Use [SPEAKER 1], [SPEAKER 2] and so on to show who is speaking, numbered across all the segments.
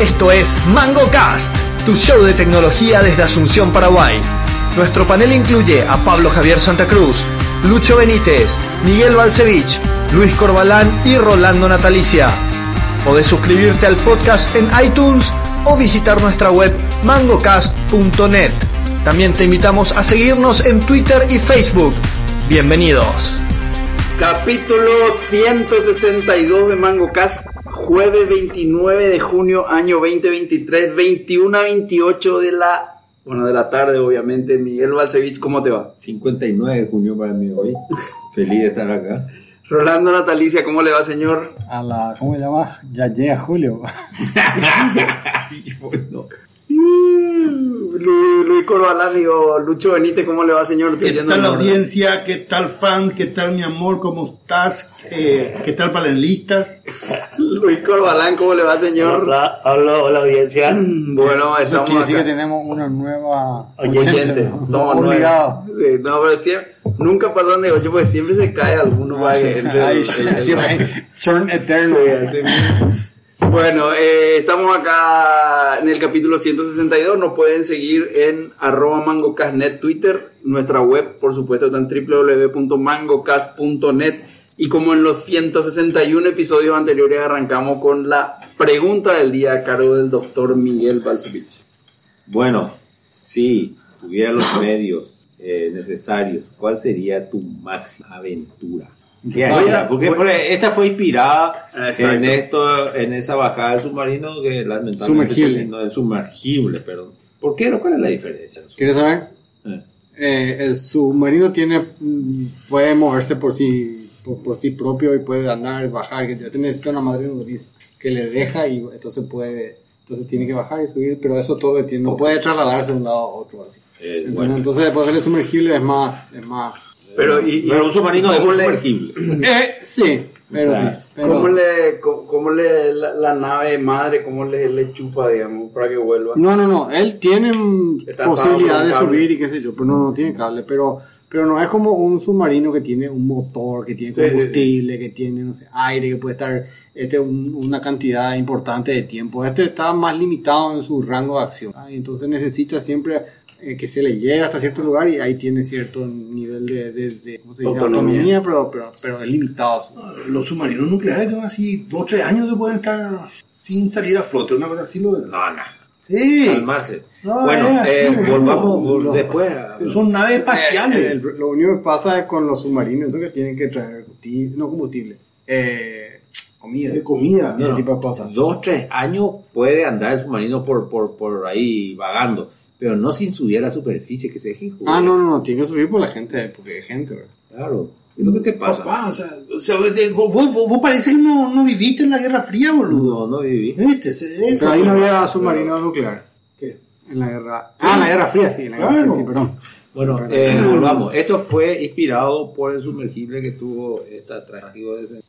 [SPEAKER 1] Esto es Mango Cast, tu show de tecnología desde Asunción, Paraguay. Nuestro panel incluye a Pablo Javier Santa Cruz, Lucho Benítez, Miguel Balcevich, Luis Corbalán y Rolando Natalicia. Podés suscribirte al podcast en iTunes o visitar nuestra web mangocast.net. También te invitamos a seguirnos en Twitter y Facebook. Bienvenidos.
[SPEAKER 2] Capítulo 162 de Mango Cast, jueves 29 de junio, año 2023, 21 a 28 de la, bueno, de la tarde, obviamente. Miguel Balcevich, ¿cómo te va?
[SPEAKER 3] 59 de junio para mí hoy. Feliz de estar acá.
[SPEAKER 2] Rolando Natalicia, ¿cómo le va, señor?
[SPEAKER 4] a la, ¿cómo se llama? Ya llega Julio.
[SPEAKER 3] Y bueno,
[SPEAKER 2] Lu- Luis, Corbalán, digo, Lucho Benítez, ¿cómo le va, señor? Estoy
[SPEAKER 5] ¿Qué
[SPEAKER 2] yendo
[SPEAKER 5] tal
[SPEAKER 2] en
[SPEAKER 5] la
[SPEAKER 2] orden.
[SPEAKER 5] audiencia? ¿Qué tal fans? ¿Qué tal mi amor? ¿Cómo estás? Eh, ¿Qué tal panelistas?
[SPEAKER 2] Luis Corbalán, ¿cómo le va, señor? Mm,
[SPEAKER 6] Hola, hola, hola, audiencia.
[SPEAKER 2] Bueno,
[SPEAKER 4] Eso
[SPEAKER 2] estamos
[SPEAKER 4] quiere decir que
[SPEAKER 2] acá.
[SPEAKER 4] tenemos una nueva
[SPEAKER 6] Oyente,
[SPEAKER 2] Gente,
[SPEAKER 4] ¿no?
[SPEAKER 2] somos nueve.
[SPEAKER 4] obligados.
[SPEAKER 2] Sí, no, pero siempre, nunca pasan de 8 porque siempre se cae alguno. para que entre
[SPEAKER 4] Ahí
[SPEAKER 2] el- el-
[SPEAKER 4] Ah, sí,
[SPEAKER 2] el-
[SPEAKER 4] siempre hay churn eterno.
[SPEAKER 2] Sí, así mismo. Bueno, eh, estamos acá en el capítulo 162. Nos pueden seguir en arroba mangocastnet Twitter. Nuestra web, por supuesto, está en www.mangocast.net. Y como en los 161 episodios anteriores, arrancamos con la pregunta del día a cargo del doctor Miguel Balcevich.
[SPEAKER 3] bueno, si tuviera los medios eh, necesarios, ¿cuál sería tu máxima aventura? ¿Qué
[SPEAKER 2] Vaya,
[SPEAKER 3] haría? porque,
[SPEAKER 2] voy-
[SPEAKER 3] porque esta fue inspirada
[SPEAKER 2] Exacto.
[SPEAKER 3] en esto, en esa bajada del submarino que lamentablemente
[SPEAKER 4] Sumergible.
[SPEAKER 3] terminó- el sumergible, perdón. ¿Por qué? no? ¿Cuál es la diferencia?
[SPEAKER 4] ¿Quieres saber?
[SPEAKER 3] Eh,
[SPEAKER 4] Eh, el submarino tiene, mm, puede moverse por sí, por, por sí propio y puede andar, bajar. Que te necesita una madre nodriza que le deja y entonces puede, entonces tiene que bajar y subir, pero eso todo el tiempo. No puede trasladarse de un lado a otro así.
[SPEAKER 3] Eh,
[SPEAKER 4] Entonces,
[SPEAKER 3] bueno.
[SPEAKER 4] entonces después del sumergible es más, es más.
[SPEAKER 2] Pero, y- y-
[SPEAKER 3] Eh, Pero un submarino es
[SPEAKER 2] ¿cómo
[SPEAKER 3] un
[SPEAKER 2] le-
[SPEAKER 3] sumergible.
[SPEAKER 4] Eh, sí, pero
[SPEAKER 3] O sea,
[SPEAKER 4] sí. pero-
[SPEAKER 2] ¿Cómo le, co- cómo le- la, la nave madre, cómo le, le chupa, digamos, para que vuelva?
[SPEAKER 4] No, no, no. Él tiene mm,
[SPEAKER 2] Está atado
[SPEAKER 4] posibilidad
[SPEAKER 2] por un
[SPEAKER 4] de
[SPEAKER 2] cable.
[SPEAKER 4] subir y qué sé yo, pero no, no tiene cable. Pero, pero no es como un submarino que tiene un motor, que tiene
[SPEAKER 2] Sí, sí, sí.
[SPEAKER 4] combustible, que tiene no sé, aire, que puede estar este, un- una cantidad importante de tiempo. Este está más limitado en su rango de acción. ¿ah? Y entonces necesita siempre eh, que se le llegue hasta cierto lugar y ahí tiene cierto nivel de, de- de- ¿cómo se dice?
[SPEAKER 2] Autonomía.
[SPEAKER 4] autonomía, pero, pero, pero es limitado. su-
[SPEAKER 5] Los submarinos nucleares llevan así dos o tres años que pueden estar sin salir a flote, una cosa así. Lo...
[SPEAKER 3] No, no.
[SPEAKER 5] Sí.
[SPEAKER 3] Calmarse.
[SPEAKER 5] No,
[SPEAKER 3] bueno,
[SPEAKER 5] es así,
[SPEAKER 3] eh,
[SPEAKER 5] boludo.
[SPEAKER 3] volvamos vol-
[SPEAKER 5] No.
[SPEAKER 3] después. a-
[SPEAKER 5] Son naves espaciales.
[SPEAKER 3] Eh,
[SPEAKER 4] El- lo único que pasa es con los submarinos, eso que tienen que traer combustible, no combustible, eh, comida,
[SPEAKER 5] de comida.
[SPEAKER 4] ese
[SPEAKER 3] No, no.
[SPEAKER 4] tipo de cosas.
[SPEAKER 3] Dos, tres años puede andar el submarino por, por, por ahí vagando, pero no sin subir a la superficie, que se deje joder.
[SPEAKER 4] Ah, no, no, no, tiene que subir por la gente, porque hay gente, ¿verdad?
[SPEAKER 3] Claro. ¿Es lo que te pasa?
[SPEAKER 5] Papá, o sea, o sea, de- vos, vos- vos parece que no, no viviste en la Guerra Fría,
[SPEAKER 3] No,
[SPEAKER 5] boludo.
[SPEAKER 3] no viví.
[SPEAKER 4] Eh.
[SPEAKER 5] ¿Viste? Se- eso.
[SPEAKER 4] Pero ahí no había submarino nuclear
[SPEAKER 5] ¿Qué?
[SPEAKER 4] en la guerra. Ah, en la guerra fría, sí, en la guerra
[SPEAKER 5] Claro.
[SPEAKER 4] fría, sí, perdón.
[SPEAKER 3] Bueno, eh, volvamos. Esto fue inspirado por el sumergible que tuvo esta trágica,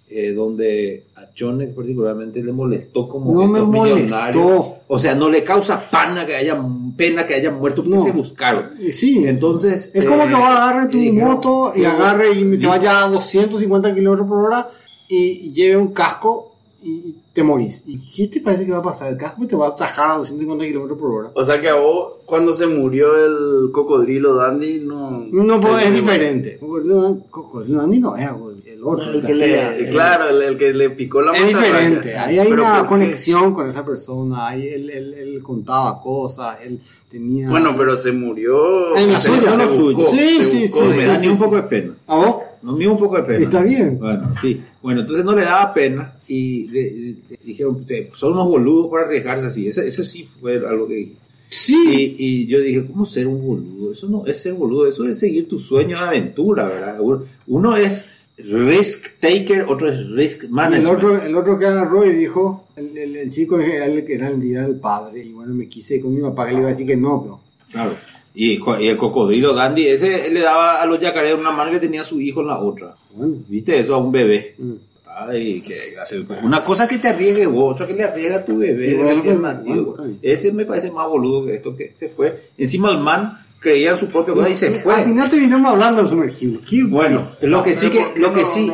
[SPEAKER 3] eh, donde a Chonex particularmente le molestó como
[SPEAKER 4] No
[SPEAKER 3] que
[SPEAKER 4] me
[SPEAKER 3] estos millonarios-
[SPEAKER 4] molestó.
[SPEAKER 3] O sea, no le causa pana que haya, pena que hayan muerto, porque
[SPEAKER 4] No.
[SPEAKER 3] se buscaron.
[SPEAKER 4] Eh, Sí,
[SPEAKER 3] Entonces.
[SPEAKER 4] es como
[SPEAKER 3] eh,
[SPEAKER 4] que vos agarre tu
[SPEAKER 3] y dijeron,
[SPEAKER 4] moto y
[SPEAKER 3] yo-
[SPEAKER 4] agarre y te vaya a 250 kilómetros por hora y lleve un casco y te morís. ¿Y qué te parece que va a pasar? El casco te va a atajar a 250 kilómetros por hora.
[SPEAKER 2] O sea que a vos, cuando se murió el cocodrilo Dandy, no.
[SPEAKER 4] No, pues,
[SPEAKER 2] Eh,
[SPEAKER 4] es diferente. Cocodrilo cocodrilo andí no es cocodrilo, el otro.
[SPEAKER 6] El
[SPEAKER 4] el
[SPEAKER 6] que
[SPEAKER 4] que
[SPEAKER 6] le-
[SPEAKER 4] hacía-
[SPEAKER 2] eh, Claro, el, el que le picó la
[SPEAKER 4] Es
[SPEAKER 2] manzana.
[SPEAKER 4] diferente. Ahí hay
[SPEAKER 2] Pero ¿por
[SPEAKER 4] una
[SPEAKER 2] qué?
[SPEAKER 4] conexión con esa persona. Ahí él, él- él contaba cosas. Él tenía.
[SPEAKER 2] Bueno, pero se murió.
[SPEAKER 4] En la
[SPEAKER 2] se,
[SPEAKER 4] suya,
[SPEAKER 2] se
[SPEAKER 4] no
[SPEAKER 2] buscó,
[SPEAKER 4] suya. Ah,
[SPEAKER 2] se
[SPEAKER 4] Sí, sí,
[SPEAKER 2] buscó,
[SPEAKER 4] sí,
[SPEAKER 3] No me
[SPEAKER 2] ¿verdad?
[SPEAKER 3] da ni un poco de pena.
[SPEAKER 4] ¿A vos?
[SPEAKER 3] No me dio un poco de pena.
[SPEAKER 4] Está bien.
[SPEAKER 3] Bueno, sí. Bueno, entonces no le daba pena y le- le- le dijeron, "Ustedes son unos boludos para arriesgarse así. Eso, eso sí fue algo que dije. Sí. Y, y yo dije, ¿cómo ser un boludo? Eso no es ser boludo, eso es seguir tu sueño de aventura, ¿verdad? Uno, uno es risk taker, otro es risk
[SPEAKER 4] El
[SPEAKER 2] Ah,
[SPEAKER 3] manager.
[SPEAKER 4] otro, el otro que agarró y dijo: el, el- el chico era el, era el día del padre. Y bueno, me quise ir con mi papá que le iba a decir que no, pero.
[SPEAKER 3] Claro. Y, co- y el cocodrilo Dandy, ese le daba a los yacarés una mano que tenía su hijo en la otra.
[SPEAKER 4] Bueno.
[SPEAKER 3] ¿Viste eso a un bebé?
[SPEAKER 4] Mm.
[SPEAKER 3] Ay, qué desgracia. Una cosa es que te arriesgue vos, otra que le arriesga a tu bebé
[SPEAKER 4] Y bueno,
[SPEAKER 3] recién
[SPEAKER 4] bueno,
[SPEAKER 3] nacido.
[SPEAKER 4] bueno, está bien.
[SPEAKER 3] Ese me parece más boludo que esto que se fue. Encima el man creían su propio cosa y se fue.
[SPEAKER 4] Al final terminamos hablando del sumergido. Qué
[SPEAKER 3] Bueno, lo que sí que, lo que sí,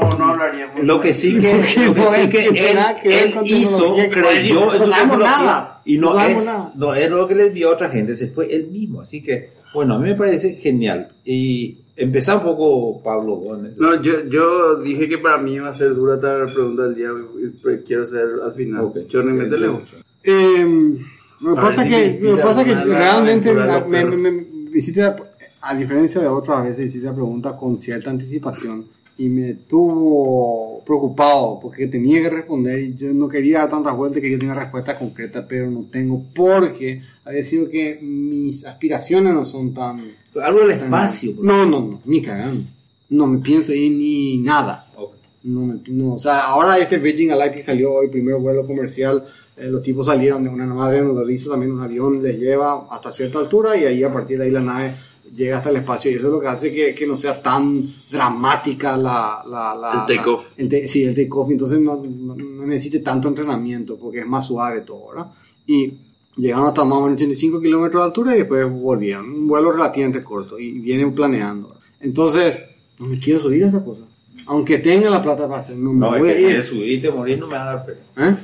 [SPEAKER 3] lo que sí que, lo que sí que él, él hizo, creyó en su
[SPEAKER 4] Pues No sabemos
[SPEAKER 3] tecnología
[SPEAKER 4] nada,
[SPEAKER 3] y
[SPEAKER 4] no
[SPEAKER 3] no
[SPEAKER 4] sabemos
[SPEAKER 3] es,
[SPEAKER 4] nada.
[SPEAKER 3] no es lo que le envió a otra gente, se fue él mismo. Así que, bueno, a mí me parece genial. Y empezá un poco, Pablo, con eso.
[SPEAKER 2] No, yo, yo dije que para mí iba a ser dura esta pregunta del día, y- y- pero quiero ser al final.
[SPEAKER 3] Ok.
[SPEAKER 2] Chorne, métele vos.
[SPEAKER 4] Eh, lo que
[SPEAKER 2] Ahora
[SPEAKER 4] pasa
[SPEAKER 2] sí
[SPEAKER 4] que,
[SPEAKER 2] me
[SPEAKER 4] lo que pasa que
[SPEAKER 2] invitas a una
[SPEAKER 4] realmente
[SPEAKER 2] aventura,
[SPEAKER 4] la-
[SPEAKER 2] lo
[SPEAKER 4] me,
[SPEAKER 2] peor.
[SPEAKER 4] me- me hiciste, la- a diferencia de otras veces, hiciste la pregunta con cierta anticipación y me tuvo preocupado porque tenía que responder y yo no quería dar tantas vueltas, quería tener una respuesta concreta, pero no tengo porque había sido que mis aspiraciones no son tan...
[SPEAKER 3] Algo del
[SPEAKER 4] tan-
[SPEAKER 3] espacio.
[SPEAKER 2] pues.
[SPEAKER 3] por
[SPEAKER 4] No, no, no, ni cagando. No me pienso ir ni nada.
[SPEAKER 3] favor.
[SPEAKER 4] No, me- no, o sea, ahora este Virgin Galactic salió hoy, primer vuelo comercial. eh, los tipos salieron de una nave nodriza, también un avión les lleva hasta cierta altura y ahí a partir de ahí la nave llega hasta el espacio. Y eso es lo que hace que, que no sea tan dramática la. la, la-
[SPEAKER 2] El
[SPEAKER 4] la-
[SPEAKER 2] take-off.
[SPEAKER 4] el te- sí, el take-off. Entonces no, no, no necesite tanto entrenamiento porque es más suave todo, ¿verdad? Y llegaron hasta más o menos 85 kilómetros de altura y después volvieron. Un vuelo relativamente corto y vienen planeando. Entonces, no me quiero subir a esa cosa. Aunque tenga la plata para hacer, no me
[SPEAKER 3] No,
[SPEAKER 4] voy
[SPEAKER 3] es
[SPEAKER 4] a
[SPEAKER 3] que quieres
[SPEAKER 4] ir.
[SPEAKER 3] subir y te morís, no me va a dar pena.
[SPEAKER 4] ¿Eh?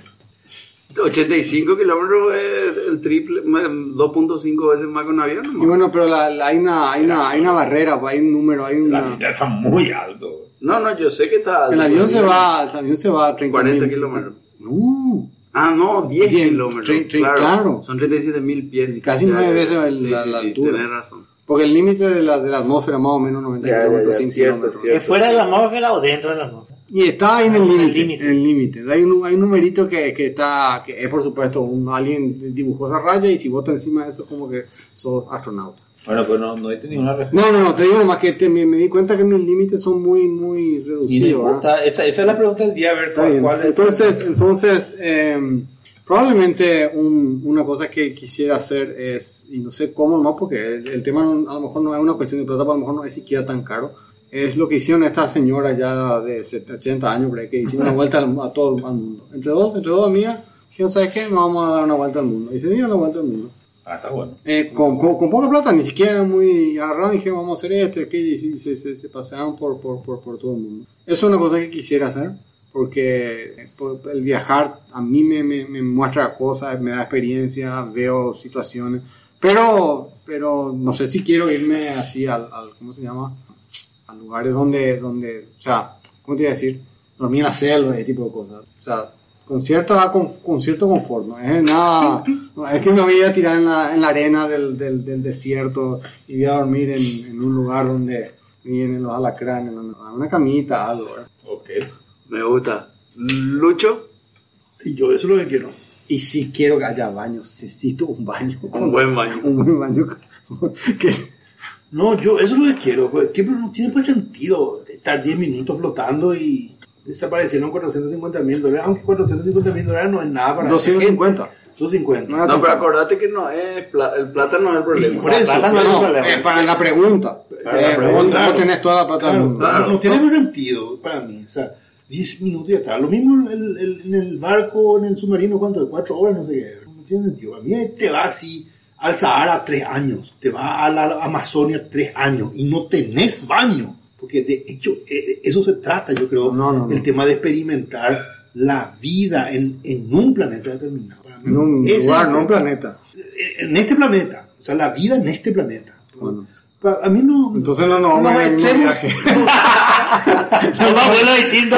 [SPEAKER 2] 85 kilómetros es el triple, más- 2.5 veces más que un avión.
[SPEAKER 4] Y
[SPEAKER 2] ¿no?
[SPEAKER 4] bueno, pero la- la- hay, una, hay, una, hay una barrera, hay un número, hay
[SPEAKER 3] La
[SPEAKER 4] una...
[SPEAKER 3] vida está muy alto.
[SPEAKER 2] No, no, yo sé que está.
[SPEAKER 4] El avión se va, el avión se va a 30
[SPEAKER 2] 40 kilómetros.
[SPEAKER 4] No,
[SPEAKER 2] Ah, no, 10
[SPEAKER 4] Bien,
[SPEAKER 2] kilómetros.
[SPEAKER 4] tre- tre- claro.
[SPEAKER 2] Son 37 mil pies.
[SPEAKER 4] Casi
[SPEAKER 2] Ya,
[SPEAKER 4] nueve
[SPEAKER 2] ya.
[SPEAKER 4] veces el-
[SPEAKER 2] Sí,
[SPEAKER 4] la-
[SPEAKER 2] sí,
[SPEAKER 4] la
[SPEAKER 2] sí,
[SPEAKER 4] altura.
[SPEAKER 2] tenés razón.
[SPEAKER 4] porque el límite de la, de la atmósfera más o menos 90
[SPEAKER 2] Ya, ya, ya,
[SPEAKER 4] kilómetros, 100
[SPEAKER 2] cierto,
[SPEAKER 4] kilómetros.
[SPEAKER 2] cierto.
[SPEAKER 7] ¿Es fuera de la atmósfera o dentro de la atmósfera?
[SPEAKER 4] Y está ahí en el
[SPEAKER 7] En el
[SPEAKER 4] límite.
[SPEAKER 7] límite.
[SPEAKER 4] En el límite. Hay un, hay un numerito que, que está, que es por supuesto, un alguien dibujó esa raya y si vos estás encima de eso es como que sos astronauta.
[SPEAKER 3] Bueno, pues no, no he tenido una respuesta.
[SPEAKER 4] No, no, no, te digo nomás que te- me, me di cuenta que mis límites son muy, muy
[SPEAKER 3] Y no
[SPEAKER 4] reducidos. ¿ah? ¿verdad?
[SPEAKER 3] importa, esa, esa es la pregunta del día, a ver
[SPEAKER 4] Está
[SPEAKER 3] cuál,
[SPEAKER 4] bien.
[SPEAKER 3] cuál es.
[SPEAKER 4] Entonces, entonces eh, probablemente un- una cosa que quisiera hacer es, y no sé cómo nomás, porque el, el tema no- a lo mejor no es una cuestión de plata, pero a lo mejor no es siquiera tan caro, es lo que hicieron estas señoras ya de 70, 80 años, por ahí, que hicieron una vuelta al- a todo el al mundo. Entre dos, entre dos amigas, dijeron, ¿sabes qué? Nos vamos a dar una vuelta al mundo. Y se dieron una vuelta al mundo.
[SPEAKER 3] Ah, está bueno.
[SPEAKER 4] Eh, con, con, con poca plata, ni siquiera muy agarraron y dijeron vamos a hacer esto, y aquello, y se, se, se pasearon por, por, por, por todo el mundo. Eso es una cosa que quisiera hacer, porque eh, por- el viajar a mí me, me, me muestra cosas, me da experiencia, veo situaciones, pero, pero no sé si quiero irme así al, al ¿cómo se llama? A lugares donde, donde, o sea, ¿cómo te iba a decir? Dormir en la selva, ese tipo de cosas. O sea, con, cierta, con, con cierto confort, no es nada. no, es que me voy a tirar en la, en la arena del, del, del desierto y voy a dormir en, en un lugar donde vienen los alacranes, no, no, una camita, algo. ¿verdad?
[SPEAKER 3] Ok.
[SPEAKER 2] Me gusta. Lucho,
[SPEAKER 5] Y yo eso es lo que quiero.
[SPEAKER 4] Y si quiero que haya baños, necesito un baño.
[SPEAKER 2] un buen baño.
[SPEAKER 4] Un buen baño. que-
[SPEAKER 5] No, yo eso es lo que quiero. pues, que no tiene pues sentido estar 10 minutos flotando y desaparecieron 450 mil dólares. Aunque 450 mil dólares no es nada para
[SPEAKER 4] 250.
[SPEAKER 5] 250.
[SPEAKER 4] No era
[SPEAKER 2] No,
[SPEAKER 4] tan
[SPEAKER 2] pero
[SPEAKER 4] caro.
[SPEAKER 2] acordate que no es pla- el plata no es el problema.
[SPEAKER 5] Por
[SPEAKER 7] La
[SPEAKER 5] eso,
[SPEAKER 7] plata no es un
[SPEAKER 4] No,
[SPEAKER 7] problema.
[SPEAKER 4] eh, para la pregunta.
[SPEAKER 5] Para la
[SPEAKER 4] Eh,
[SPEAKER 5] pregunta,
[SPEAKER 4] vos-
[SPEAKER 5] claro.
[SPEAKER 4] vos tenés toda la plata del
[SPEAKER 5] Claro,
[SPEAKER 4] mundo.
[SPEAKER 5] claro, no tiene más sentido para mí. O sea, 10 minutos y ya está. Lo mismo en el, el- en el barco, en el submarino, ¿cuánto? De 4 horas, no sé qué. No tiene sentido. A mí te va así al Sahara 3 años, te va a la Amazonia 3 años y no tenés baño. Porque de hecho, eh, eso se trata, yo creo,
[SPEAKER 4] No, no, no.
[SPEAKER 5] el tema de experimentar la vida en, en un planeta determinado. Para mí,
[SPEAKER 4] En un
[SPEAKER 5] ese es el
[SPEAKER 4] lugar, no
[SPEAKER 5] tema
[SPEAKER 4] un planeta.
[SPEAKER 5] en este planeta, o sea, la vida en este planeta.
[SPEAKER 4] Bueno.
[SPEAKER 5] Pa- A mí no.
[SPEAKER 4] Entonces no nos vamos a ir en un
[SPEAKER 5] echemos-
[SPEAKER 4] viaje.
[SPEAKER 7] No, no, vuelo distinto.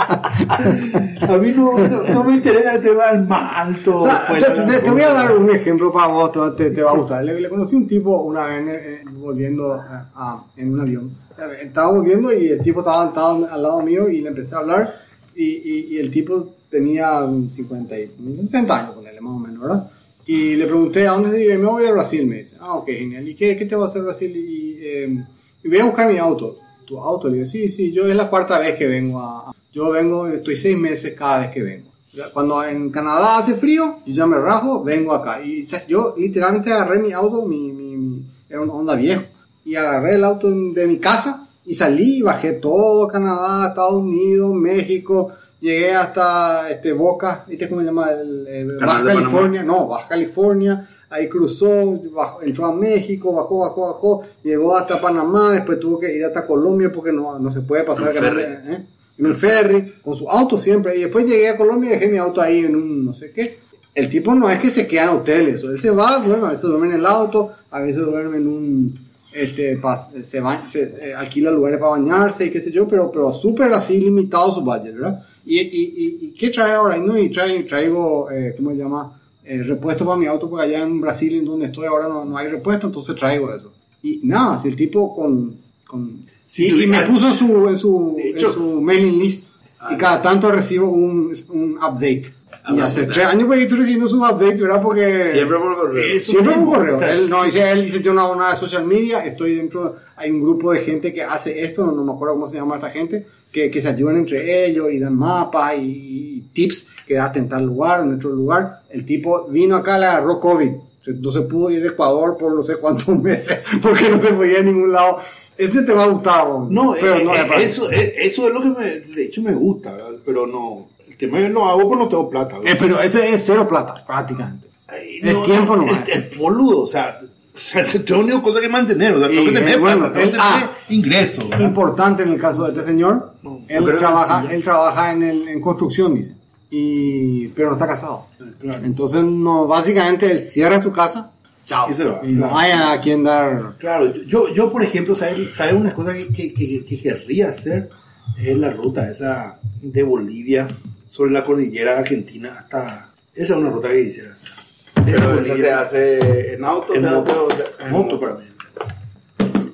[SPEAKER 5] A mí no, no, no me interesa el tema del más alto.
[SPEAKER 4] O sea,
[SPEAKER 5] fuera
[SPEAKER 4] o sea,
[SPEAKER 5] de la
[SPEAKER 4] te, te voy a
[SPEAKER 5] boca.
[SPEAKER 4] dar un ejemplo para vos, te, te- te va a gustar. Le, le conocí un tipo una vez eh, eh, volviendo a- a- en un avión. Eh, Estaba volviendo y el tipo estaba, sentado al lado mío y le empecé a hablar y, y- y el tipo tenía un 50 y 60 años, ponele, más o menos, ¿verdad? Y le pregunté, ¿a dónde se vive? Me voy a Brasil, me dice. Ah, ok, genial. ¿Y qué, qué te va a hacer Brasil? Y, eh, y voy a buscar mi auto. ¿Tu auto? Le digo, sí, sí, yo es la cuarta vez que vengo a... a- Yo vengo, estoy seis meses cada vez que vengo. Ya, Cuando en Canadá hace frío, yo ya me rajo, vengo acá. Y o sea, yo literalmente agarré mi auto, mi, mi- mi- era un Honda viejo, y agarré el auto de mi casa y salí y bajé todo Canadá, Estados Unidos, México, llegué hasta este, Boca, ¿viste cómo se llama? El, el-
[SPEAKER 2] Canal
[SPEAKER 4] Baja
[SPEAKER 2] de Panamá.
[SPEAKER 4] California, no, Baja California, ahí cruzó, bajó- entró a México, bajó, bajó, bajó, llegó hasta Panamá, después tuvo que ir hasta Colombia porque no, no se puede pasar
[SPEAKER 2] En
[SPEAKER 4] el canal de- ¿eh? en el ferry, con su auto siempre, y después llegué a Colombia y dejé mi auto ahí en un no sé qué. El tipo no es que se queda en hoteles, él se va, duerme, a veces duerme en el auto, a veces duerme en un este, pas- se, ba- se, eh, alquila lugares para bañarse y qué sé yo, pero, pero súper así limitado su budget, ¿verdad? Y, y, y, y qué trae ahora? Y No, y trae- traigo, eh, ¿cómo se llama? Eh, repuesto para mi auto, porque allá en Brasil, en donde estoy ahora, no, no hay repuesto, entonces traigo eso. Y nada, si el tipo con... con
[SPEAKER 5] Sí,
[SPEAKER 4] y, y me
[SPEAKER 5] al-
[SPEAKER 4] puso en su, en su,
[SPEAKER 5] De
[SPEAKER 4] en
[SPEAKER 5] hecho-
[SPEAKER 4] su mailing list. Y cada tanto recibo un, un update.
[SPEAKER 2] Ah,
[SPEAKER 4] Y
[SPEAKER 2] bueno,
[SPEAKER 4] hace
[SPEAKER 2] claro.
[SPEAKER 4] tres años que yo estoy recibiendo sus updates, ¿verdad? Porque...
[SPEAKER 2] Siempre por correo.
[SPEAKER 5] Eso
[SPEAKER 4] Siempre
[SPEAKER 5] mismo.
[SPEAKER 4] un correo.
[SPEAKER 5] O sea,
[SPEAKER 4] él, no,
[SPEAKER 5] sí.
[SPEAKER 4] dice, él dice, tiene una una de social media, estoy dentro, hay un grupo de gente que hace esto, no, no me acuerdo cómo se llama esta gente, que, que se ayudan entre ellos y dan mapas y, y tips que da en tal lugar, en otro lugar. El tipo vino acá, le agarró COVID. se- No se pudo ir a Ecuador por no sé cuántos meses, porque no se podía a ningún lado. Ese te va a gustar, vos.
[SPEAKER 5] No,
[SPEAKER 4] pero
[SPEAKER 5] eh,
[SPEAKER 4] no,
[SPEAKER 5] eh,
[SPEAKER 4] es para-
[SPEAKER 5] eso, eh, eso es lo que me, de hecho me gusta, ¿verdad? pero no. El tema yo no hago porque no tengo plata. ¿verdad?
[SPEAKER 4] Eh, pero este es cero plata, prácticamente.
[SPEAKER 5] Ay,
[SPEAKER 4] el tiempo
[SPEAKER 5] no,
[SPEAKER 4] nomás.
[SPEAKER 5] El, el boludo, o sea, o sea, tengo única cosa que mantener, o sea, tengo
[SPEAKER 4] Y,
[SPEAKER 5] que tener
[SPEAKER 4] eh, bueno,
[SPEAKER 5] plata, tengo que
[SPEAKER 4] el-
[SPEAKER 5] tener
[SPEAKER 4] ah.
[SPEAKER 5] ingresos. ¿verdad?
[SPEAKER 4] importante en el caso de este señor. Él
[SPEAKER 2] creo que
[SPEAKER 4] trabaja,
[SPEAKER 2] sí, ya.
[SPEAKER 4] él trabaja en, el- en construcción, dice. Y, pero no está casado.
[SPEAKER 5] Claro.
[SPEAKER 4] Entonces, no, básicamente él cierra su casa. Chao.
[SPEAKER 5] Y se va,
[SPEAKER 4] Y no
[SPEAKER 5] claro.
[SPEAKER 4] hay a quien dar.
[SPEAKER 5] Claro, yo, yo por ejemplo, ¿sabes sabe una cosa que, que, que- que querría hacer? Es la ruta esa de Bolivia sobre la cordillera argentina hasta... Esa es una ruta que quisiera hacer. Desde
[SPEAKER 2] Pero
[SPEAKER 5] Bolivia
[SPEAKER 2] eso se hace en auto,
[SPEAKER 5] en
[SPEAKER 2] se hace
[SPEAKER 5] moto,
[SPEAKER 2] o sea,
[SPEAKER 5] en moto para mí.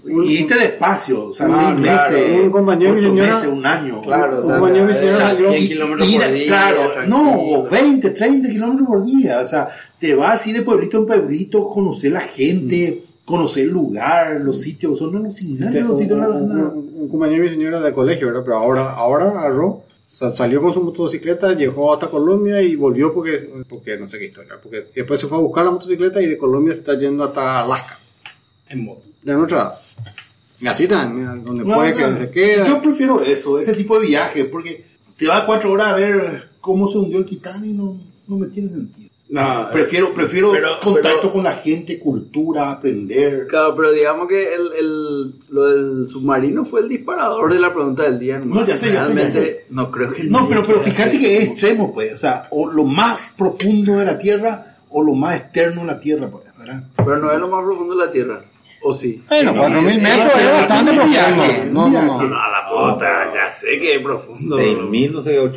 [SPEAKER 5] Y irte despacio, o sea,
[SPEAKER 4] Ah,
[SPEAKER 5] seis
[SPEAKER 2] claro.
[SPEAKER 5] meses,
[SPEAKER 4] Un compañero y
[SPEAKER 5] ocho
[SPEAKER 4] señora-
[SPEAKER 5] meses, un año.
[SPEAKER 2] Claro, o
[SPEAKER 4] Un
[SPEAKER 2] sea,
[SPEAKER 4] compañero y señora
[SPEAKER 2] o sea,
[SPEAKER 4] salió-
[SPEAKER 2] 100
[SPEAKER 4] y-
[SPEAKER 2] kilómetros
[SPEAKER 5] Ir,
[SPEAKER 2] por día.
[SPEAKER 5] claro, no,
[SPEAKER 2] tranquilo.
[SPEAKER 5] 20, 30 kilómetros por día. O sea, te vas así de pueblito en pueblito, conocer la gente,
[SPEAKER 4] Mm.
[SPEAKER 5] conocer el lugar, los sitios, son alucinantes los
[SPEAKER 4] un,
[SPEAKER 5] sitios. no,
[SPEAKER 4] un-
[SPEAKER 5] no.
[SPEAKER 4] un- un compañero y señora de colegio, ¿verdad? Pero ahora, ahora agarró, sa- salió con su motocicleta, llegó hasta Colombia y volvió porque, porque no sé qué historia. Porque después se fue a buscar la motocicleta y de Colombia se está yendo hasta Alaska.
[SPEAKER 8] En moto.
[SPEAKER 4] De nuestra edad. Y así también, donde
[SPEAKER 5] No,
[SPEAKER 4] puede
[SPEAKER 5] o sea,
[SPEAKER 4] que se queda.
[SPEAKER 5] Yo prefiero eso, ese tipo de viaje, porque te vas cuatro horas a ver cómo se hundió el Titanic, no, no me tiene sentido.
[SPEAKER 2] No,
[SPEAKER 5] Prefiero, prefiero
[SPEAKER 2] pero-
[SPEAKER 5] contacto
[SPEAKER 2] pero-
[SPEAKER 5] con la gente, cultura, aprender.
[SPEAKER 2] Claro, pero digamos que el, el, lo del submarino fue el disparador de la pregunta del día. hermano.
[SPEAKER 5] No, ya sé, ya sé, ya
[SPEAKER 2] Realmente,
[SPEAKER 5] sé.
[SPEAKER 2] No creo que
[SPEAKER 5] No,
[SPEAKER 2] nadie
[SPEAKER 5] pero, pero
[SPEAKER 2] quiera
[SPEAKER 5] fíjate
[SPEAKER 2] hacer
[SPEAKER 5] que es
[SPEAKER 2] eso.
[SPEAKER 5] extremo, pues. O sea, o lo más profundo de la Tierra o lo más externo de la Tierra, pues, ¿verdad?
[SPEAKER 2] Pero no es lo más profundo de la Tierra. ¿O sí?
[SPEAKER 4] Bueno, 4.000 metros
[SPEAKER 5] eh,
[SPEAKER 4] es bastante
[SPEAKER 5] eh,
[SPEAKER 4] profundo.
[SPEAKER 5] eh,
[SPEAKER 4] No, no, no.
[SPEAKER 5] eh,
[SPEAKER 2] A la puta, ya sé que es profundo.
[SPEAKER 3] 6.000, no sé, 8.000.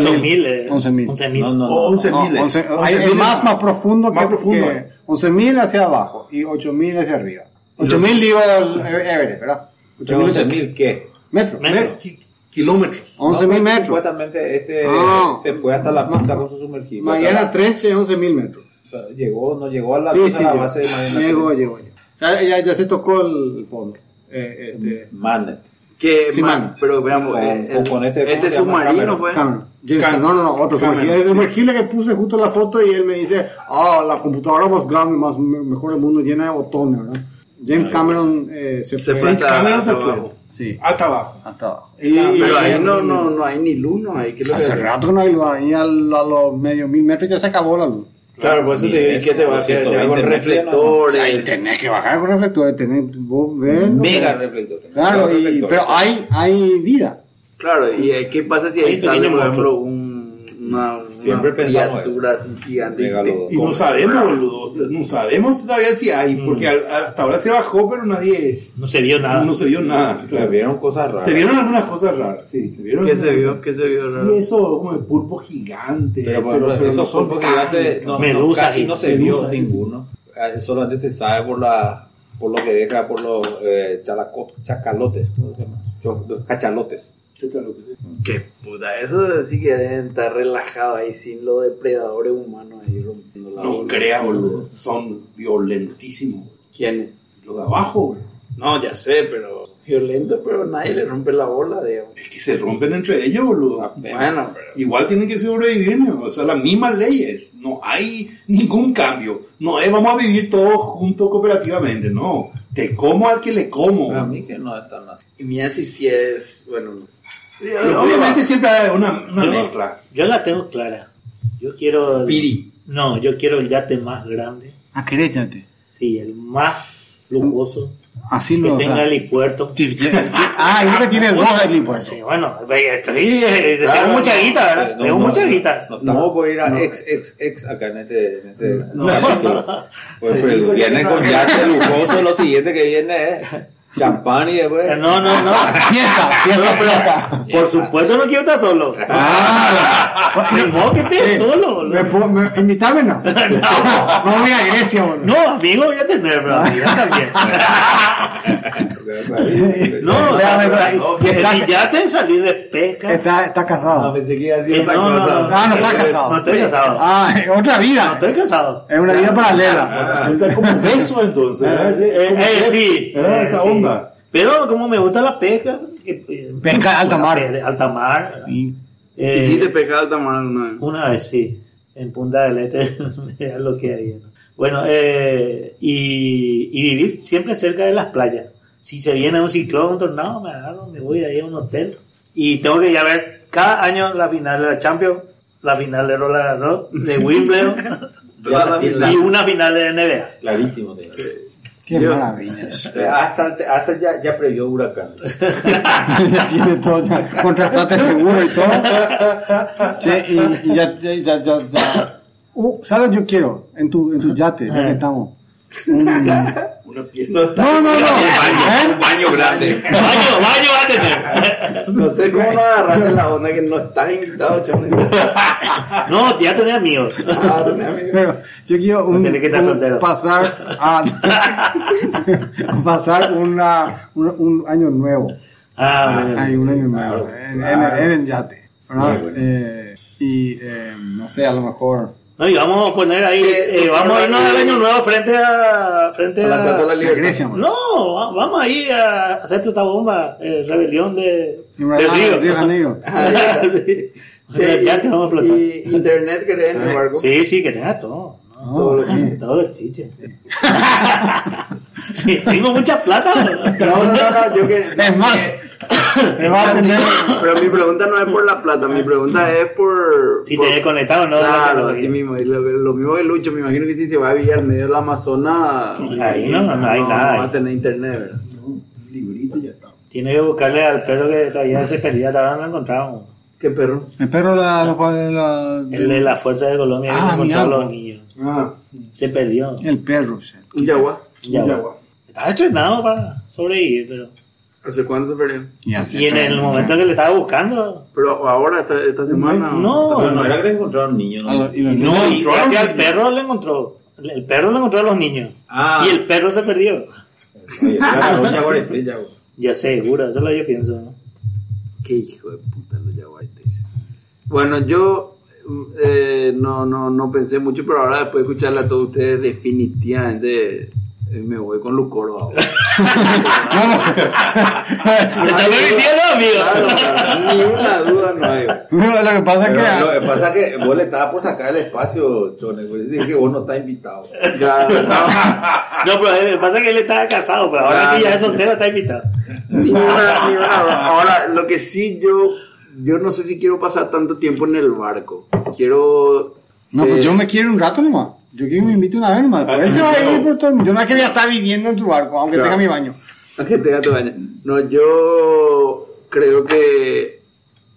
[SPEAKER 4] 11.000.
[SPEAKER 8] 8.000, eh.
[SPEAKER 4] 11.000.
[SPEAKER 8] 11.000.
[SPEAKER 3] No, no,
[SPEAKER 5] O 11.000.
[SPEAKER 4] No, 11 hay- es más, más profundo
[SPEAKER 5] Más
[SPEAKER 4] que,
[SPEAKER 5] profundo,
[SPEAKER 4] que
[SPEAKER 5] eh.
[SPEAKER 4] 11.000 hacia abajo y 8.000 hacia arriba. 8.000 digo el Ever- Everest, ¿verdad? 8.000
[SPEAKER 3] 11.000, ¿qué?
[SPEAKER 4] metros.
[SPEAKER 8] Me-
[SPEAKER 5] Ve, ki- Kilómetros.
[SPEAKER 4] 11.000
[SPEAKER 3] No, pues,
[SPEAKER 4] metros.
[SPEAKER 3] Supuestamente este
[SPEAKER 4] No.
[SPEAKER 3] se fue hasta la punta con su sumergible.
[SPEAKER 4] Mariana
[SPEAKER 3] Hasta
[SPEAKER 4] Trench es 11.000 metros.
[SPEAKER 3] la- Llegó, no llegó a la,
[SPEAKER 4] Sí,
[SPEAKER 3] a
[SPEAKER 4] sí,
[SPEAKER 3] la
[SPEAKER 4] llegó.
[SPEAKER 3] base de Mariana.
[SPEAKER 4] llegó, llegó, llegó. Ya, ya, ya se tocó el fondo. Eh, este,
[SPEAKER 3] Manet.
[SPEAKER 2] Que,
[SPEAKER 4] Sí,
[SPEAKER 2] man,
[SPEAKER 4] man.
[SPEAKER 2] pero veamos,
[SPEAKER 3] Con-
[SPEAKER 2] eh,
[SPEAKER 3] con- con este-
[SPEAKER 2] este,
[SPEAKER 3] ¿cómo se llama?
[SPEAKER 2] submarino
[SPEAKER 3] Cameron.
[SPEAKER 2] fue.
[SPEAKER 4] Cameron. James
[SPEAKER 5] Cameron.
[SPEAKER 4] Cameron. No, no, no, otro
[SPEAKER 5] Cameron.
[SPEAKER 4] sumergible. Es sumergible que puse justo la foto y él me dice, ah, la computadora más grande, más me- mejor del mundo, llena de botones, ¿verdad? James Cameron eh, se,
[SPEAKER 2] Se
[SPEAKER 4] fue.
[SPEAKER 2] fue
[SPEAKER 5] James
[SPEAKER 2] hasta
[SPEAKER 5] Cameron se
[SPEAKER 2] abajo.
[SPEAKER 5] fue.
[SPEAKER 4] Sí.
[SPEAKER 5] Hasta abajo.
[SPEAKER 4] Hasta abajo.
[SPEAKER 5] Y-
[SPEAKER 2] Pero
[SPEAKER 5] y-
[SPEAKER 2] ahí no, no, no hay ni luz, no hay. ¿Qué es lo que
[SPEAKER 4] Hace
[SPEAKER 2] hace?
[SPEAKER 4] rato que no hay luz, ahí a, lo- a los medio mil metros ya se acabó la luz.
[SPEAKER 2] Claro, por eso te digo, ¿y qué te va a hacer? Te va con
[SPEAKER 3] 120
[SPEAKER 4] O sea, ahí
[SPEAKER 2] reflectores.
[SPEAKER 4] tenés que bajar con reflectores, tenés, vos ves. ¿no?
[SPEAKER 3] Mega reflector.
[SPEAKER 4] Claro, y-
[SPEAKER 3] Reflector.
[SPEAKER 4] pero hay, hay vida.
[SPEAKER 2] Claro, ¿y eh, qué pasa si
[SPEAKER 8] Ahí
[SPEAKER 2] ahí
[SPEAKER 8] se
[SPEAKER 2] sale, por
[SPEAKER 8] tiene mucho.
[SPEAKER 2] ejemplo, un, una, una
[SPEAKER 3] Siempre pensamos
[SPEAKER 2] criatura así gigante?
[SPEAKER 3] Megalodón.
[SPEAKER 5] Y no sabemos, boludo. No sabemos todavía si hay, porque al- hasta ahora se bajó, pero nadie.
[SPEAKER 8] No se vio nada.
[SPEAKER 5] No se vio nada.
[SPEAKER 3] Se vieron cosas raras.
[SPEAKER 5] Se vieron algunas cosas raras, sí. Se vieron
[SPEAKER 2] ¿Qué
[SPEAKER 5] algunas
[SPEAKER 2] se vio?
[SPEAKER 5] cosas-
[SPEAKER 2] ¿Qué se vio raro?
[SPEAKER 5] Y eso, como de pulpo gigante.
[SPEAKER 3] Pero, por ejemplo, esos
[SPEAKER 5] son
[SPEAKER 3] pulpos
[SPEAKER 5] carne.
[SPEAKER 3] gigantes no, no,
[SPEAKER 8] Medusas,
[SPEAKER 3] casi
[SPEAKER 8] sí.
[SPEAKER 3] no se
[SPEAKER 5] Medusas,
[SPEAKER 3] vio
[SPEAKER 5] sí.
[SPEAKER 3] ninguno. Eh, Solamente se sabe por la por lo que deja, por los eh, chalaco- chacalotes, ¿cómo se llama? Cho- los cachalotes.
[SPEAKER 2] Qué puta, eso sí que deben estar relajados ahí sin los depredadores humanos ahí rompiendo la
[SPEAKER 5] No
[SPEAKER 2] bola.
[SPEAKER 5] creas, boludo. Son violentísimos.
[SPEAKER 2] ¿Quiénes?
[SPEAKER 5] Los de abajo, boludo.
[SPEAKER 2] No, ya sé, pero violento, pero nadie le rompe la bola, digamos.
[SPEAKER 5] Es que se rompen entre ellos,
[SPEAKER 3] Ah.
[SPEAKER 5] boludo.
[SPEAKER 2] Bueno, pero
[SPEAKER 5] Igual tienen que sobrevivir, ¿no? o sea, las mismas leyes. No hay ningún cambio. No es vamos a vivir todos juntos cooperativamente, no. Te como al que le como.
[SPEAKER 3] Ah. A mí que no están así.
[SPEAKER 2] y mira si sí es, bueno,
[SPEAKER 5] Eh, Obviamente siempre hay una, una
[SPEAKER 8] Yo-
[SPEAKER 5] mezcla.
[SPEAKER 8] Yo la tengo clara. Yo quiero.
[SPEAKER 2] Piri.
[SPEAKER 8] No, yo quiero el yate más grande.
[SPEAKER 4] Ah, querés, yate.
[SPEAKER 8] Sí, el más lujoso.
[SPEAKER 4] Así
[SPEAKER 8] Que
[SPEAKER 4] no. o sea,
[SPEAKER 8] tenga helipuerto.
[SPEAKER 4] sí, ya- ya- ah, yo que tiene dos helipuertos.
[SPEAKER 8] Sí, bueno, ve, estoy, eh,
[SPEAKER 3] Claro,
[SPEAKER 8] tengo mucha
[SPEAKER 3] no,
[SPEAKER 8] guita, ¿verdad?
[SPEAKER 3] no,
[SPEAKER 8] tengo
[SPEAKER 3] no,
[SPEAKER 8] mucha
[SPEAKER 3] no,
[SPEAKER 8] guita.
[SPEAKER 3] No, estamos por ir a ex, ex, ex acá en este. En este
[SPEAKER 2] No,
[SPEAKER 3] en este-
[SPEAKER 2] no.
[SPEAKER 3] Pues, pero
[SPEAKER 2] Sí,
[SPEAKER 3] viene
[SPEAKER 2] no.
[SPEAKER 3] con yate lujoso, lo siguiente que viene es champán y después.
[SPEAKER 8] No, no, no.
[SPEAKER 4] Ah, Fiesta, fiesta plata.
[SPEAKER 8] Por supuesto no quiero estar solo.
[SPEAKER 4] Ah,
[SPEAKER 8] Ni modo que estés solo,
[SPEAKER 9] Me,
[SPEAKER 8] boludo.
[SPEAKER 9] po- me, invítame, no.
[SPEAKER 4] no voy a Grecia, boludo.
[SPEAKER 8] No, amigo voy a tener, pero amiga también.
[SPEAKER 3] pues,
[SPEAKER 8] No, o sea,
[SPEAKER 4] Déjame
[SPEAKER 8] o sea,
[SPEAKER 4] ver.
[SPEAKER 8] si ya te salir de pesca.
[SPEAKER 4] Está, está
[SPEAKER 5] Ah,
[SPEAKER 4] casado.
[SPEAKER 5] pues.
[SPEAKER 2] pensé que iba a decir
[SPEAKER 8] eh,
[SPEAKER 2] otra
[SPEAKER 8] No, no,
[SPEAKER 2] cosa.
[SPEAKER 8] no. Eh,
[SPEAKER 4] Ah, no estás casado.
[SPEAKER 8] No estoy casado.
[SPEAKER 4] Ah, Eh, es otra
[SPEAKER 8] No
[SPEAKER 4] vida.
[SPEAKER 8] estoy casado.
[SPEAKER 4] Es una vida paralela.
[SPEAKER 5] Ah, o sea, como beso entonces.
[SPEAKER 3] Ah.
[SPEAKER 5] ¿verdad?
[SPEAKER 8] Eh,
[SPEAKER 5] Como
[SPEAKER 8] eh,
[SPEAKER 5] beso,
[SPEAKER 8] sí.
[SPEAKER 5] ¿verdad?
[SPEAKER 8] Eh,
[SPEAKER 5] Esa
[SPEAKER 8] sí.
[SPEAKER 5] onda.
[SPEAKER 8] Pero como me gusta la pesca. que, eh,
[SPEAKER 4] Pesca de alta mar.
[SPEAKER 8] de alta mar.
[SPEAKER 4] Y-
[SPEAKER 8] eh,
[SPEAKER 2] Hiciste pescar alta mar una vez.
[SPEAKER 8] Una vez sí, en Punta del Este, era lo que había. ¿no? Bueno, eh, y, y vivir siempre cerca de las playas. Si se viene un ciclón, un tornado, me agarro, me voy ahí a un hotel. Y tengo que ir a ver cada año la final de la Champions, la final de Roland Garros, de Wimbledon
[SPEAKER 2] Todas las
[SPEAKER 8] y una final de NBA.
[SPEAKER 3] Clarísimo. te digo.
[SPEAKER 4] Qué
[SPEAKER 2] Yo-
[SPEAKER 4] maravilla.
[SPEAKER 3] Eh, Hasta, hasta ya, ya previó huracán.
[SPEAKER 4] ya tiene todo, ya contrataste seguro y todo. Che, y, y ya, ya, ya, ya, ya. Uh, ¿Sabes? Yo quiero, en tu, en tu yate, ya que estamos. Un-
[SPEAKER 5] Eh. Una pieza.
[SPEAKER 4] No, no, no.
[SPEAKER 10] baño,
[SPEAKER 4] ¿Eh?
[SPEAKER 10] un baño grande.
[SPEAKER 8] Baño, baño va a tener.
[SPEAKER 2] No sé cómo no agarraste la onda que no estás invitado, chaval.
[SPEAKER 8] No, ya tenía amigos.
[SPEAKER 2] Ah, tenés amigo.
[SPEAKER 4] Pero yo quiero un,
[SPEAKER 8] Tiene que estar
[SPEAKER 4] un-
[SPEAKER 8] soltero.
[SPEAKER 4] pasar a, pasar una, un, un año nuevo.
[SPEAKER 8] Ah, bueno.
[SPEAKER 4] Hay un año nuevo. En, en, en el yate. ¿verdad? Eh, y eh, no sé, a lo mejor.
[SPEAKER 8] No, y vamos a poner ahí,
[SPEAKER 2] Sí,
[SPEAKER 8] eh, vamos a irnos al año nuevo frente a... Frente
[SPEAKER 2] A la Estatua de la
[SPEAKER 4] a Grecia, man.
[SPEAKER 8] No, va- vamos ahí a hacer plotagomba, eh, rebelión de,
[SPEAKER 4] Ah,
[SPEAKER 8] del
[SPEAKER 4] Río
[SPEAKER 8] río.
[SPEAKER 4] de Janeiro.
[SPEAKER 2] Ah, ya.
[SPEAKER 8] Sí.
[SPEAKER 2] Sí,
[SPEAKER 8] ya te vamos a
[SPEAKER 2] y,
[SPEAKER 8] flotar.
[SPEAKER 2] y internet querés en el barco.
[SPEAKER 8] Sí, sí, que tenga todo. Ah, ¿no?
[SPEAKER 2] Todo lo que-
[SPEAKER 8] Todos los chiches. Sí, Tengo mucha plata.
[SPEAKER 2] No, no, no, no, yo que.
[SPEAKER 4] Es más,
[SPEAKER 8] Eh,
[SPEAKER 4] me va a tener.
[SPEAKER 2] Pero mi pregunta no es por la plata, mi pregunta es por.
[SPEAKER 8] Si
[SPEAKER 2] por-
[SPEAKER 8] te he conectado, ¿no?
[SPEAKER 2] Claro,
[SPEAKER 8] De la
[SPEAKER 2] así mismo. Y lo, lo mismo que Lucho, me imagino que si se va a vivir al medio del Amazonas.
[SPEAKER 8] Ahí no, no hay nada. eh.
[SPEAKER 2] No va a tener internet, ¿verdad?
[SPEAKER 5] Un librito y ya está.
[SPEAKER 8] Tiene que buscarle al perro que todavía se perdía, todavía no lo encontramos.
[SPEAKER 2] Qué perro.
[SPEAKER 4] El perro la. la, la-
[SPEAKER 8] El de la Fuerza de Colombia,
[SPEAKER 4] Ah,
[SPEAKER 8] que encontró a
[SPEAKER 4] mira.
[SPEAKER 8] los niños.
[SPEAKER 5] Ah,
[SPEAKER 8] Se perdió.
[SPEAKER 4] el perro, o sea.
[SPEAKER 2] Un yaguá.
[SPEAKER 8] Ya,
[SPEAKER 5] ya,
[SPEAKER 8] bueno.
[SPEAKER 5] guau.
[SPEAKER 8] Estaba entrenado para sobrevivir, pero...
[SPEAKER 2] ¿Hace cuándo se perdió?
[SPEAKER 4] Ya
[SPEAKER 8] Y
[SPEAKER 4] sé,
[SPEAKER 8] en el
[SPEAKER 4] ya.
[SPEAKER 8] momento que le estaba buscando.
[SPEAKER 2] Pero ahora, esta, esta semana.
[SPEAKER 3] O sea,
[SPEAKER 8] No,
[SPEAKER 3] no era que le encontraron niños.
[SPEAKER 4] A Ah, lo- y los
[SPEAKER 8] no,
[SPEAKER 4] niños-
[SPEAKER 8] y gracias al perro le encontró. El perro le encontró a los niños.
[SPEAKER 3] Ah.
[SPEAKER 8] Y el perro se perdió.
[SPEAKER 3] Oye, ya, ya, ya, ya, ya.
[SPEAKER 8] Ya seguro, eso es lo que yo pienso. ¿no?
[SPEAKER 2] Qué hijo de puta los yaguaretes. Bueno, yo eh, no, no, no pensé mucho, pero ahora después de escucharla a todos ustedes, definitivamente eh, me voy con Lucoro ahora.
[SPEAKER 8] ¿Me estás mintiendo,
[SPEAKER 2] Claro,
[SPEAKER 8] amigo?
[SPEAKER 2] claro, ni una duda no hay.
[SPEAKER 4] No, lo que pasa es que.
[SPEAKER 3] Pero lo que pasa es que vos le estabas por sacar el espacio, Chone. güey. Dije que vos no estás invitado.
[SPEAKER 2] Claro, no,
[SPEAKER 8] No, pero lo que pasa es que él estaba casado, pero ahora que ya es soltero está invitado.
[SPEAKER 2] ni una, ni una duda. Ahora, lo que sí yo, yo no sé si quiero pasar tanto tiempo en el barco. Quiero...
[SPEAKER 4] No, pues
[SPEAKER 2] eh, Ah,
[SPEAKER 4] yo me quiero un rato nomás. Yo quiero que me invite una vez nomás. Por eso va a ir por todo el mundo. Yo no quería estar viviendo en tu barco, aunque
[SPEAKER 2] Claro.
[SPEAKER 4] tenga mi baño.
[SPEAKER 2] La gente de Gato Baña. No, yo creo que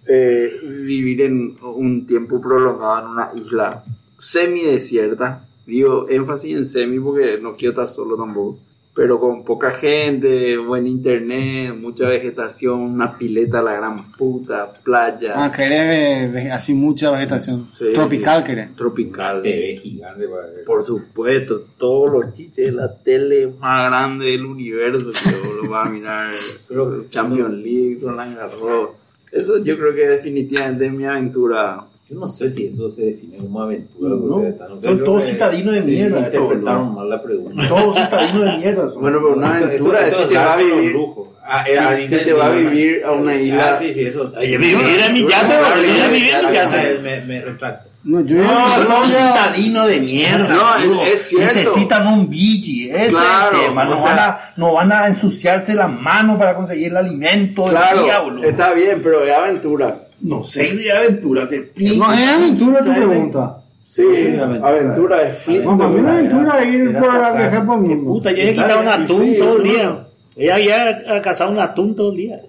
[SPEAKER 2] eh, vivir en un tiempo prolongado en una isla semidesierta, digo énfasis en semi porque no quiero estar solo tampoco, pero con poca gente, buen internet, mucha vegetación, una pileta, a la gran puta, playa.
[SPEAKER 4] Ah, querés ve- ve- así mucha vegetación.
[SPEAKER 2] Sí,
[SPEAKER 4] Tropical
[SPEAKER 2] sí.
[SPEAKER 4] querés.
[SPEAKER 2] Tropical.
[SPEAKER 3] TV gigante para ver.
[SPEAKER 2] Por supuesto, todos los chiches, la tele más grande del universo, que lo va a mirar, creo, Champions League, Roland Garros. Eso yo creo que definitivamente es mi aventura.
[SPEAKER 3] Yo no sé si eso se define como aventura.
[SPEAKER 5] No,
[SPEAKER 3] lo que
[SPEAKER 5] no.
[SPEAKER 3] ustedes están.
[SPEAKER 5] Son
[SPEAKER 3] Ustedes
[SPEAKER 5] todos
[SPEAKER 3] creo que
[SPEAKER 5] citadinos de mierda, estos,
[SPEAKER 3] Interpretaron
[SPEAKER 5] ¿no?
[SPEAKER 3] mal la pregunta.
[SPEAKER 5] Todos citadinos de mierda son.
[SPEAKER 2] Bueno, pero una
[SPEAKER 3] Esto-
[SPEAKER 2] aventura es
[SPEAKER 3] esto-
[SPEAKER 2] si
[SPEAKER 3] esto
[SPEAKER 2] te
[SPEAKER 3] es
[SPEAKER 2] va a
[SPEAKER 3] darle los
[SPEAKER 2] vivir.
[SPEAKER 3] lujos. Ah,
[SPEAKER 2] si- si te va a vivir a una isla.
[SPEAKER 3] Ah, sí, sí, eso.
[SPEAKER 8] Oye, vivir en mi yate, boludo, vivir
[SPEAKER 3] Ah,
[SPEAKER 8] en mi yate.
[SPEAKER 3] Me, me retracto.
[SPEAKER 4] No, yo
[SPEAKER 5] No, son citadinos de mierda.
[SPEAKER 2] No, es-
[SPEAKER 5] boludo.
[SPEAKER 2] es cierto.
[SPEAKER 5] Necesitan un billete, ese es el
[SPEAKER 2] Claro,
[SPEAKER 5] tema. No,
[SPEAKER 2] o sea-
[SPEAKER 5] van a, no van a ensuciarse las manos para conseguir el alimento del día,
[SPEAKER 2] Claro,
[SPEAKER 5] boludo.
[SPEAKER 2] está bien, pero es aventura.
[SPEAKER 5] No sé si es aventura, te explico.
[SPEAKER 4] No, es aventura tu pregunta.
[SPEAKER 2] Sí,
[SPEAKER 3] aventura.
[SPEAKER 2] aventura es flip.
[SPEAKER 4] No, para mí es aventura de ir
[SPEAKER 3] Era
[SPEAKER 4] por
[SPEAKER 3] sacar.
[SPEAKER 4] viajar por el mundo.
[SPEAKER 8] Puta, yo he quitado un
[SPEAKER 2] bien,
[SPEAKER 8] atún
[SPEAKER 2] sí,
[SPEAKER 8] todo el
[SPEAKER 2] no.
[SPEAKER 8] día. Ella ya ha cazado un atún todo el día.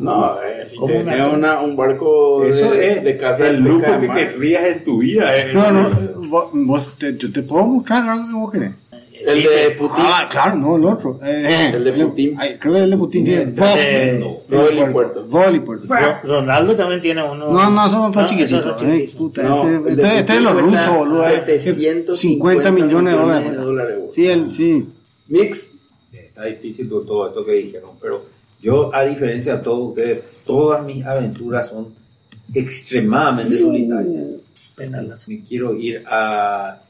[SPEAKER 2] No, eh, si
[SPEAKER 8] Como
[SPEAKER 2] te-
[SPEAKER 8] una-
[SPEAKER 2] tenés una- un barco de,
[SPEAKER 3] Eso es
[SPEAKER 2] de casa de
[SPEAKER 3] el
[SPEAKER 2] pesca
[SPEAKER 3] lujo
[SPEAKER 2] de
[SPEAKER 3] que
[SPEAKER 2] mar.
[SPEAKER 3] querrías en tu vida. eh.
[SPEAKER 4] No, no, vos- vos te, yo te puedo mostrar algo que vos querés.
[SPEAKER 2] El
[SPEAKER 8] Sí,
[SPEAKER 2] de
[SPEAKER 8] que-
[SPEAKER 2] Putin.
[SPEAKER 4] Ah, claro, no, el otro. Eh,
[SPEAKER 2] El de Putin.
[SPEAKER 4] ay, creo que el de Putin. eh, que es
[SPEAKER 8] de-
[SPEAKER 4] Voli-
[SPEAKER 2] Voli- Puerto.
[SPEAKER 4] Voli- Puerto.
[SPEAKER 8] Ro- Ronaldo también tiene uno.
[SPEAKER 4] No, no, son tan
[SPEAKER 8] No,
[SPEAKER 4] chiquititos.
[SPEAKER 8] esos Ah, son
[SPEAKER 4] eh,
[SPEAKER 8] chiquitos.
[SPEAKER 4] puta,
[SPEAKER 2] No,
[SPEAKER 4] este,
[SPEAKER 2] el de
[SPEAKER 4] este- este es de los
[SPEAKER 2] Putin cuesta
[SPEAKER 4] rusos, boludo. eh.
[SPEAKER 2] 750
[SPEAKER 4] millones de dólares.
[SPEAKER 2] millones de dólares, boludo.
[SPEAKER 4] sí, el, sí.
[SPEAKER 2] Mix,
[SPEAKER 3] Eh, Está difícil con todo esto que dijeron, pero yo, a diferencia de todos ustedes, todas mis aventuras son extremadamente solitarias.
[SPEAKER 8] Penalazo.
[SPEAKER 3] Me quiero ir a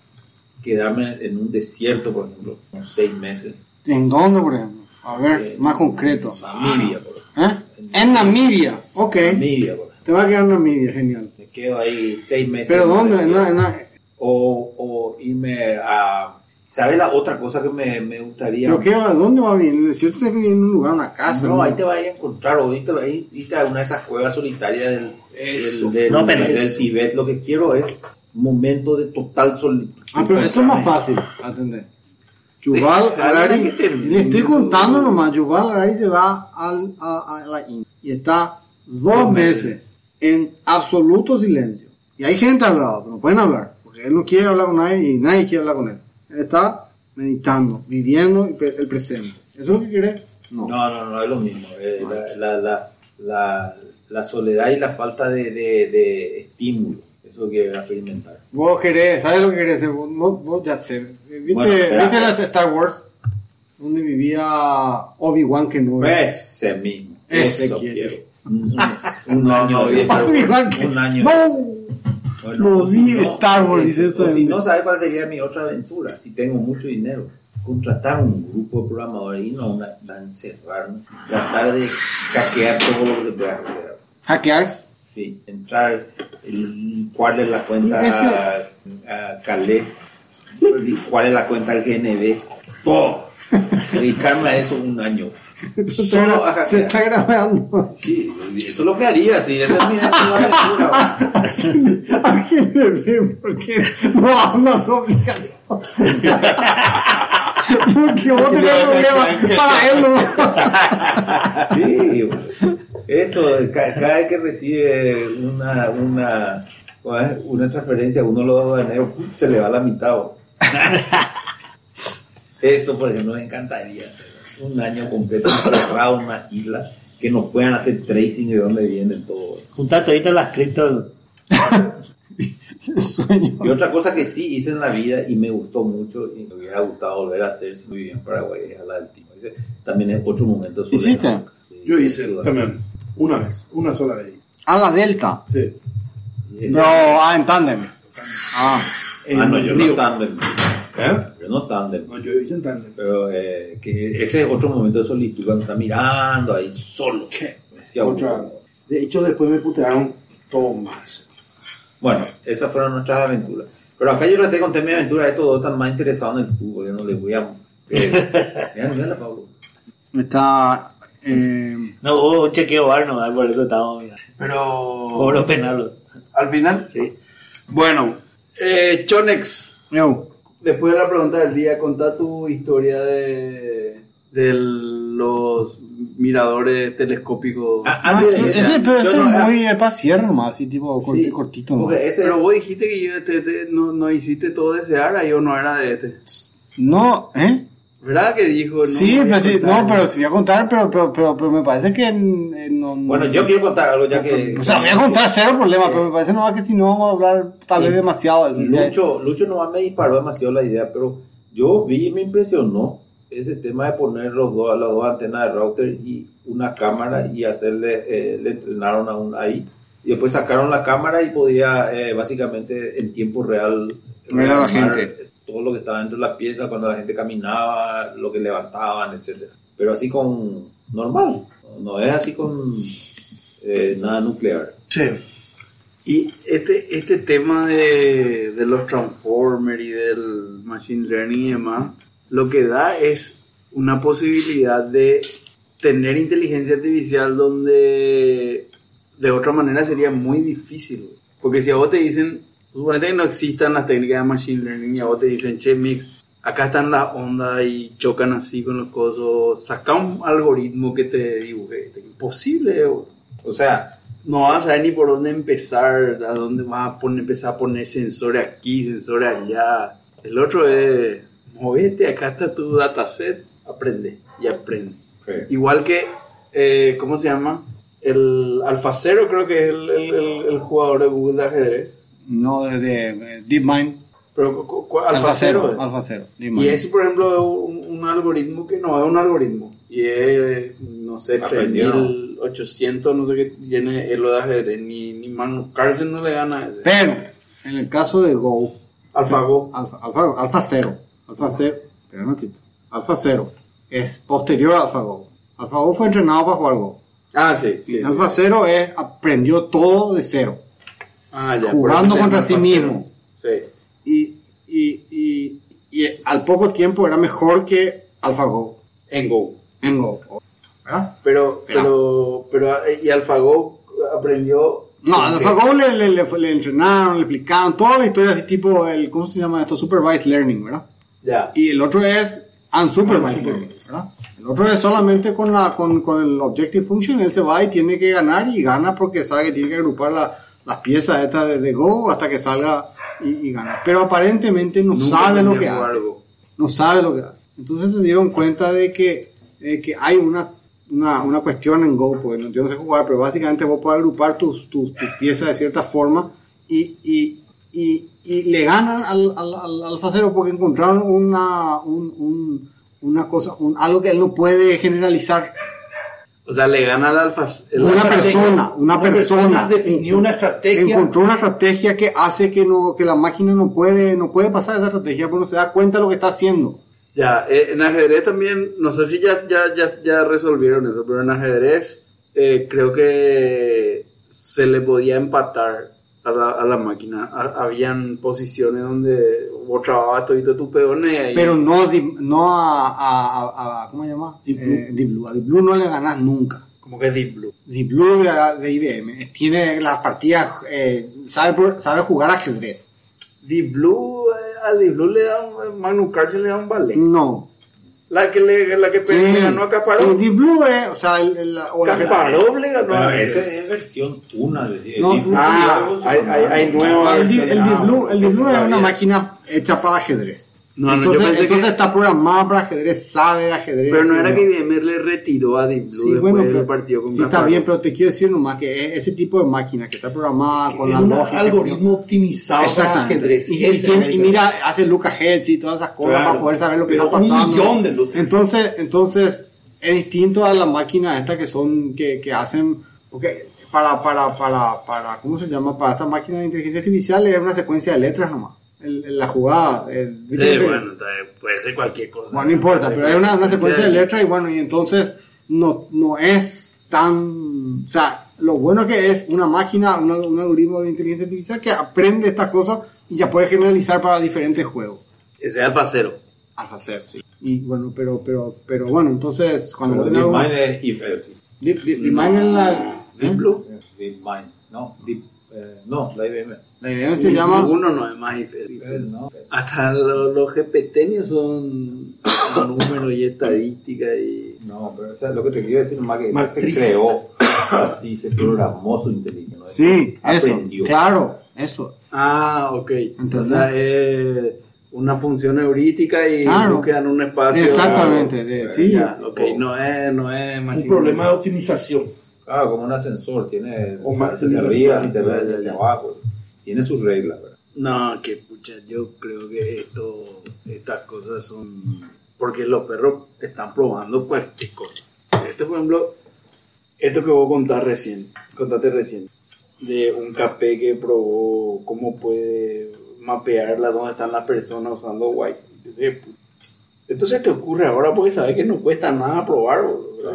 [SPEAKER 3] quedarme en un desierto, por ejemplo, por seis meses.
[SPEAKER 4] ¿En dónde, por ejemplo? A ver, más concreto.
[SPEAKER 3] Namibia, por ejemplo.
[SPEAKER 4] ¿Eh? En Namibia. Ok.
[SPEAKER 3] Namibia, por ejemplo.
[SPEAKER 4] Te va a quedar en Namibia, genial.
[SPEAKER 3] Me quedo ahí seis meses.
[SPEAKER 4] ¿Pero
[SPEAKER 3] en un
[SPEAKER 4] dónde? En
[SPEAKER 3] desierto.
[SPEAKER 4] la- en la-
[SPEAKER 3] O, o irme a... ¿Sabes la otra cosa que me, me gustaría?
[SPEAKER 4] ¿Pero qué va? ¿Dónde va bien? En el desierto te viene en un lugar, una casa.
[SPEAKER 3] No, ahí te vas a encontrar, o ahí te vas a ir- irte a una de esas cuevas solitarias del,
[SPEAKER 5] Eso.
[SPEAKER 3] del, del-
[SPEAKER 8] No, pero
[SPEAKER 3] del
[SPEAKER 8] eso.
[SPEAKER 3] Tibet. Lo que quiero es un momento de total solitud.
[SPEAKER 4] Ah, pero eso es más fácil atender. Yuval
[SPEAKER 3] Déjame
[SPEAKER 4] Harari,
[SPEAKER 3] que termine
[SPEAKER 4] le estoy
[SPEAKER 3] eso.
[SPEAKER 4] contando nomás, Yuval Harari se va al, a, a la India y está dos,
[SPEAKER 3] Dos
[SPEAKER 4] meses.
[SPEAKER 3] meses.
[SPEAKER 4] en absoluto silencio. Y hay gente al lado, pero no pueden hablar, porque él no quiere hablar con nadie y nadie quiere hablar con él. Él está meditando, viviendo el pre- el presente. ¿Eso es lo que quiere? No.
[SPEAKER 3] No, no, no es lo mismo. eh, la, la, la, la, la soledad y la falta de, de, de estímulo. Eso que voy a experimentar.
[SPEAKER 4] Vos querés, ¿sabes lo que querés? Vos, vos- vos ya sé. ¿Viste,
[SPEAKER 3] Bueno, espera.
[SPEAKER 4] ¿viste las Star Wars? Donde vivía Obi-Wan Kenobi.
[SPEAKER 3] Pues. Ese mismo.
[SPEAKER 4] Ese
[SPEAKER 3] eso
[SPEAKER 4] quiero.
[SPEAKER 3] quiero. Un, un- un año de Star
[SPEAKER 4] Obi-Wan
[SPEAKER 3] Wars, Un
[SPEAKER 4] Kenobi.
[SPEAKER 3] año.
[SPEAKER 4] No.
[SPEAKER 3] Bueno,
[SPEAKER 4] Lo
[SPEAKER 3] o si
[SPEAKER 4] vi
[SPEAKER 3] no,
[SPEAKER 4] Star Wars,
[SPEAKER 3] o
[SPEAKER 4] dice eso
[SPEAKER 3] o
[SPEAKER 4] en-
[SPEAKER 3] Si no sabes cuál sería mi otra aventura, si tengo mucho dinero, contratar un grupo de programadores y no una, a encerrarnos, tratar de hackear todo lo que se pueda hackear.
[SPEAKER 4] Hackear.
[SPEAKER 3] Sí, entrar, licuarle la cuenta a, a Calé, licuarle la cuenta al GNB. ¡Po! Dedicarme a eso un año.
[SPEAKER 4] Se está,
[SPEAKER 3] Solo
[SPEAKER 4] gra-
[SPEAKER 3] a hackear.
[SPEAKER 4] se está grabando.
[SPEAKER 3] Sí, eso es lo que haría, sí, esa es mi aventura.
[SPEAKER 4] ¿A quién le ve? Porque no habla su aplicación. Porque vos tenés problemas para él. ¿no?
[SPEAKER 3] Sí, güey. eso, ca- cada vez que recibe una, una, ¿cómo es? una transferencia, uno lo da aduaneros, ¡pum! se le va la mitad. güey. Eso, por ejemplo, me encantaría hacer. Un año completo cerrado en una isla que no puedan hacer tracing de dónde vienen todo. güey.
[SPEAKER 8] Juntar toditas las criptos.
[SPEAKER 4] Sueño.
[SPEAKER 3] Y otra cosa que sí hice en la vida y me gustó mucho y me hubiera gustado volver a hacer si vivía en Paraguay es a la del Timo. Ese También es otro momento. soledad.
[SPEAKER 4] ¿Hiciste?
[SPEAKER 3] Sí,
[SPEAKER 5] Yo
[SPEAKER 3] sí,
[SPEAKER 5] hice
[SPEAKER 3] sudar.
[SPEAKER 5] también, una vez, una sola vez.
[SPEAKER 4] A la Delta.
[SPEAKER 5] Sí.
[SPEAKER 3] Ese-
[SPEAKER 4] No, ah, en tándem. Ah,
[SPEAKER 3] Ah, no,
[SPEAKER 5] En
[SPEAKER 3] yo
[SPEAKER 5] Río.
[SPEAKER 3] no tándem.
[SPEAKER 5] ¿Eh?
[SPEAKER 3] Yo no tándem.
[SPEAKER 5] No, yo hice en tándem.
[SPEAKER 3] Pero eh, que ese es otro momento de solitud cuando está mirando ahí solo.
[SPEAKER 5] ¿Qué?
[SPEAKER 3] Sí, aburrido.
[SPEAKER 5] Otra. De hecho, después me putearon todo más.
[SPEAKER 3] Bueno, esas fueron nuestras aventuras. Pero acá yo traté de contar mi aventura de estos dos tan más interesados en el fútbol. Yo no les voy a. eh, Mira, mira la Pablo.
[SPEAKER 4] está. Eh,
[SPEAKER 8] No, hubo un chequeo bar nomás, por eso estábamos mirando.
[SPEAKER 2] pero
[SPEAKER 8] Cobro penal.
[SPEAKER 2] al final, sí. Bueno, eh, Chonex,
[SPEAKER 4] yo.
[SPEAKER 2] después de la pregunta del día, contá tu historia de, de los miradores telescópicos.
[SPEAKER 3] Ah,
[SPEAKER 4] Ah,
[SPEAKER 3] antes de esa,
[SPEAKER 4] ese,
[SPEAKER 3] yo
[SPEAKER 4] pero ese
[SPEAKER 3] no-
[SPEAKER 4] es
[SPEAKER 3] ah,
[SPEAKER 4] muy eh, pasier nomás, así tipo cort-
[SPEAKER 3] sí,
[SPEAKER 4] cortito nomás.
[SPEAKER 3] Porque ese
[SPEAKER 2] Pero vos dijiste que yo te- te- no, no hiciste todo desear, ahí yo no era de este.
[SPEAKER 4] No, ¿eh?
[SPEAKER 2] ¿Verdad que dijo? No,
[SPEAKER 4] sí,
[SPEAKER 2] voy a
[SPEAKER 4] pero sí,
[SPEAKER 2] contar?
[SPEAKER 4] no, pero sí voy a contar, pero, pero, pero, pero me parece que eh, no, no-
[SPEAKER 3] Bueno, yo quiero contar algo ya
[SPEAKER 2] Eh,
[SPEAKER 3] que.
[SPEAKER 4] O sea, voy a contar cero problema, pero me parece nomás que si no vamos a hablar tal vez demasiado de eso.
[SPEAKER 3] Lucho, Lucho nomás me disparó demasiado la idea, pero yo vi y me impresionó ese tema de poner los dos, las dos antenas de router y una cámara y hacerle, eh, le entrenaron a un ahí. Y después sacaron la cámara y podía eh, básicamente en tiempo real
[SPEAKER 4] Ver a la
[SPEAKER 3] reanimar
[SPEAKER 4] gente.
[SPEAKER 3] todo lo que estaba dentro de la pieza, cuando la gente caminaba, lo que levantaban, etcétera. Pero así con normal, no es así con eh, nada nuclear.
[SPEAKER 5] Sí.
[SPEAKER 2] Y este, este tema de, de los Transformers y del Machine Learning y demás, lo que da es una posibilidad de tener inteligencia artificial donde de otra manera sería muy difícil. güey. Porque si a vos te dicen, suponete que no existan las técnicas de Machine Learning y a vos te dicen, che, Mix, acá están las ondas y chocan así con los cosos, saca un algoritmo que te dibuje. Imposible, güey. O sea, no vas a saber ni por dónde empezar, a dónde vas a poner, empezar a poner sensores aquí, sensores allá. El otro es, movete, acá está tu dataset, aprende y aprende. Igual que, eh, ¿cómo se llama? El Alfacero creo que es el, el- el- el jugador de Google de ajedrez.
[SPEAKER 4] No, de, de, eh, DeepMind.
[SPEAKER 2] Pero, cu- cu- Alfacero. eh.
[SPEAKER 4] Alfa Cero. DeepMind.
[SPEAKER 2] Y ese, por ejemplo, es un, un algoritmo que no es un algoritmo. Y es, no sé,
[SPEAKER 3] Aprendió.
[SPEAKER 2] 3800, no sé qué tiene el de ajedrez. Ni, ni Magnus Carlsen no le gana a ese.
[SPEAKER 4] Pero, en el caso de Go,
[SPEAKER 2] AlphaGo.
[SPEAKER 4] Alfa, Alfa, Alfa Cero. Alfa Cero. Espera un ratito. Alfa Cero. Es posterior a AlphaGo. AlphaGo fue entrenado para jugar Go.
[SPEAKER 2] Ah, sí. sí.
[SPEAKER 4] Alfa Cero es, aprendió todo de cero.
[SPEAKER 2] Ah, ya, por eso
[SPEAKER 4] jugando
[SPEAKER 2] se
[SPEAKER 4] contra
[SPEAKER 2] llama
[SPEAKER 4] sí
[SPEAKER 2] Alphacero.
[SPEAKER 4] mismo.
[SPEAKER 2] Sí.
[SPEAKER 4] Y, y, y, y al poco tiempo era mejor que AlphaGo
[SPEAKER 2] En Go.
[SPEAKER 4] en Go. ¿Verdad?
[SPEAKER 2] Pero, pero, pero, eh, y AlphaGo aprendió.
[SPEAKER 4] No,
[SPEAKER 2] Ok.
[SPEAKER 4] a AlphaGo le, le, le- le entrenaron, le explicaron toda la historia así tipo, el, ¿cómo se llama esto? Supervised Learning, ¿verdad?
[SPEAKER 2] Ya.
[SPEAKER 4] Y el otro es unsupervised learning, ¿verdad? El otro es solamente con, la, con, con el objective function, él se va y tiene que ganar y gana porque sabe que tiene que agrupar la- las piezas estas de, de Go hasta que salga y, y gana. Pero aparentemente no
[SPEAKER 2] Nunca
[SPEAKER 4] sabe lo
[SPEAKER 2] aprendió
[SPEAKER 4] que
[SPEAKER 2] a jugar
[SPEAKER 4] hace.
[SPEAKER 2] Go.
[SPEAKER 4] no sabe lo que hace. Entonces se dieron cuenta de que, de que hay una, una, una cuestión en Go, porque no- yo no sé jugar, pero básicamente vos podés agrupar tus, tus, tus piezas de cierta forma y, y, y, y le ganan al, al, al alfacero porque encontraron una, un, un- una cosa, un- algo que él no puede generalizar.
[SPEAKER 2] O sea, le gana al Alfa. el
[SPEAKER 4] Una
[SPEAKER 2] Alfa-
[SPEAKER 4] persona, una persona.
[SPEAKER 5] definió una estrategia.
[SPEAKER 4] Encontró una estrategia que hace que, no, que la máquina no puede, no puede pasar esa estrategia porque no se da cuenta de lo que está haciendo.
[SPEAKER 2] Ya, eh, en ajedrez también, no sé si ya, ya, ya, ya resolvieron eso, pero en ajedrez eh, creo que se le podía empatar a la, a la máquina. Ha- habían posiciones donde vos trabajabas todito tus peones y ahí-
[SPEAKER 4] Pero no, a Deep- no a, a- a- a- ¿Cómo se llama?
[SPEAKER 2] Deep Blue.
[SPEAKER 4] Eh, Deep Blue. A Deep Blue no le ganas nunca.
[SPEAKER 2] como que Deep Blue.
[SPEAKER 4] Deep Blue de, de IBM. Tiene las partidas. eh, sabe, por- sabe jugar ajedrez.
[SPEAKER 2] Deep Blue, eh, a Deep Blue le da un, eh, Magnus Carlsen le da un ballet.
[SPEAKER 4] No.
[SPEAKER 2] La que le, la que pe- le ganó a
[SPEAKER 4] Mm. Sí,
[SPEAKER 2] Kasparov.
[SPEAKER 4] Deep Blue es. O sea, el, el- o la-
[SPEAKER 2] Kasparov le ganó
[SPEAKER 3] Pero
[SPEAKER 2] a
[SPEAKER 3] esa es versión 1 de
[SPEAKER 4] No,
[SPEAKER 3] Deep Blue.
[SPEAKER 2] Ah,
[SPEAKER 3] Digamos,
[SPEAKER 2] hay, hay, hay nueva
[SPEAKER 4] el, Deep-
[SPEAKER 2] versión.
[SPEAKER 4] el Deep
[SPEAKER 2] Ah,
[SPEAKER 4] Blue, el Deep Blue es
[SPEAKER 2] está
[SPEAKER 4] una
[SPEAKER 2] bien.
[SPEAKER 4] máquina hecha para ajedrez.
[SPEAKER 2] No, no, yo
[SPEAKER 4] entonces
[SPEAKER 2] pensé
[SPEAKER 4] entonces
[SPEAKER 2] que-
[SPEAKER 4] está programada para ajedrez, sabe ajedrez.
[SPEAKER 2] Pero no era
[SPEAKER 4] Bueno.
[SPEAKER 2] que IBM le retiró a Deep Blue
[SPEAKER 4] Este, Sí,
[SPEAKER 2] después
[SPEAKER 4] bueno,
[SPEAKER 2] del
[SPEAKER 4] pero,
[SPEAKER 2] partido con
[SPEAKER 4] sí, está
[SPEAKER 2] Kasparov.
[SPEAKER 4] bien, pero te quiero decir nomás que es ese tipo de máquina que está programada con
[SPEAKER 5] Es
[SPEAKER 4] la
[SPEAKER 5] un
[SPEAKER 4] lógica.
[SPEAKER 5] algoritmo optimizado para
[SPEAKER 4] Exactamente.
[SPEAKER 5] ajedrez.
[SPEAKER 4] Y, y
[SPEAKER 5] Esa es
[SPEAKER 4] quien-
[SPEAKER 5] la
[SPEAKER 4] y
[SPEAKER 5] diferencia.
[SPEAKER 4] mira, hace Lucas Heads y todas esas cosas
[SPEAKER 5] Claro.
[SPEAKER 4] para poder saber lo que
[SPEAKER 5] Pero
[SPEAKER 4] está
[SPEAKER 5] un
[SPEAKER 4] pasando.
[SPEAKER 5] millón de Lucas Heads.
[SPEAKER 4] entonces, entonces, es distinto a las máquinas estas que son, que, que hacen, porque para, para, para, para, ¿cómo se llama? Para esta máquina de inteligencia artificial es una secuencia de letras nomás. El- el- la jugada, el, ¿viste?
[SPEAKER 2] Sí, bueno, entonces puede ser cualquier cosa.
[SPEAKER 4] Bueno, no importa, pero hay una, una secuencia de letras y bueno, y entonces no, no es tan... O sea, lo bueno que es una máquina, una- un algoritmo de inteligencia artificial que aprende estas cosas y ya puede generalizar para diferentes juegos.
[SPEAKER 2] Ese es alfa cero.
[SPEAKER 4] Alfa cero, sí. Y bueno, pero, pero, pero bueno, entonces cuando...
[SPEAKER 3] Pero
[SPEAKER 4] vos tenés algo-
[SPEAKER 3] DeepMind es if else.
[SPEAKER 4] Deep- Deep- DeepMind es la... ¿eh?
[SPEAKER 2] Deep Blue.
[SPEAKER 3] DeepMind. No, Deep, eh, no, la IBM.
[SPEAKER 4] La idea se llama...
[SPEAKER 2] Ninguno no es más if- if-
[SPEAKER 3] Eh, no.
[SPEAKER 2] Hasta los, los GPT ni son números y estadística y...
[SPEAKER 3] No, pero o sea, lo que te quiero decir nomás que esa se
[SPEAKER 5] Matrices.
[SPEAKER 3] creó, así se programó su inteligencia. ¿no?
[SPEAKER 4] Sí, eso.
[SPEAKER 3] Aprendió.
[SPEAKER 4] Claro, eso.
[SPEAKER 2] Ah, ok. O
[SPEAKER 4] Entendí.
[SPEAKER 2] sea, es una función heurística y
[SPEAKER 4] Claro.
[SPEAKER 2] buscan un espacio...
[SPEAKER 4] Exactamente, de- sí.
[SPEAKER 2] Ya, ok, no es, no es
[SPEAKER 5] un
[SPEAKER 2] machine
[SPEAKER 5] problema de
[SPEAKER 2] learning.
[SPEAKER 5] optimización.
[SPEAKER 3] Claro, como un ascensor, tiene
[SPEAKER 5] O
[SPEAKER 3] hacia
[SPEAKER 5] maximización.
[SPEAKER 3] arriba y te
[SPEAKER 2] Ya, ya,
[SPEAKER 3] ve hacia
[SPEAKER 2] ya.
[SPEAKER 3] abajo. Tiene sus reglas, ¿verdad?
[SPEAKER 2] No, que pucha, yo creo que esto, estas cosas son... Porque los perros están probando cualquier cosa. Este, por ejemplo, esto que vos contás recién, contaste recién, de un café que probó cómo puede mapearla, dónde están las personas usando wifi. Yo sé, pu- Entonces te ocurre ahora porque sabes que no cuesta nada probar, boludo.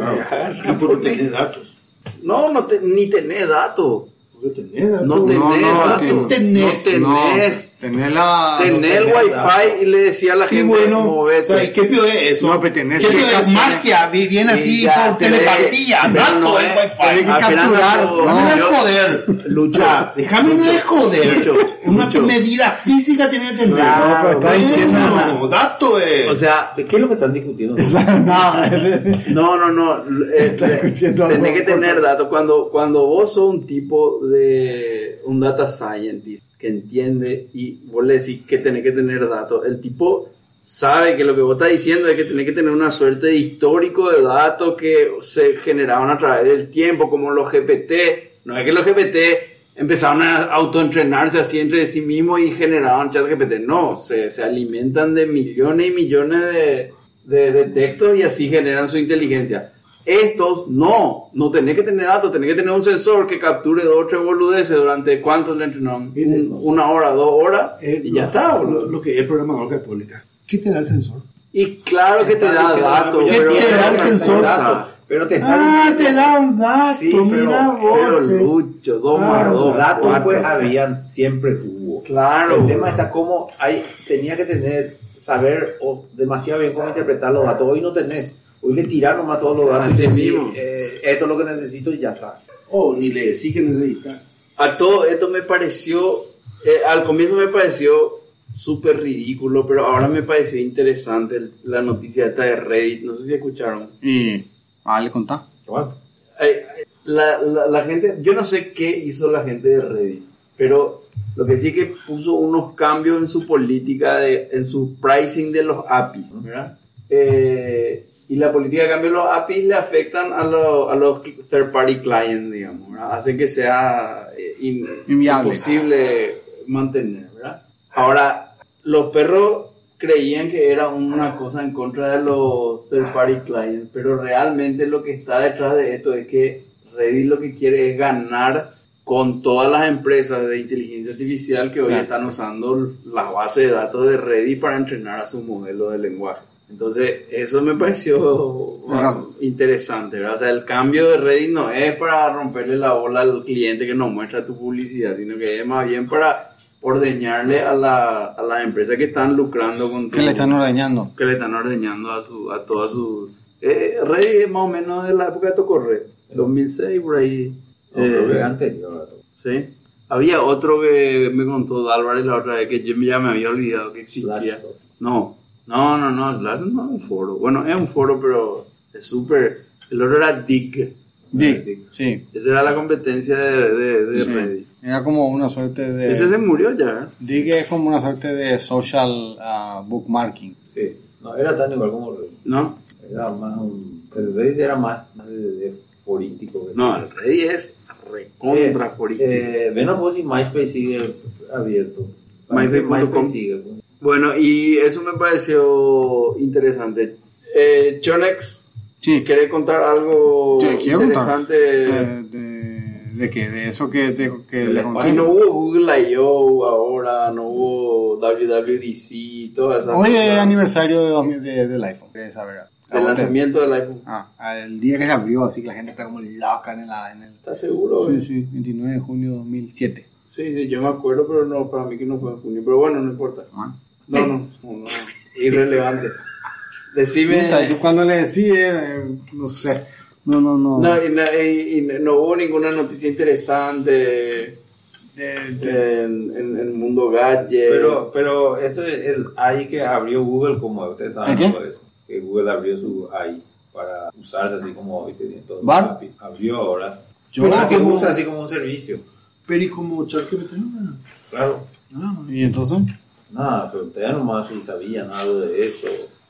[SPEAKER 5] Y porque tenés datos.
[SPEAKER 2] No, no te- ni tenés datos.
[SPEAKER 5] No tenés,
[SPEAKER 2] No tenés,
[SPEAKER 4] no, no,
[SPEAKER 2] ahora
[SPEAKER 4] tío.
[SPEAKER 2] tú tenés, tenés,
[SPEAKER 4] Tenés la.
[SPEAKER 2] tenés el wifi y le decía a la
[SPEAKER 5] Sí,
[SPEAKER 2] gente,
[SPEAKER 5] bueno. o
[SPEAKER 2] movete.
[SPEAKER 5] sea, ¿y qué pio es eso?
[SPEAKER 4] No, pero tenés
[SPEAKER 5] ¿Qué
[SPEAKER 4] que
[SPEAKER 5] pio es
[SPEAKER 4] cambiar.
[SPEAKER 5] magia? Vi- Viene
[SPEAKER 2] Y
[SPEAKER 5] así
[SPEAKER 2] ya,
[SPEAKER 5] por
[SPEAKER 2] tenés-
[SPEAKER 5] telepatía,
[SPEAKER 2] pero
[SPEAKER 5] no,
[SPEAKER 2] no
[SPEAKER 5] el
[SPEAKER 2] es-
[SPEAKER 5] wifi. Ah,
[SPEAKER 4] tenés que
[SPEAKER 2] Al final
[SPEAKER 4] capturar,
[SPEAKER 2] no-
[SPEAKER 5] No me
[SPEAKER 2] yo-
[SPEAKER 5] joder.
[SPEAKER 2] Lucho,
[SPEAKER 5] O sea, déjame
[SPEAKER 2] Lucho,
[SPEAKER 5] de joder.
[SPEAKER 2] Lucho,
[SPEAKER 5] Una
[SPEAKER 2] Lucho.
[SPEAKER 5] medida física tenía que tener.
[SPEAKER 2] Claro,
[SPEAKER 5] No, pero está
[SPEAKER 4] bueno.
[SPEAKER 5] diciendo, no, dato es.
[SPEAKER 2] O sea,
[SPEAKER 3] ¿Qué es lo que están discutiendo?
[SPEAKER 2] No, no, no. eh,
[SPEAKER 9] Está
[SPEAKER 2] eh,
[SPEAKER 9] escuchando algo
[SPEAKER 2] tenés que
[SPEAKER 9] corto.
[SPEAKER 2] tener datos. Cuando, cuando vos sos un tipo de un data scientist que entiende y vos le decís que tenés que tener datos, el tipo sabe que lo que vos estás diciendo es que tenés que tener una suerte de histórico de datos que se generaron a través del tiempo, como los GPT. No es que los GPT empezaron a autoentrenarse así entre sí mismos y generaron chat GPT. No, se, se alimentan de millones y millones de, de, de textos y así generan su inteligencia. Estos no, no tenés que tener datos, tenés que tener un sensor que capture dos o tres boludeces durante cuánto le entrenaron, Un- una hora, dos horas,
[SPEAKER 5] Eh,
[SPEAKER 2] y ya
[SPEAKER 5] lo-
[SPEAKER 2] está, boludo.
[SPEAKER 5] Lo, lo que es el programador católica. ¿Qué te da el sensor?
[SPEAKER 2] Y claro que te
[SPEAKER 3] Están
[SPEAKER 2] da
[SPEAKER 3] diciendo,
[SPEAKER 2] datos.
[SPEAKER 3] ya
[SPEAKER 2] pero-
[SPEAKER 5] ¿Qué te da el
[SPEAKER 2] pero-
[SPEAKER 5] sensor?
[SPEAKER 2] datos.
[SPEAKER 3] Pero te están
[SPEAKER 5] Ah,
[SPEAKER 3] diciendo-
[SPEAKER 5] te da un dato,
[SPEAKER 2] Sí,
[SPEAKER 5] mira
[SPEAKER 2] pero,
[SPEAKER 5] Ah, vos.
[SPEAKER 2] pero
[SPEAKER 5] che.
[SPEAKER 2] Lucho, dos
[SPEAKER 5] Ah,
[SPEAKER 2] más dos,
[SPEAKER 3] datos
[SPEAKER 2] cuatro,
[SPEAKER 3] pues
[SPEAKER 2] o sea,
[SPEAKER 3] habían, siempre hubo.
[SPEAKER 2] Claro.
[SPEAKER 3] El tema está como hay, tenía que tener, saber o demasiado bien cómo interpretar los datos. Hoy no tenés. Hoy le tiraron nomás todos los datos.
[SPEAKER 2] Así
[SPEAKER 3] y decís,
[SPEAKER 2] mismo.
[SPEAKER 3] eh, esto es lo que necesito y ya está.
[SPEAKER 5] Oh, ni le decís que necesitas.
[SPEAKER 2] A todo esto me pareció, eh, al comienzo me pareció súper ridículo, pero ahora me pareció interesante el- la noticia esta de Reddit, no sé si escucharon.
[SPEAKER 4] Y. Ah, le contá.
[SPEAKER 2] Eh, eh, la, la- la gente, yo no sé qué hizo la gente de Reddit, pero lo que sí que puso unos cambios en su política, de, en su pricing de los APIs, ¿verdad? Eh, y la política de cambio de los APIs le afectan a, lo- a los third party clients, digamos, ¿verdad? Hacen que sea eh, in-
[SPEAKER 4] Inviable.
[SPEAKER 2] imposible mantener, ¿verdad? Ahora, los perros creían que era una cosa en contra de los third party clients, pero realmente lo que está detrás de esto es que Reddit lo que quiere es ganar con todas las empresas de inteligencia artificial que hoy están usando la base de datos de Reddit para entrenar a su modelo de lenguaje. Entonces, eso me pareció
[SPEAKER 4] Ajá.
[SPEAKER 2] interesante, ¿verdad? O sea, el cambio de Reddit no es para romperle la bola al cliente que nos muestra tu publicidad, sino que es más bien para ordeñarle a la, a las empresas que están lucrando con tu-
[SPEAKER 4] Que le están ordeñando.
[SPEAKER 2] que le están ordeñando a su a todas sus eh, Reddit es más o menos de la época de Tocorre, 2006 por ahí.
[SPEAKER 3] No,
[SPEAKER 2] Eh,
[SPEAKER 3] pero era anterior.
[SPEAKER 2] sí. Había otro que me contó Álvarez la otra vez que yo ya me había olvidado que existía.
[SPEAKER 3] Slashdot.
[SPEAKER 2] No, no, no, no, Slash no es un foro. Bueno, es un foro, pero es súper. El otro era Dig.
[SPEAKER 4] Dick. Sí.
[SPEAKER 2] Esa era la competencia de, de, de
[SPEAKER 4] sí.
[SPEAKER 2] Reddit.
[SPEAKER 4] Era como una suerte de.
[SPEAKER 2] Ese se murió ya. ¿eh?
[SPEAKER 4] Dick es como una suerte de social ah, bookmarking.
[SPEAKER 3] Sí. No, era tan igual como Reddit.
[SPEAKER 2] ¿No?
[SPEAKER 3] Era más un... Pero Reddit era más, más de, de forístico.
[SPEAKER 2] No, el Reddit es recontra forístico.
[SPEAKER 3] Eh, ven a vos si MySpace sigue abierto. Para mí
[SPEAKER 2] MySpace.com.
[SPEAKER 3] sigue. pues.
[SPEAKER 2] Bueno, y eso me pareció interesante. Eh, Chonex,
[SPEAKER 4] Sí.
[SPEAKER 2] ¿quiere contar algo
[SPEAKER 4] Sí, quiero
[SPEAKER 2] interesante?
[SPEAKER 4] De, de, de qué? De eso que, te- que
[SPEAKER 3] Del
[SPEAKER 4] le
[SPEAKER 2] Ay,
[SPEAKER 4] conté.
[SPEAKER 2] no hubo Google I.O. ahora, no hubo WWDC, todas esas
[SPEAKER 4] Hoy es
[SPEAKER 2] cosas.
[SPEAKER 4] aniversario de, 2000 de- del iPhone. ¿qué saber?
[SPEAKER 2] El lanzamiento del iPhone.
[SPEAKER 4] Ah, el día que se abrió, así que la gente está como loca en, la, en el.
[SPEAKER 2] ¿Estás seguro?
[SPEAKER 4] Sí,
[SPEAKER 2] güey?
[SPEAKER 4] sí, 29 de junio de 2007.
[SPEAKER 2] Sí, sí, yo me acuerdo, pero no, para mí que no fue en junio. Pero bueno, no importa.
[SPEAKER 4] Ah.
[SPEAKER 2] No, no, no, no, irrelevante. Decime...
[SPEAKER 4] Puta, yo cuando le decía, eh, no sé. No, no, no.
[SPEAKER 2] No, y, na- y- y no hubo ninguna noticia interesante Eh, en, en- en Mundo
[SPEAKER 4] Eh,
[SPEAKER 2] Gadget.
[SPEAKER 3] Pero, pero eso es el AI que abrió Google como ustedes saben
[SPEAKER 4] ¿El qué?
[SPEAKER 3] todo eso. Que Google abrió su AI para usarse así como hoy tiene todo.
[SPEAKER 4] ¿Bar?
[SPEAKER 3] API. Abrió ahora.
[SPEAKER 4] Yo
[SPEAKER 5] Pero
[SPEAKER 3] Ahora
[SPEAKER 4] no.
[SPEAKER 3] que
[SPEAKER 5] como-
[SPEAKER 3] usa así como un servicio.
[SPEAKER 5] Pero y como ChatGPT no
[SPEAKER 3] Claro.
[SPEAKER 4] Ah, ¿Y entonces?
[SPEAKER 3] Nada, pregunté nomás si sabían algo de eso.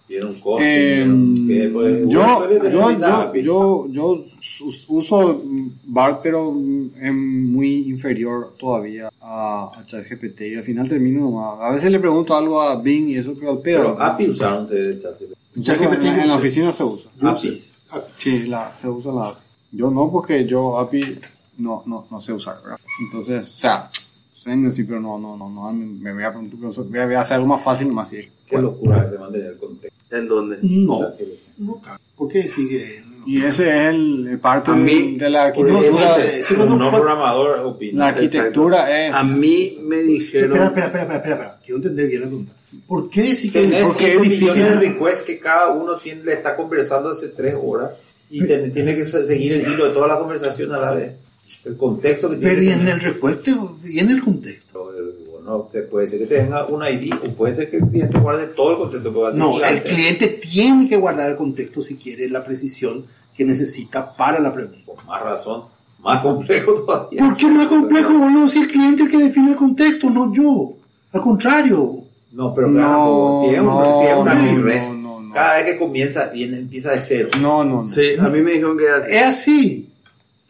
[SPEAKER 3] Vieron cosas.
[SPEAKER 4] Eh,
[SPEAKER 3] que, pues, Google
[SPEAKER 4] yo,
[SPEAKER 3] suele tener
[SPEAKER 4] yo,
[SPEAKER 3] una
[SPEAKER 4] yo,
[SPEAKER 3] API.
[SPEAKER 4] yo, yo us- uso BART, pero mm, es muy inferior todavía a, a ChatGPT. Y al final termino nomás. A veces le pregunto algo a Bing y eso, pero al pedo.
[SPEAKER 3] Pero ah, API usaron ustedes de chat.
[SPEAKER 5] ChatGPT
[SPEAKER 4] en, en
[SPEAKER 5] no
[SPEAKER 4] la
[SPEAKER 5] sé.
[SPEAKER 4] oficina se usa.
[SPEAKER 3] APIs.
[SPEAKER 2] pues.
[SPEAKER 5] Ah,
[SPEAKER 4] Sí, la, se usa la API. Yo no, porque yo API no, no, no sé usar, ¿verdad? Entonces, o sea, sé en el sí, pero no, no, no, no, me voy a preguntar, pero voy a, voy a hacer algo más fácil, más así.
[SPEAKER 3] Qué locura que se mantiene el contexto.
[SPEAKER 2] ¿En dónde?
[SPEAKER 5] No,
[SPEAKER 3] ChatGPT.
[SPEAKER 5] no tanto. ¿Por qué decir que no?
[SPEAKER 4] Y ese es el, el parte
[SPEAKER 2] A mí,
[SPEAKER 4] de la
[SPEAKER 5] Por ejemplo, sí,
[SPEAKER 4] arquitectura.
[SPEAKER 5] pues, cuando-
[SPEAKER 3] Un no programador opina.
[SPEAKER 4] La arquitectura es.
[SPEAKER 2] A mí me
[SPEAKER 5] Espera,
[SPEAKER 2] dijeron
[SPEAKER 5] espera, espera, espera, espera, espera. Quiero entender bien la pregunta. ¿Por qué decir que
[SPEAKER 3] Tenés
[SPEAKER 5] porque
[SPEAKER 3] 5
[SPEAKER 5] es
[SPEAKER 3] millones
[SPEAKER 5] difícil?
[SPEAKER 3] de requests que cada uno tiene, le está conversando hace 3 horas y te- tiene que se- seguir el hilo de toda la conversación a la vez. El contexto que tiene.
[SPEAKER 5] Pero
[SPEAKER 3] que
[SPEAKER 5] y en
[SPEAKER 3] tener.
[SPEAKER 5] el respuesta y en el contexto.
[SPEAKER 3] Bueno, te- puede ser que te venga un ID o puede ser que el cliente guarde todo el contexto. porque va a ser
[SPEAKER 5] No, el
[SPEAKER 3] gigante.
[SPEAKER 5] cliente tiene que guardar el contexto si quiere la precisión que necesita para la pregunta.
[SPEAKER 3] Con más razón, más complejo todavía.
[SPEAKER 5] ¿Por qué más complejo, boludo? Si el cliente es el que define el contexto, no yo. Al contrario.
[SPEAKER 3] No, pero
[SPEAKER 4] No,
[SPEAKER 3] claro, como si es, un,
[SPEAKER 4] no,
[SPEAKER 3] si es una
[SPEAKER 4] no,
[SPEAKER 3] mirres,
[SPEAKER 4] no, no, no.
[SPEAKER 3] cada vez que comienza, viene, empieza de cero.
[SPEAKER 4] No, no, no.
[SPEAKER 2] Sí, a mí me dijeron que era así.
[SPEAKER 5] Es así.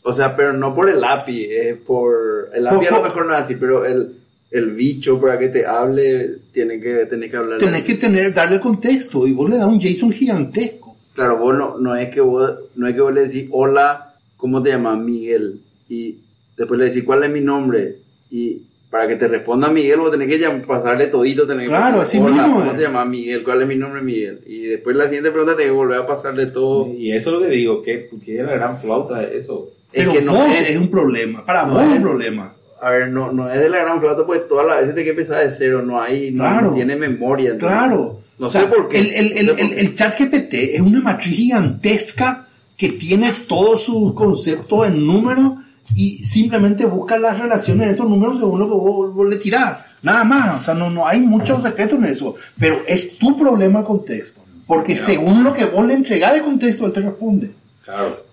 [SPEAKER 2] O sea, pero no por el API, es eh, por... El API a lo
[SPEAKER 5] Ojo.
[SPEAKER 2] mejor no es así, pero el, el bicho para que te hable, tiene que, tenés que hablar.
[SPEAKER 5] Tenés que tener, darle el contexto y vos le das un JSON gigantesco.
[SPEAKER 2] Claro, vos no, no es que vos, no es que vos le decís, hola, ¿cómo te llamas? Miguel. Y después le decís, ¿cuál es mi nombre? Y para que te responda Miguel, vos tenés que llam- pasarle todito. Tenés que
[SPEAKER 5] Claro,
[SPEAKER 2] pasarle,
[SPEAKER 5] así
[SPEAKER 2] "Hola,
[SPEAKER 5] mismo,
[SPEAKER 2] ¿Cómo
[SPEAKER 5] eh.
[SPEAKER 2] te llamas? Miguel. ¿Cuál es mi nombre? Miguel. Y después la siguiente pregunta tenés que volver a pasarle todo.
[SPEAKER 3] Y eso es lo que digo, que, que es la gran flauta de eso.
[SPEAKER 5] Pero
[SPEAKER 2] es que no
[SPEAKER 5] vos
[SPEAKER 2] es,
[SPEAKER 5] es. un problema. Para
[SPEAKER 2] No
[SPEAKER 5] vos es
[SPEAKER 2] es.
[SPEAKER 5] un problema.
[SPEAKER 2] A ver, no, no es de la gran flauta, pues todas las veces tenés que empezar de cero. No hay, no,
[SPEAKER 5] Claro.
[SPEAKER 2] no tiene memoria. ¿entendés?
[SPEAKER 5] Claro.
[SPEAKER 2] No
[SPEAKER 5] O sea,
[SPEAKER 2] sé por qué.
[SPEAKER 5] El, el,
[SPEAKER 2] no
[SPEAKER 5] el,
[SPEAKER 2] sé por
[SPEAKER 5] el-
[SPEAKER 2] qué.
[SPEAKER 5] el chat GPT es una matriz gigantesca que tiene todos sus conceptos en números y simplemente busca las relaciones de esos números según lo que vos, vos le tirás. Nada más. O sea, no, no hay muchos secretos en eso. Pero es tu problema el contexto. Porque según lo que vos le entregás de contexto, él te responde.
[SPEAKER 3] Claro,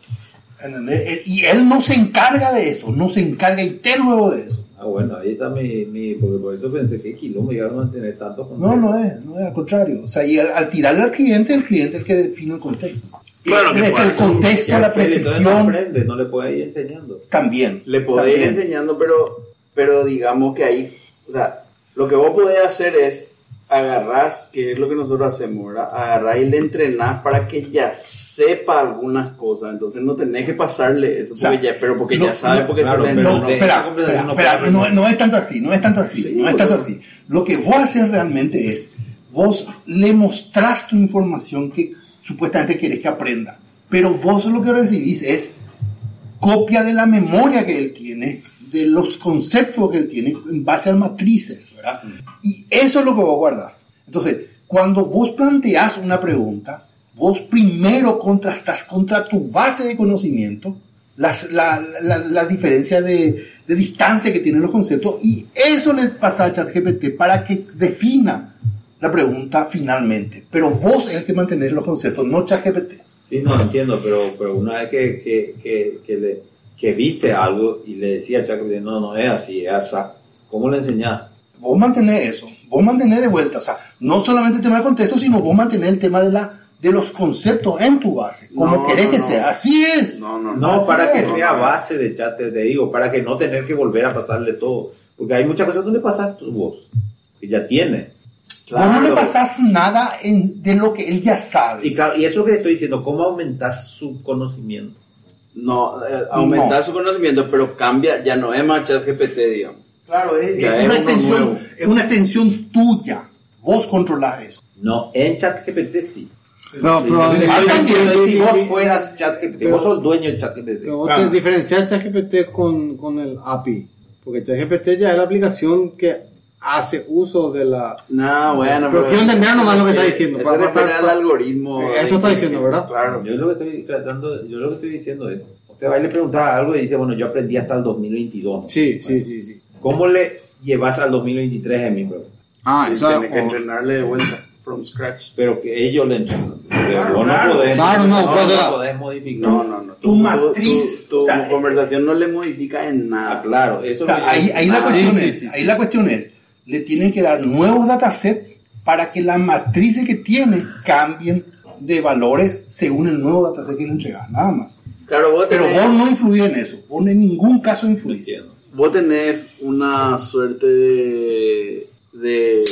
[SPEAKER 5] ¿Entendés? Él- Y él no se encarga de eso. No se encarga y te luego de eso.
[SPEAKER 3] ah, bueno, ahí está mi, mi porque por eso pensé que Quilombo iba a mantener tanto
[SPEAKER 5] No,
[SPEAKER 3] contexto.
[SPEAKER 5] no es, no es al contrario. O sea, y al, al tirarle al cliente, el cliente es el que define el contexto. Y
[SPEAKER 2] Claro que
[SPEAKER 5] el-
[SPEAKER 2] puede.
[SPEAKER 5] el contexto,
[SPEAKER 3] Ya
[SPEAKER 5] la
[SPEAKER 3] aprende, entonces
[SPEAKER 5] precisión,
[SPEAKER 3] aprende, no le puede ir enseñando.
[SPEAKER 5] también.
[SPEAKER 2] Le podés ir
[SPEAKER 5] También.
[SPEAKER 2] enseñando, pero, pero digamos que ahí, o sea, lo que vos podés hacer es agarrás, que es lo que nosotros hacemos, ¿verdad? Agarrás y le entrenás para que ya sepa algunas cosas. Entonces no tenés que pasarle eso,
[SPEAKER 5] O sea,
[SPEAKER 2] porque ya, pero porque
[SPEAKER 5] no,
[SPEAKER 2] ya sabe,
[SPEAKER 5] no,
[SPEAKER 2] porque
[SPEAKER 3] claro,
[SPEAKER 2] se lo
[SPEAKER 5] No,
[SPEAKER 3] pero
[SPEAKER 2] entrenó.
[SPEAKER 3] de
[SPEAKER 5] espera,
[SPEAKER 3] esa conversación
[SPEAKER 5] espera,
[SPEAKER 3] no
[SPEAKER 5] espera,
[SPEAKER 3] puede
[SPEAKER 5] no,
[SPEAKER 3] haber.
[SPEAKER 5] no es tanto así, no es tanto así,
[SPEAKER 2] Sí,
[SPEAKER 5] no es tanto
[SPEAKER 2] boludo.
[SPEAKER 5] así. Lo que vos haces realmente es, vos le mostrás tu información que supuestamente querés que aprenda, pero vos lo que recibís es copia de la memoria que él tiene, de los conceptos que él tiene en base a matrices, ¿verdad? Y eso es lo que vos guardás. Entonces, cuando vos planteás una pregunta, vos primero contrastás contra tu base de conocimiento las, la, la, la diferencia de, de distancia que tienen los conceptos y eso le pasa a ChatGPT para que defina la pregunta finalmente. Pero vos es el que mantener los conceptos, no ChatGPT.
[SPEAKER 3] Sí, no entiendo, pero, pero una vez que, que, que, que, le, que viste algo y le decías, Chaco, no, no es así, es así, ¿cómo le enseñás?
[SPEAKER 5] Vos mantener eso, vos mantener de vuelta, o sea, no solamente el tema de contexto, sino vos mantener el tema de, la, de los conceptos en tu base, como
[SPEAKER 2] No,
[SPEAKER 5] querés
[SPEAKER 2] no,
[SPEAKER 5] que
[SPEAKER 2] no.
[SPEAKER 5] sea. Así es.
[SPEAKER 2] No, no, no.
[SPEAKER 3] No,
[SPEAKER 5] Así
[SPEAKER 3] para que
[SPEAKER 5] es.
[SPEAKER 3] sea base de chat, te digo, para que no tener que volver a pasarle todo. Porque hay muchas cosas que tú le pasas tu voz, que ya tiene.
[SPEAKER 5] Vos no le
[SPEAKER 2] Claro.
[SPEAKER 5] pasás nada en- de lo que él ya sabe.
[SPEAKER 3] Y, claro, y eso es lo que te estoy diciendo, ¿cómo aumentas su conocimiento?
[SPEAKER 2] No, eh, aumentar
[SPEAKER 5] No.
[SPEAKER 2] su conocimiento, pero cambia, ya no es más ChatGPT, digamos.
[SPEAKER 5] Claro, es,
[SPEAKER 2] Ya
[SPEAKER 5] es
[SPEAKER 2] es
[SPEAKER 5] una
[SPEAKER 2] uno
[SPEAKER 5] extensión,
[SPEAKER 2] nuevo.
[SPEAKER 5] es una extensión tuya. Vos controlás eso.
[SPEAKER 3] No, en ChatGPT sí.
[SPEAKER 4] No, pero,
[SPEAKER 3] Yo te
[SPEAKER 4] pero
[SPEAKER 3] estoy
[SPEAKER 4] vos
[SPEAKER 3] diciendo,
[SPEAKER 4] te-
[SPEAKER 3] si vos fueras ChatGPT, vos sos dueño de ChatGPT.
[SPEAKER 4] pero vos te diferencias ChatGPT con, con el API. Porque ChatGPT ya es la aplicación que hace uso de la.
[SPEAKER 2] No, bueno,
[SPEAKER 4] Pero quiero entender nomás lo que está diciendo,
[SPEAKER 2] Eso
[SPEAKER 4] para-
[SPEAKER 2] refiere
[SPEAKER 4] para-
[SPEAKER 2] al algoritmo.
[SPEAKER 4] Eh,
[SPEAKER 2] de
[SPEAKER 4] eso está
[SPEAKER 2] que-
[SPEAKER 4] diciendo, ¿verdad?
[SPEAKER 2] Claro.
[SPEAKER 3] Yo lo que estoy tratando, yo lo que estoy diciendo es, usted va y le pregunta algo y dice, bueno, yo aprendí hasta el 2022. ¿no?
[SPEAKER 4] Sí,
[SPEAKER 3] Bueno,
[SPEAKER 4] sí, sí, sí.
[SPEAKER 3] ¿Cómo le llevas al 2023 en mi pregunta?
[SPEAKER 4] Ah,
[SPEAKER 2] Y
[SPEAKER 4] eso
[SPEAKER 2] tiene que
[SPEAKER 4] o-
[SPEAKER 2] entrenarle de vuelta, from scratch.
[SPEAKER 3] Pero que ellos le entrenan. Pero vos
[SPEAKER 5] claro.
[SPEAKER 3] no podés,
[SPEAKER 4] Claro, no,
[SPEAKER 3] no,
[SPEAKER 4] claro.
[SPEAKER 3] podés modificar.
[SPEAKER 2] No, no, no.
[SPEAKER 5] Tu matriz,
[SPEAKER 2] Tu, tu
[SPEAKER 5] o sea,
[SPEAKER 2] conversación no le modifica en
[SPEAKER 3] Ah,
[SPEAKER 2] nada.
[SPEAKER 3] claro, eso
[SPEAKER 5] O sea,
[SPEAKER 3] es lo que-
[SPEAKER 5] ahí, ahí la
[SPEAKER 4] Ah,
[SPEAKER 5] cuestión
[SPEAKER 4] sí, sí,
[SPEAKER 5] es,
[SPEAKER 4] sí,
[SPEAKER 5] ahí
[SPEAKER 4] sí.
[SPEAKER 5] la cuestión es, le tienen que dar nuevos datasets para que las matrices que tiene cambien de valores según el nuevo dataset que le entregas, nada más.
[SPEAKER 2] Claro, vos
[SPEAKER 5] Pero
[SPEAKER 2] tenés,
[SPEAKER 5] vos no influís en eso, vos en ningún caso influís.
[SPEAKER 3] Entiendo.
[SPEAKER 2] vos tenés una suerte de, de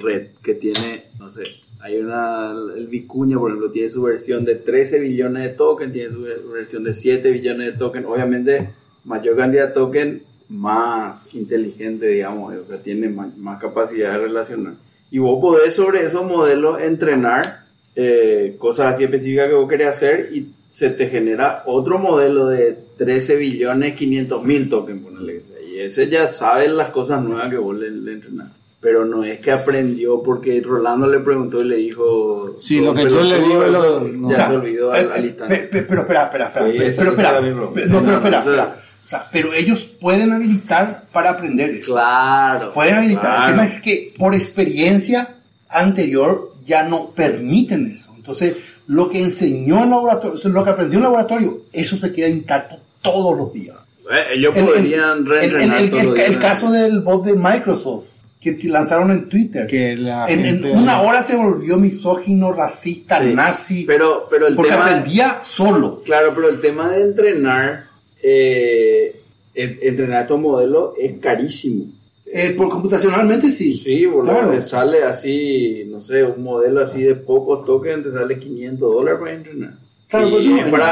[SPEAKER 2] red que tiene, no sé, hay una, el Vicuña, por ejemplo, tiene su versión de 13 billones de token, tiene su ver- versión de 7 billones de token. Obviamente, mayor cantidad de token, más inteligente, digamos, o sea, tiene ma- más, capacidad de relacionar. Y vos podés sobre esos modelos entrenar eh, cosas así específicas que vos querés hacer y se te genera otro modelo de 13 billones 500 mil tokens, ponele. Y ese ya sabe las cosas nuevas que vos le, le entrenás. Pero no es que aprendió porque Rolando le preguntó y le dijo.
[SPEAKER 4] Sí,
[SPEAKER 2] "Sos
[SPEAKER 4] lo que yo le
[SPEAKER 2] pelotudo",
[SPEAKER 4] digo es
[SPEAKER 2] eso
[SPEAKER 4] lo- no.
[SPEAKER 2] Ya
[SPEAKER 4] O sea,
[SPEAKER 2] se olvidó
[SPEAKER 5] eh,
[SPEAKER 2] al, al
[SPEAKER 5] eh,
[SPEAKER 2] instante.
[SPEAKER 5] pe- pe- pero espera, espera, espera.
[SPEAKER 3] Sí, esa-
[SPEAKER 5] pero
[SPEAKER 3] esa
[SPEAKER 5] espera.
[SPEAKER 3] era mi pregunta.
[SPEAKER 5] No, pero
[SPEAKER 2] No,
[SPEAKER 5] espera,
[SPEAKER 2] eso-
[SPEAKER 5] espera. O sea, pero ellos pueden habilitar para aprender eso.
[SPEAKER 2] Claro.
[SPEAKER 5] Pueden habilitar. El
[SPEAKER 2] claro.
[SPEAKER 5] tema es que por experiencia anterior ya no permiten eso. Entonces, lo que enseñó en laboratorio, o sea, lo que aprendió en laboratorio, eso se queda intacto todos los días.
[SPEAKER 2] Eh, ellos
[SPEAKER 5] El- el-
[SPEAKER 2] podrían
[SPEAKER 5] el, el-
[SPEAKER 2] reentrenar
[SPEAKER 5] el-
[SPEAKER 2] todos
[SPEAKER 5] el-
[SPEAKER 2] los
[SPEAKER 5] el
[SPEAKER 2] días.
[SPEAKER 5] caso del bot de Microsoft que te lanzaron en Twitter.
[SPEAKER 4] Que la
[SPEAKER 5] en, en
[SPEAKER 4] gente-
[SPEAKER 5] una hora se volvió misógino, racista,
[SPEAKER 2] Sí.
[SPEAKER 5] nazi.
[SPEAKER 2] Pero, pero el
[SPEAKER 5] porque
[SPEAKER 2] tema.
[SPEAKER 5] aprendía solo.
[SPEAKER 2] Claro, pero el tema de entrenar, eh, en- entrenar estos modelos es carísimo.
[SPEAKER 5] Eh, por computacionalmente sí.
[SPEAKER 2] Sí, boludo,
[SPEAKER 5] Claro.
[SPEAKER 2] te sale así, no sé, un modelo así de pocos tokens, te sale 500 dólares para entrenar.
[SPEAKER 5] Claro,
[SPEAKER 2] Y
[SPEAKER 5] pues,
[SPEAKER 2] es
[SPEAKER 5] no,
[SPEAKER 2] para,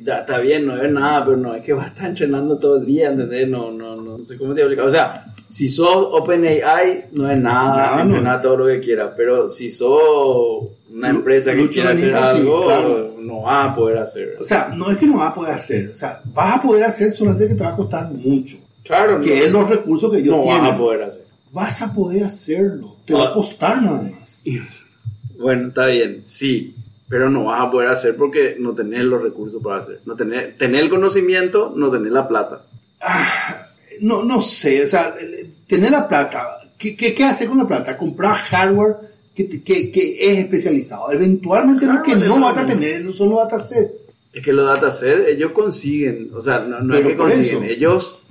[SPEAKER 2] da- está bien, no es nada, pero no es que vas a estar entrenando todo el día, ¿entendés? No, no, no, no sé cómo te explico. O sea, si sos OpenAI, no es nada,
[SPEAKER 5] Nada,
[SPEAKER 2] entrenar todo lo que quieras, pero si sos una empresa que
[SPEAKER 5] Lucho
[SPEAKER 2] quiere hacer
[SPEAKER 5] Benítez, sí,
[SPEAKER 2] algo,
[SPEAKER 5] claro.
[SPEAKER 2] no va a poder hacer.
[SPEAKER 5] O sea, no es que no vas a poder hacer. O sea, vas a poder hacer solamente que te va a costar mucho.
[SPEAKER 2] Claro, no,
[SPEAKER 5] Que es los recursos que ellos
[SPEAKER 2] no vas
[SPEAKER 5] tienen.
[SPEAKER 2] a poder hacer.
[SPEAKER 5] Vas a poder hacerlo. Te va a
[SPEAKER 2] Ah.
[SPEAKER 5] costar nada más.
[SPEAKER 2] Bueno, está bien, sí, pero no vas a poder hacer porque no tenés los recursos para hacer. No tenés, tenés el conocimiento, no tenés la plata.
[SPEAKER 5] No, no sé. O sea, el- el- tener la plata. ¿Qué, qué, qué hacer con la plata? Comprar hardware que, te- que, que es especializado. Eventualmente lo que
[SPEAKER 2] Hardware
[SPEAKER 5] no
[SPEAKER 2] es
[SPEAKER 5] vas a
[SPEAKER 2] algo.
[SPEAKER 5] tener son los datasets.
[SPEAKER 2] Es que los datasets ellos consiguen, o sea, no, no es
[SPEAKER 5] Pero
[SPEAKER 2] que
[SPEAKER 5] por
[SPEAKER 2] consiguen,
[SPEAKER 5] eso.
[SPEAKER 2] ellos,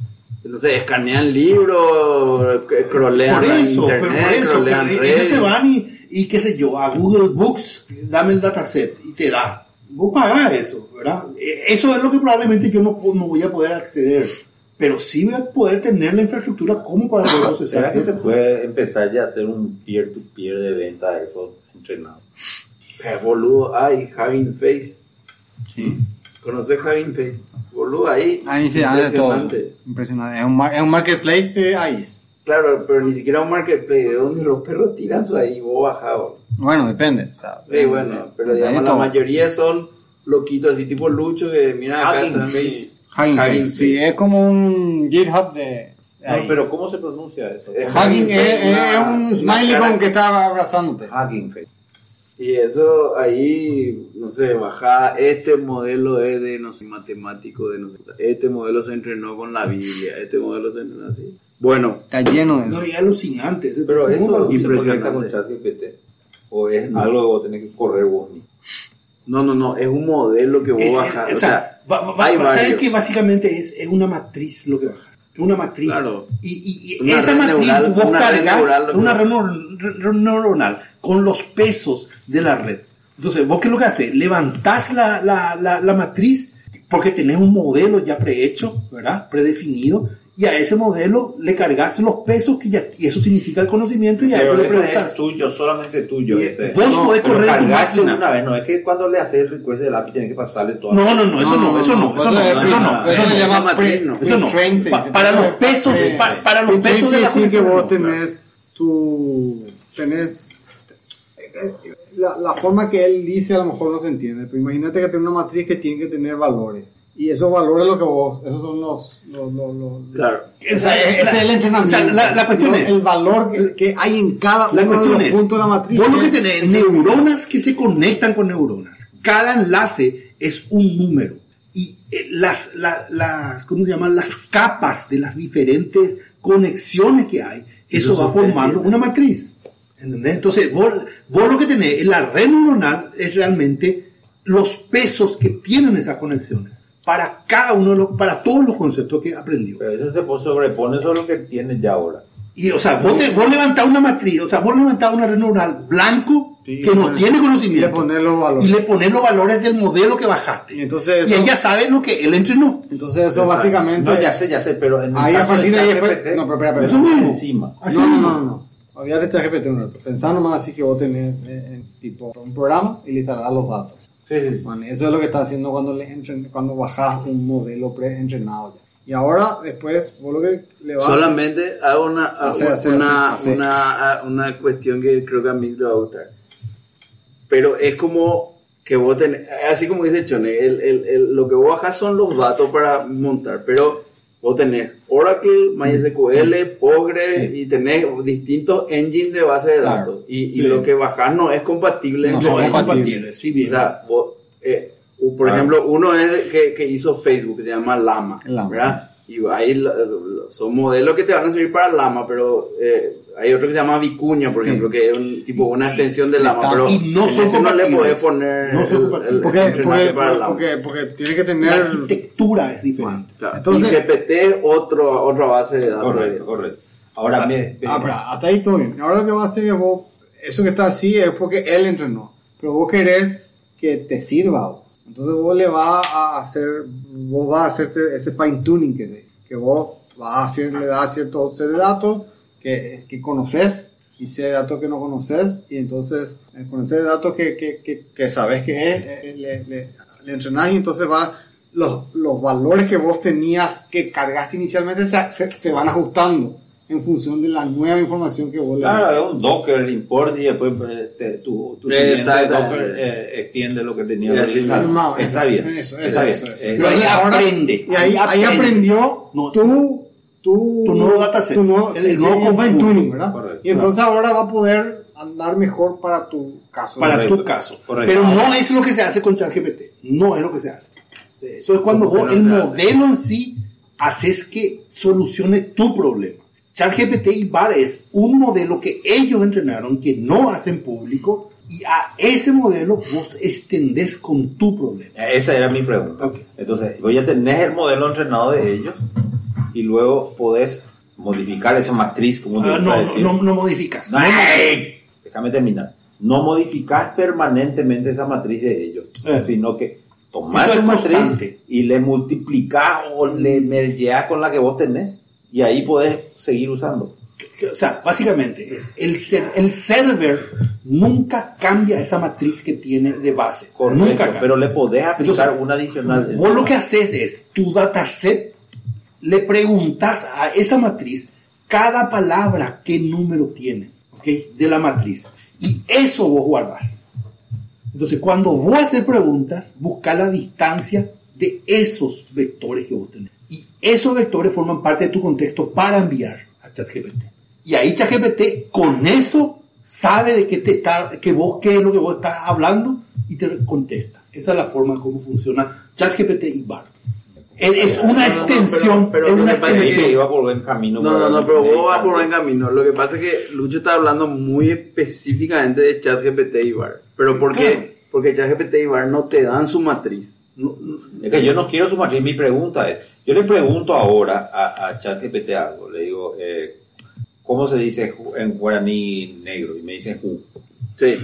[SPEAKER 2] entonces, escanean libros, c- crolean
[SPEAKER 5] Por
[SPEAKER 2] la
[SPEAKER 5] eso, pero
[SPEAKER 2] internet,
[SPEAKER 5] por eso.
[SPEAKER 2] crolean
[SPEAKER 5] pero ellos
[SPEAKER 2] redes.
[SPEAKER 5] se van y, y qué sé yo, a Google Books, dame el dataset y te da. Vos pagás eso, ¿verdad? E- Eso es lo que probablemente yo no, po- no voy a poder acceder. Pero sí voy a poder tener la infraestructura como para poder procesar
[SPEAKER 3] Pues, ¿Será que se
[SPEAKER 5] eso.
[SPEAKER 3] puede empezar ya a hacer un peer-to-peer de venta de iPhone entrenado?
[SPEAKER 2] Eh, boludo, hay Hugging Face. ¿Conoces Hugging Face? Boludo, ahí.
[SPEAKER 4] Ahí se da de todo.
[SPEAKER 2] impresionante.
[SPEAKER 4] Impresionante. Es un, mar- es un marketplace de ICE.
[SPEAKER 2] Claro, pero ni siquiera un marketplace, de donde los perros tiran su ahí, vos bajás, boludo.
[SPEAKER 4] Bueno, depende. o sea,
[SPEAKER 5] Mm,
[SPEAKER 2] Sí, bueno, pero
[SPEAKER 4] hay de
[SPEAKER 2] digamos, la
[SPEAKER 4] todo.
[SPEAKER 2] mayoría son loquitos así tipo Lucho que mira acá
[SPEAKER 3] Hacking
[SPEAKER 2] están
[SPEAKER 3] Face.
[SPEAKER 2] mis-
[SPEAKER 4] Hugging
[SPEAKER 2] Hugging
[SPEAKER 4] Face. Sí,
[SPEAKER 2] Face.
[SPEAKER 4] es como un GitHub de. de
[SPEAKER 3] No,
[SPEAKER 4] ahí.
[SPEAKER 3] pero ¿cómo se pronuncia eso?
[SPEAKER 2] Eh,
[SPEAKER 4] Hugging
[SPEAKER 2] Hugging Face,
[SPEAKER 4] es, es
[SPEAKER 2] una-
[SPEAKER 4] un
[SPEAKER 2] una
[SPEAKER 4] smiley
[SPEAKER 2] cara-
[SPEAKER 4] con que está abrazándote.
[SPEAKER 3] Hacking Face.
[SPEAKER 2] Y eso ahí, no sé, baja, este modelo es de, no sé, matemático, de no sé, este modelo se entrenó con la Biblia, este modelo se entrenó así. Bueno,
[SPEAKER 4] Está lleno de
[SPEAKER 5] No,
[SPEAKER 4] eso.
[SPEAKER 5] y alucinante. ese-
[SPEAKER 3] Pero
[SPEAKER 5] ese mundo
[SPEAKER 3] eso se
[SPEAKER 2] Impresionante.
[SPEAKER 3] conecta con ChatGPT. O es algo que vos tenés que correr vos mismo.
[SPEAKER 2] no, no, no, es un modelo que vos
[SPEAKER 5] Es-
[SPEAKER 2] bajás,
[SPEAKER 5] o
[SPEAKER 2] o
[SPEAKER 5] sea,
[SPEAKER 2] sea,
[SPEAKER 5] va- va-
[SPEAKER 2] hay
[SPEAKER 5] va- ¿sabes
[SPEAKER 2] varios.
[SPEAKER 5] que básicamente es, es una matriz lo que bajas? Es una matriz.
[SPEAKER 2] Claro.
[SPEAKER 5] Y, y- y
[SPEAKER 2] Una
[SPEAKER 5] esa
[SPEAKER 2] red
[SPEAKER 5] matriz
[SPEAKER 2] neural,
[SPEAKER 5] vos
[SPEAKER 2] una red
[SPEAKER 5] cargas
[SPEAKER 2] neural lo que
[SPEAKER 5] una red
[SPEAKER 2] bajas.
[SPEAKER 5] neur- re- neuronal con los pesos de la red. Entonces, vos qué es lo que haces? Levantás la, la- la- la matriz porque tenés un modelo ya prehecho, ¿verdad? Predefinido. Y a ese modelo le cargas los pesos que ya, y eso significa el conocimiento y a eso
[SPEAKER 3] Pero
[SPEAKER 5] le
[SPEAKER 3] ese es
[SPEAKER 5] preguntas.
[SPEAKER 3] tuyo, solamente tuyo. Ese.
[SPEAKER 5] Vos podés
[SPEAKER 3] pero
[SPEAKER 5] correr tu
[SPEAKER 3] cargaste
[SPEAKER 5] máquina.
[SPEAKER 3] una vez, no es que cuando le haces el request del API tienes que pasarle todo.
[SPEAKER 5] No, no, no, eso no, eso no, eso no, eso no.
[SPEAKER 4] Eso se
[SPEAKER 2] Esa
[SPEAKER 4] llama
[SPEAKER 2] matriz,
[SPEAKER 4] pre-
[SPEAKER 2] no.
[SPEAKER 5] Eso no.
[SPEAKER 4] pre-train, se
[SPEAKER 5] Pa-
[SPEAKER 4] dice.
[SPEAKER 5] para los pesos,
[SPEAKER 4] Eh,
[SPEAKER 5] pa- para los
[SPEAKER 4] pre-train
[SPEAKER 5] pesos de la
[SPEAKER 4] quiere decir
[SPEAKER 5] conexión,
[SPEAKER 4] que vos
[SPEAKER 5] no,
[SPEAKER 4] tenés tu... tenés... La, la forma que él dice a lo mejor no se entiende, pero imagínate que tiene una matriz que tiene que tener valores. Y esos valores lo que vos, esos son los... los, los, los-
[SPEAKER 2] claro,
[SPEAKER 5] O sea,
[SPEAKER 4] Ese- ese es el entrenamiento.
[SPEAKER 5] o sea, la, la cuestión
[SPEAKER 4] Lo-
[SPEAKER 5] es,
[SPEAKER 4] El valor que, que hay en cada
[SPEAKER 5] la
[SPEAKER 4] uno de
[SPEAKER 5] cuestión
[SPEAKER 4] los
[SPEAKER 5] es,
[SPEAKER 4] puntos de la matriz. ¿eh?
[SPEAKER 5] vos lo que tenés, neuronas que se conectan con neuronas. Cada enlace es un número. Y eh, las, la- las, ¿cómo se llaman? Las capas de las diferentes conexiones que hay, eso va formando una matriz. ¿Entendés? Entonces, vos, vos lo que tenés en la red neuronal es realmente los pesos que tienen esas conexiones para cada uno, de los- para todos los conceptos que aprendió.
[SPEAKER 3] Pero eso se po- sobrepone sobre lo que tienes ya ahora.
[SPEAKER 5] Y, o sea, vos, te- vos levantás una matriz, o sea, vos levantás una red neural blanco
[SPEAKER 4] Sí,
[SPEAKER 5] que no
[SPEAKER 4] bueno,
[SPEAKER 5] tiene
[SPEAKER 4] Y le
[SPEAKER 5] conocimiento.
[SPEAKER 4] pones los
[SPEAKER 5] y
[SPEAKER 4] valores.
[SPEAKER 5] le pones los valores del modelo que bajaste.
[SPEAKER 4] Y entonces
[SPEAKER 5] Y
[SPEAKER 4] eso-
[SPEAKER 5] ella sabe lo que él entrenó.
[SPEAKER 4] Entonces eso
[SPEAKER 3] Exacto.
[SPEAKER 4] básicamente...
[SPEAKER 3] No, ya sé, ya sé, pero en el
[SPEAKER 4] Ahí a
[SPEAKER 3] caso
[SPEAKER 4] partir de ahí
[SPEAKER 3] ChatGPT,
[SPEAKER 4] después- no, pero espera, espera.
[SPEAKER 3] eso viene encima.
[SPEAKER 5] Así
[SPEAKER 4] no, no,
[SPEAKER 5] mismo.
[SPEAKER 4] no, no, no. Olvídate de ChatGPT un rato. Pensá nomás así que vos tenés eh, eh, tipo un programa y le instalarás los datos.
[SPEAKER 3] Sí, sí, sí.
[SPEAKER 4] Bueno, eso es lo que está haciendo cuando le entren- cuando bajás un modelo pre-entrenado. ya. Y ahora después vos lo que le vas
[SPEAKER 2] solamente hago una, hago
[SPEAKER 4] Hace, hace,
[SPEAKER 2] una,
[SPEAKER 4] hace, hace.
[SPEAKER 2] una- una cuestión que creo que a mí le va a gustar. pero es como que vos tenés, así como dice Chone, el, el- el- lo que vos bajás son los datos para montar, pero vos tenés Oracle,
[SPEAKER 5] Mm.
[SPEAKER 2] MySQL, Postgres y tenés distintos engines de base de
[SPEAKER 9] Claro.
[SPEAKER 2] datos. Y, y
[SPEAKER 5] Sí.
[SPEAKER 2] lo que bajás no es compatible
[SPEAKER 9] No,
[SPEAKER 5] No,
[SPEAKER 2] entre
[SPEAKER 5] es
[SPEAKER 2] ellos.
[SPEAKER 5] compatible, sí, bien. Ah.
[SPEAKER 2] O sea, vos, eh, u- por ejemplo, uno es que, que hizo Facebook, que se llama Lama,
[SPEAKER 9] Llama.
[SPEAKER 2] ¿verdad? Y ahí la- la- son modelos que te van a servir para Lama, pero eh, hay otro que se llama Vicuña, por ejemplo, que es un, tipo una extensión de Lama,
[SPEAKER 5] está-
[SPEAKER 2] pero
[SPEAKER 5] y no
[SPEAKER 2] en
[SPEAKER 5] son
[SPEAKER 2] ese no le
[SPEAKER 5] compatibles.
[SPEAKER 2] podés poner
[SPEAKER 5] No son
[SPEAKER 2] el-
[SPEAKER 5] compatibles.
[SPEAKER 2] el- el
[SPEAKER 5] Porque-
[SPEAKER 2] entrenaje
[SPEAKER 4] Porque,
[SPEAKER 2] para Llama.
[SPEAKER 4] porque, porque tiene que
[SPEAKER 5] la
[SPEAKER 4] tener.
[SPEAKER 5] arquitectura es diferente.
[SPEAKER 2] Claro.
[SPEAKER 4] Entonces-
[SPEAKER 2] y GPT es otro, otra base de datos.
[SPEAKER 3] Correcto, correcto. Ahora me. me-
[SPEAKER 4] Ah, pero hasta ahí todo bien. Ahora lo que va a hacer es vos, eso que está así es porque él entrenó. Pero vos querés que te sirva. vos. Entonces vos le vas a hacer, vos vas a hacerte ese fine tuning que, se- que vos vas a hacer, le das ciertos set de datos que, que conoces y set de datos que no conoces. Y entonces eh, con ese datos que, que, que, que sabes que es, eh, le, le, le entrenás y entonces va. Los, los valores que vos tenías que cargaste inicialmente se, se- se van ajustando en función de la nueva información que vos le das.
[SPEAKER 3] Claro, es un Docker import y después pues, te- tu, tu siguiente
[SPEAKER 2] Exactamente.
[SPEAKER 3] Docker eh, extiende lo que tenía.
[SPEAKER 2] Y
[SPEAKER 3] el
[SPEAKER 2] así
[SPEAKER 3] original.
[SPEAKER 4] mismo.
[SPEAKER 3] está bien.
[SPEAKER 4] Eso,
[SPEAKER 3] está
[SPEAKER 4] eso,
[SPEAKER 3] bien.
[SPEAKER 4] eso,
[SPEAKER 3] Eh,
[SPEAKER 5] Pero ahí aprende.
[SPEAKER 4] Y ahí, ahí aprendió
[SPEAKER 5] No.
[SPEAKER 4] tu, tu,
[SPEAKER 5] Tu nuevo dataset.
[SPEAKER 4] tu nuevo-
[SPEAKER 5] El- el
[SPEAKER 4] el
[SPEAKER 5] nuevo
[SPEAKER 4] nuevo fine
[SPEAKER 5] conjunto.
[SPEAKER 4] tuning, ¿verdad?
[SPEAKER 3] Correcto.
[SPEAKER 4] Y entonces ahora va a poder andar mejor para tu caso.
[SPEAKER 5] Para
[SPEAKER 3] Correcto,
[SPEAKER 5] tu caso.
[SPEAKER 3] correcto.
[SPEAKER 5] Pero no es lo que se hace con ChatGPT. No es lo que se hace. Eso es cuando
[SPEAKER 3] Como
[SPEAKER 5] vos,
[SPEAKER 3] que
[SPEAKER 5] el
[SPEAKER 3] no se hace.
[SPEAKER 5] modelo en sí, haces que solucione tu problema. ChatGPT y VAR es un modelo que ellos entrenaron, que no hacen público, y a ese modelo vos extendés con tu problema.
[SPEAKER 3] Esa era mi pregunta.
[SPEAKER 5] Ok.
[SPEAKER 3] Entonces, voy a tener el modelo entrenado de ellos y luego podés modificar esa matriz, como te
[SPEAKER 5] Ah,
[SPEAKER 3] gusta
[SPEAKER 5] no, no,
[SPEAKER 3] decir.
[SPEAKER 5] no, no modificas.
[SPEAKER 3] ¡Ay! Déjame terminar. No modificás permanentemente esa matriz de ellos,
[SPEAKER 5] Eh.
[SPEAKER 3] sino que tomás
[SPEAKER 5] Eso
[SPEAKER 3] su
[SPEAKER 5] es
[SPEAKER 3] matriz
[SPEAKER 5] constante.
[SPEAKER 3] y le multiplicás o le mergeás con la que vos tenés y ahí podés seguir usando.
[SPEAKER 5] Que, O sea, básicamente es el, ser- el server nunca cambia esa matriz que tiene de base.
[SPEAKER 3] Correcto,
[SPEAKER 5] nunca cambia.
[SPEAKER 3] pero le podés aplicar
[SPEAKER 5] Entonces,
[SPEAKER 3] una adicional.
[SPEAKER 5] Vos lo que haces es tu dataset, le preguntas a esa matriz cada palabra qué número tiene, ¿ok? De la matriz. Y eso vos guardás. Entonces, cuando vos haces preguntas, busca la distancia de esos vectores que vos tenés. Y esos vectores forman parte de tu contexto para enviar a ChatGPT. Y ahí ChatGPT con eso sabe de qué te está, que vos qué es lo que vos estás hablando y te contesta. Esa es la forma en cómo funciona ChatGPT y BAR. Es
[SPEAKER 2] No, no, no,
[SPEAKER 5] una extensión,
[SPEAKER 2] pero- pero
[SPEAKER 5] es
[SPEAKER 2] lo
[SPEAKER 5] una
[SPEAKER 2] que pasa es que-
[SPEAKER 5] extensión.
[SPEAKER 3] que iba por buen camino.
[SPEAKER 2] No, no, no, pero vos vas por buen
[SPEAKER 3] camino.
[SPEAKER 2] camino. Lo que pasa es que Lucho está hablando muy específicamente de ChatGPT y VAR. Pero ¿por
[SPEAKER 5] Claro.
[SPEAKER 2] qué? Porque ChatGPT y VAR no te dan su matriz.
[SPEAKER 5] No, no,
[SPEAKER 3] Es que yo no quiero su matriz. Mi pregunta es: yo le pregunto ahora a, a ChatGPT algo. Le digo, eh, ¿cómo se dice ju- en guaraní negro? Y me dice, ju.
[SPEAKER 2] Sí.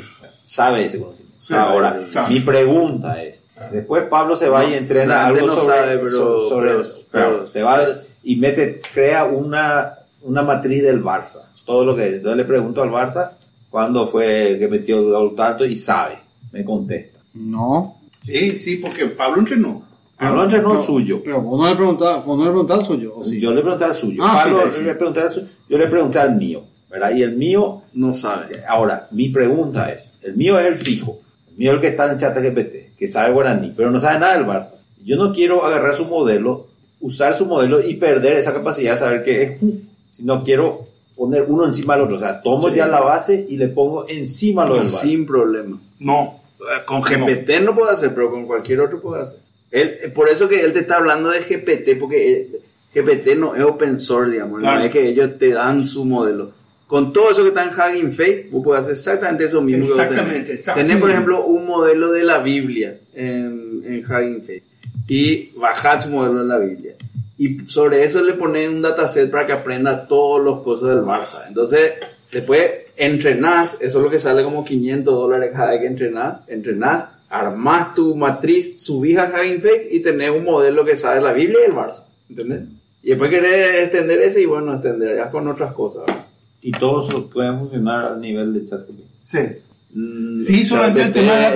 [SPEAKER 3] sabe ese conocimiento. ahora, mi pregunta es: después Pablo se va
[SPEAKER 2] No,
[SPEAKER 3] y entrena
[SPEAKER 2] realmente
[SPEAKER 3] algo
[SPEAKER 2] no
[SPEAKER 3] sobre.
[SPEAKER 2] sabe, pero-
[SPEAKER 3] so- sobre-
[SPEAKER 2] pero-
[SPEAKER 3] claro,
[SPEAKER 2] pero-
[SPEAKER 3] se va y mete, crea una, una matriz del Barça. Todo lo que. Entonces le pregunto al Barça cuándo fue que metió el gol tanto y sabe. Me contesta.
[SPEAKER 4] No.
[SPEAKER 5] Sí, sí, porque Pablo entrenó.
[SPEAKER 2] Ah,
[SPEAKER 3] Pablo entrenó el suyo.
[SPEAKER 4] Pero vos no le preguntabas, vos no le preguntabas, soy yo. ¿o sí?
[SPEAKER 3] Yo le pregunté al suyo.
[SPEAKER 4] Ah,
[SPEAKER 3] Pablo,
[SPEAKER 4] sí, sí, sí.
[SPEAKER 3] Le pregunté al suyo. Yo le pregunté al mío, ¿verdad? Y el mío,
[SPEAKER 2] No sabe.
[SPEAKER 3] ahora, mi pregunta es, el mío es el fijo, el mío es el que está en ChatGPT, que sabe guaraní, pero no sabe nada del Barça. Yo no quiero agarrar su modelo, usar su modelo y perder esa capacidad de saber qué es, sino quiero poner uno encima del otro. O sea, tomo ya la base y le pongo encima lo del Barça.
[SPEAKER 2] Sin problema.
[SPEAKER 5] No.
[SPEAKER 2] Con GPT no puede hacer, pero con cualquier otro puede hacer. Él, eh, por eso que él te está hablando de GPT, porque eh, GPT no es open source, digamos.
[SPEAKER 5] Claro.
[SPEAKER 2] No es que ellos te dan su modelo. Con todo eso que está en Hugging Face, vos puedes hacer exactamente eso mismo. que vos tenés.
[SPEAKER 5] Exactamente, exacto.
[SPEAKER 2] Tenés, por ejemplo, un modelo de la Biblia en, en Hugging Face. Y bajás su modelo de la Biblia. Y sobre eso le pones un dataset para que aprenda todos los cosas del Barça. Entonces, después entrenás, eso es lo que sale como 500 dólares cada vez que entrenás. Entrenás, armás tu matriz, subís a Hugging Face y tenés un modelo que sabe la Biblia y el Barça. ¿Entendés? Y después querés extender ese y bueno, extenderás con otras cosas. ¿verdad?
[SPEAKER 3] Y todos pueden funcionar al nivel de ChatGPT.
[SPEAKER 5] Sí. Sí, solamente el tema de la
[SPEAKER 11] Mm, es,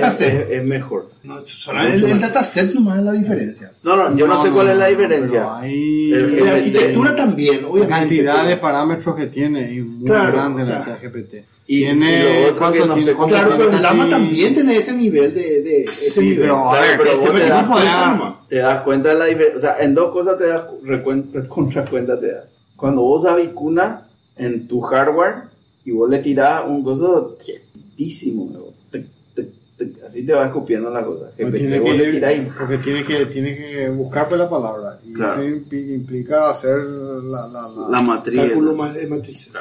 [SPEAKER 11] es,
[SPEAKER 5] cassette.
[SPEAKER 11] es mejor.
[SPEAKER 5] No, solamente el, el dataset nomás es la diferencia.
[SPEAKER 3] No, no, yo no, sé cuál es la
[SPEAKER 4] pero
[SPEAKER 3] diferencia.
[SPEAKER 4] hay
[SPEAKER 3] El
[SPEAKER 5] Y
[SPEAKER 3] GPT.
[SPEAKER 5] la arquitectura también,
[SPEAKER 4] la
[SPEAKER 5] obviamente.
[SPEAKER 4] cantidad de parámetros que tiene y muy
[SPEAKER 5] Claro,
[SPEAKER 4] grande
[SPEAKER 5] o sea,
[SPEAKER 4] la ChatGPT.
[SPEAKER 3] y- y lo
[SPEAKER 4] tiene
[SPEAKER 3] otro
[SPEAKER 4] cuánto
[SPEAKER 3] que no
[SPEAKER 4] tiene,
[SPEAKER 3] sé-
[SPEAKER 4] ¿Cuánto
[SPEAKER 5] Claro,
[SPEAKER 4] tiene?
[SPEAKER 5] pero el Lama
[SPEAKER 4] Casi-
[SPEAKER 5] también tiene ese nivel de. de ese
[SPEAKER 4] Sí,
[SPEAKER 5] nivel.
[SPEAKER 4] pero-
[SPEAKER 5] Claro,
[SPEAKER 3] Claro, pero
[SPEAKER 5] te
[SPEAKER 3] vos te
[SPEAKER 5] metes
[SPEAKER 3] das
[SPEAKER 5] más cuenta
[SPEAKER 4] cuenta-
[SPEAKER 5] nomás.
[SPEAKER 3] Te das cuenta de la diferencia. O sea, en dos cosas te das recuenta, contra cuenta te das. Cuando vos avicuna en tu hardware y vos le tirás un gozo quietísimo, bro. Tic, tic, tic. así te vas copiando la cosa.
[SPEAKER 4] Porque
[SPEAKER 3] GPT,
[SPEAKER 4] Pues tiene
[SPEAKER 3] vos
[SPEAKER 4] que-
[SPEAKER 3] le tirás y-
[SPEAKER 4] porque tiene que, tiene que buscar por la palabra. Y
[SPEAKER 3] Claro.
[SPEAKER 4] eso impli- implica hacer la, la, la-
[SPEAKER 3] la matriz.
[SPEAKER 5] Cálculo
[SPEAKER 3] esa.
[SPEAKER 5] ma- de matriz.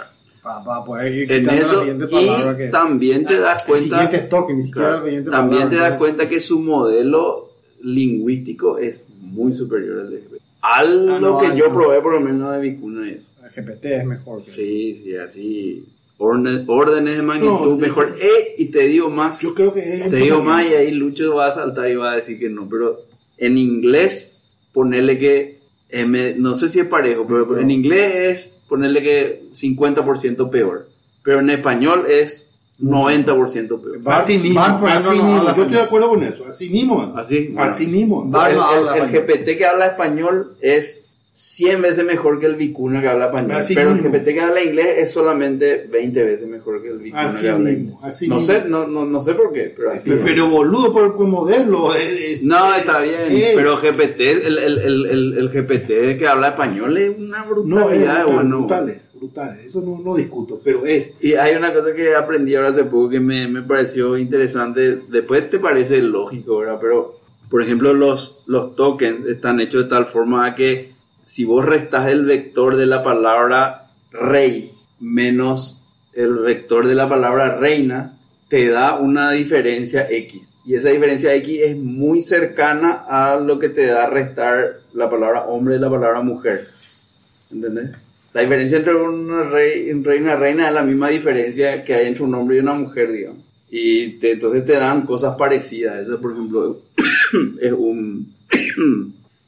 [SPEAKER 4] para, para poder ir
[SPEAKER 3] En
[SPEAKER 4] quitando la
[SPEAKER 3] eso,
[SPEAKER 4] siguiente palabra
[SPEAKER 3] y
[SPEAKER 4] que Ah,
[SPEAKER 3] también te das
[SPEAKER 4] el
[SPEAKER 3] cuenta.
[SPEAKER 4] siguiente toque, ni siquiera
[SPEAKER 3] Claro.
[SPEAKER 4] la siguiente
[SPEAKER 3] También te
[SPEAKER 4] palabra,
[SPEAKER 3] das
[SPEAKER 4] ¿no?
[SPEAKER 3] cuenta que su modelo lingüístico es muy superior al de GPT. Al lo
[SPEAKER 4] Ah, no,
[SPEAKER 3] que
[SPEAKER 4] al-
[SPEAKER 3] yo probé por lo menos de Vicuna y eso.
[SPEAKER 4] GPT es mejor. que-
[SPEAKER 3] Sí, sí, así. Orne- órdenes de magnitud
[SPEAKER 5] No,
[SPEAKER 3] mejor. Eh, y te digo más.
[SPEAKER 5] Yo creo que es.
[SPEAKER 3] te digo más y ahí Lucho va a saltar y va a decir que no. Pero en inglés, ponerle que... eh, me- no sé si es parejo, pero en inglés es ponerle que 50% peor. Pero en español es 90% peor.
[SPEAKER 4] Bar-
[SPEAKER 5] así mismo,
[SPEAKER 4] Bar, por ejemplo,
[SPEAKER 5] así
[SPEAKER 4] no
[SPEAKER 5] mismo.
[SPEAKER 4] habla
[SPEAKER 5] Yo estoy de
[SPEAKER 4] español.
[SPEAKER 5] acuerdo con eso. Así mismo.
[SPEAKER 3] Así, bueno.
[SPEAKER 5] Así mismo.
[SPEAKER 4] Va- Barba
[SPEAKER 3] el, el-
[SPEAKER 4] habla
[SPEAKER 3] el
[SPEAKER 4] español.
[SPEAKER 3] GPT que habla español es 100 veces mejor que el Vicuna que habla español.
[SPEAKER 5] Así
[SPEAKER 3] pero
[SPEAKER 5] mismo.
[SPEAKER 3] el GPT que habla inglés es solamente 20 veces mejor que el Vicuna
[SPEAKER 5] Así
[SPEAKER 3] que habla
[SPEAKER 5] mismo,
[SPEAKER 3] inglés.
[SPEAKER 5] así
[SPEAKER 3] no,
[SPEAKER 5] mismo.
[SPEAKER 3] Sé, no, no, no sé por qué, pero así
[SPEAKER 5] Pero,
[SPEAKER 3] es.
[SPEAKER 5] pero boludo por, por modelo. eh, eh,
[SPEAKER 3] No,
[SPEAKER 5] eh,
[SPEAKER 3] está bien.
[SPEAKER 5] eh,
[SPEAKER 3] Pero GPT, el, el, el, el, el GPT que habla español es una
[SPEAKER 5] No, es
[SPEAKER 3] brutalidad.
[SPEAKER 5] brutal,
[SPEAKER 3] bueno.
[SPEAKER 5] brutales, brutales. Eso no, no discuto, pero es.
[SPEAKER 3] Y hay una cosa que aprendí ahora hace poco que me, me pareció interesante. Después te parece lógico, ¿verdad? Pero, por ejemplo, los, los tokens están hechos de tal forma que si vos restás el vector de la palabra rey menos el vector de la palabra reina, te da una diferencia X. Y esa diferencia X es muy cercana a lo que te da restar la palabra hombre y la palabra mujer. ¿Entendés? La diferencia entre un rey, un rey y una reina es la misma diferencia que hay entre un hombre y una mujer, digamos. Y te- entonces te dan cosas parecidas. Eso, por ejemplo, es un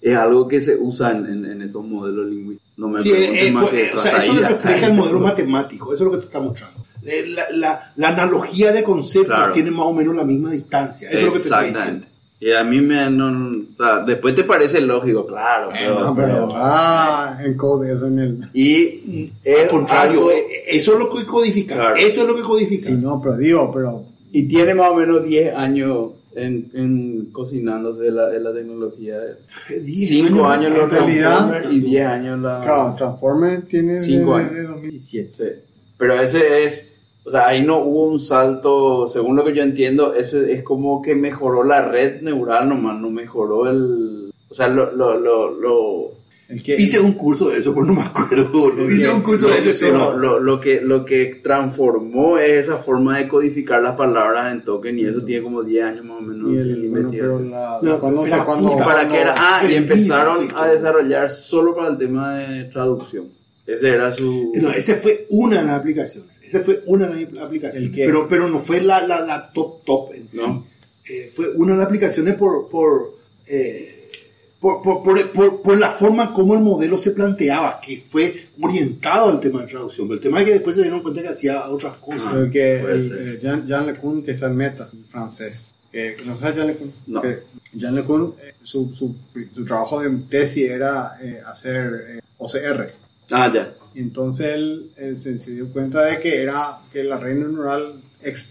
[SPEAKER 3] es algo que se usa en, en- en esos modelos lingüísticos. No me
[SPEAKER 5] Sí,
[SPEAKER 3] pregunten
[SPEAKER 5] eh,
[SPEAKER 3] más
[SPEAKER 5] fue-
[SPEAKER 3] que eso.
[SPEAKER 5] o sea,
[SPEAKER 3] hasta
[SPEAKER 5] eso
[SPEAKER 3] ahí, hasta
[SPEAKER 5] refleja
[SPEAKER 3] ahí.
[SPEAKER 5] el modelo matemático, eso es lo que te está mostrando. Eh, La, la- la analogía de conceptos
[SPEAKER 3] Claro.
[SPEAKER 5] tiene más o menos la misma distancia, eso es lo que te está diciendo.
[SPEAKER 3] Exactamente. Y a mí me... no- no- o sea, después te parece lógico, claro. pero-
[SPEAKER 4] Ah, pero, ah, en code eso en el.
[SPEAKER 3] y
[SPEAKER 5] Al
[SPEAKER 3] es
[SPEAKER 5] contrario,
[SPEAKER 3] algo-
[SPEAKER 5] eh, eso es lo que codificas,
[SPEAKER 3] Claro.
[SPEAKER 5] eso es lo que codificas.
[SPEAKER 4] Sí, no, pero digo, pero
[SPEAKER 3] Y tiene más o menos 10 años en, en cocinándose la, de la tecnología.
[SPEAKER 5] Eh, Diez
[SPEAKER 3] 5 años
[SPEAKER 5] años
[SPEAKER 3] los
[SPEAKER 4] en realidad.
[SPEAKER 3] Transformers y 10 años la...
[SPEAKER 4] claro, Transformers tiene
[SPEAKER 3] Cinco
[SPEAKER 4] desde,
[SPEAKER 3] años.
[SPEAKER 4] 2017.
[SPEAKER 3] Sí. Pero ese es, o sea, ahí no hubo un salto, según lo que yo entiendo, ese es como que mejoró la red neural nomás, no mejoró el... O sea, lo... lo, lo, lo
[SPEAKER 4] El que
[SPEAKER 5] Hice un curso de eso, pero no me acuerdo. boludo. Hice un curso de eso.
[SPEAKER 3] lo, lo- lo que, lo que transformó es esa forma de codificar las palabras en token y eso tiene como 10 años más o menos.
[SPEAKER 4] y el,
[SPEAKER 3] de
[SPEAKER 4] bueno, pero
[SPEAKER 3] investigación.
[SPEAKER 4] la,
[SPEAKER 5] No,
[SPEAKER 4] cuando, o sea,
[SPEAKER 5] la
[SPEAKER 4] cuando-
[SPEAKER 5] puta.
[SPEAKER 3] ¿Y para
[SPEAKER 5] no,
[SPEAKER 3] qué era? Ah, y
[SPEAKER 5] Felipe,
[SPEAKER 3] empezaron
[SPEAKER 5] sí,
[SPEAKER 3] a
[SPEAKER 5] tú.
[SPEAKER 3] desarrollar solo para el tema de traducción. Ese era su...
[SPEAKER 5] No, esa fue una de las aplicaciones. Esa fue una de las aplicaciones.
[SPEAKER 4] ¿El qué?
[SPEAKER 5] Pero, pero no fue la, la, la top top en sí.
[SPEAKER 3] No.
[SPEAKER 5] Eh, fue una de las aplicaciones por, por, eh, por, por, por- por- por la forma como el modelo se planteaba, que fue orientado al tema de traducción. Pero el tema es que después se dieron cuenta que hacía otras cosas.
[SPEAKER 4] el que
[SPEAKER 3] puede
[SPEAKER 4] el,
[SPEAKER 3] ser.
[SPEAKER 4] eh, Jean, Jean LeCun que está en meta, francés. Eh, ¿Conoces a Jean LeCun?
[SPEAKER 3] No.
[SPEAKER 4] Que Jean LeCun, eh, su, su, su trabajo de tesis era eh, hacer eh, OCR.
[SPEAKER 3] Ah, ya.
[SPEAKER 4] Y entonces él, él se, se dio cuenta de que era que la reina neural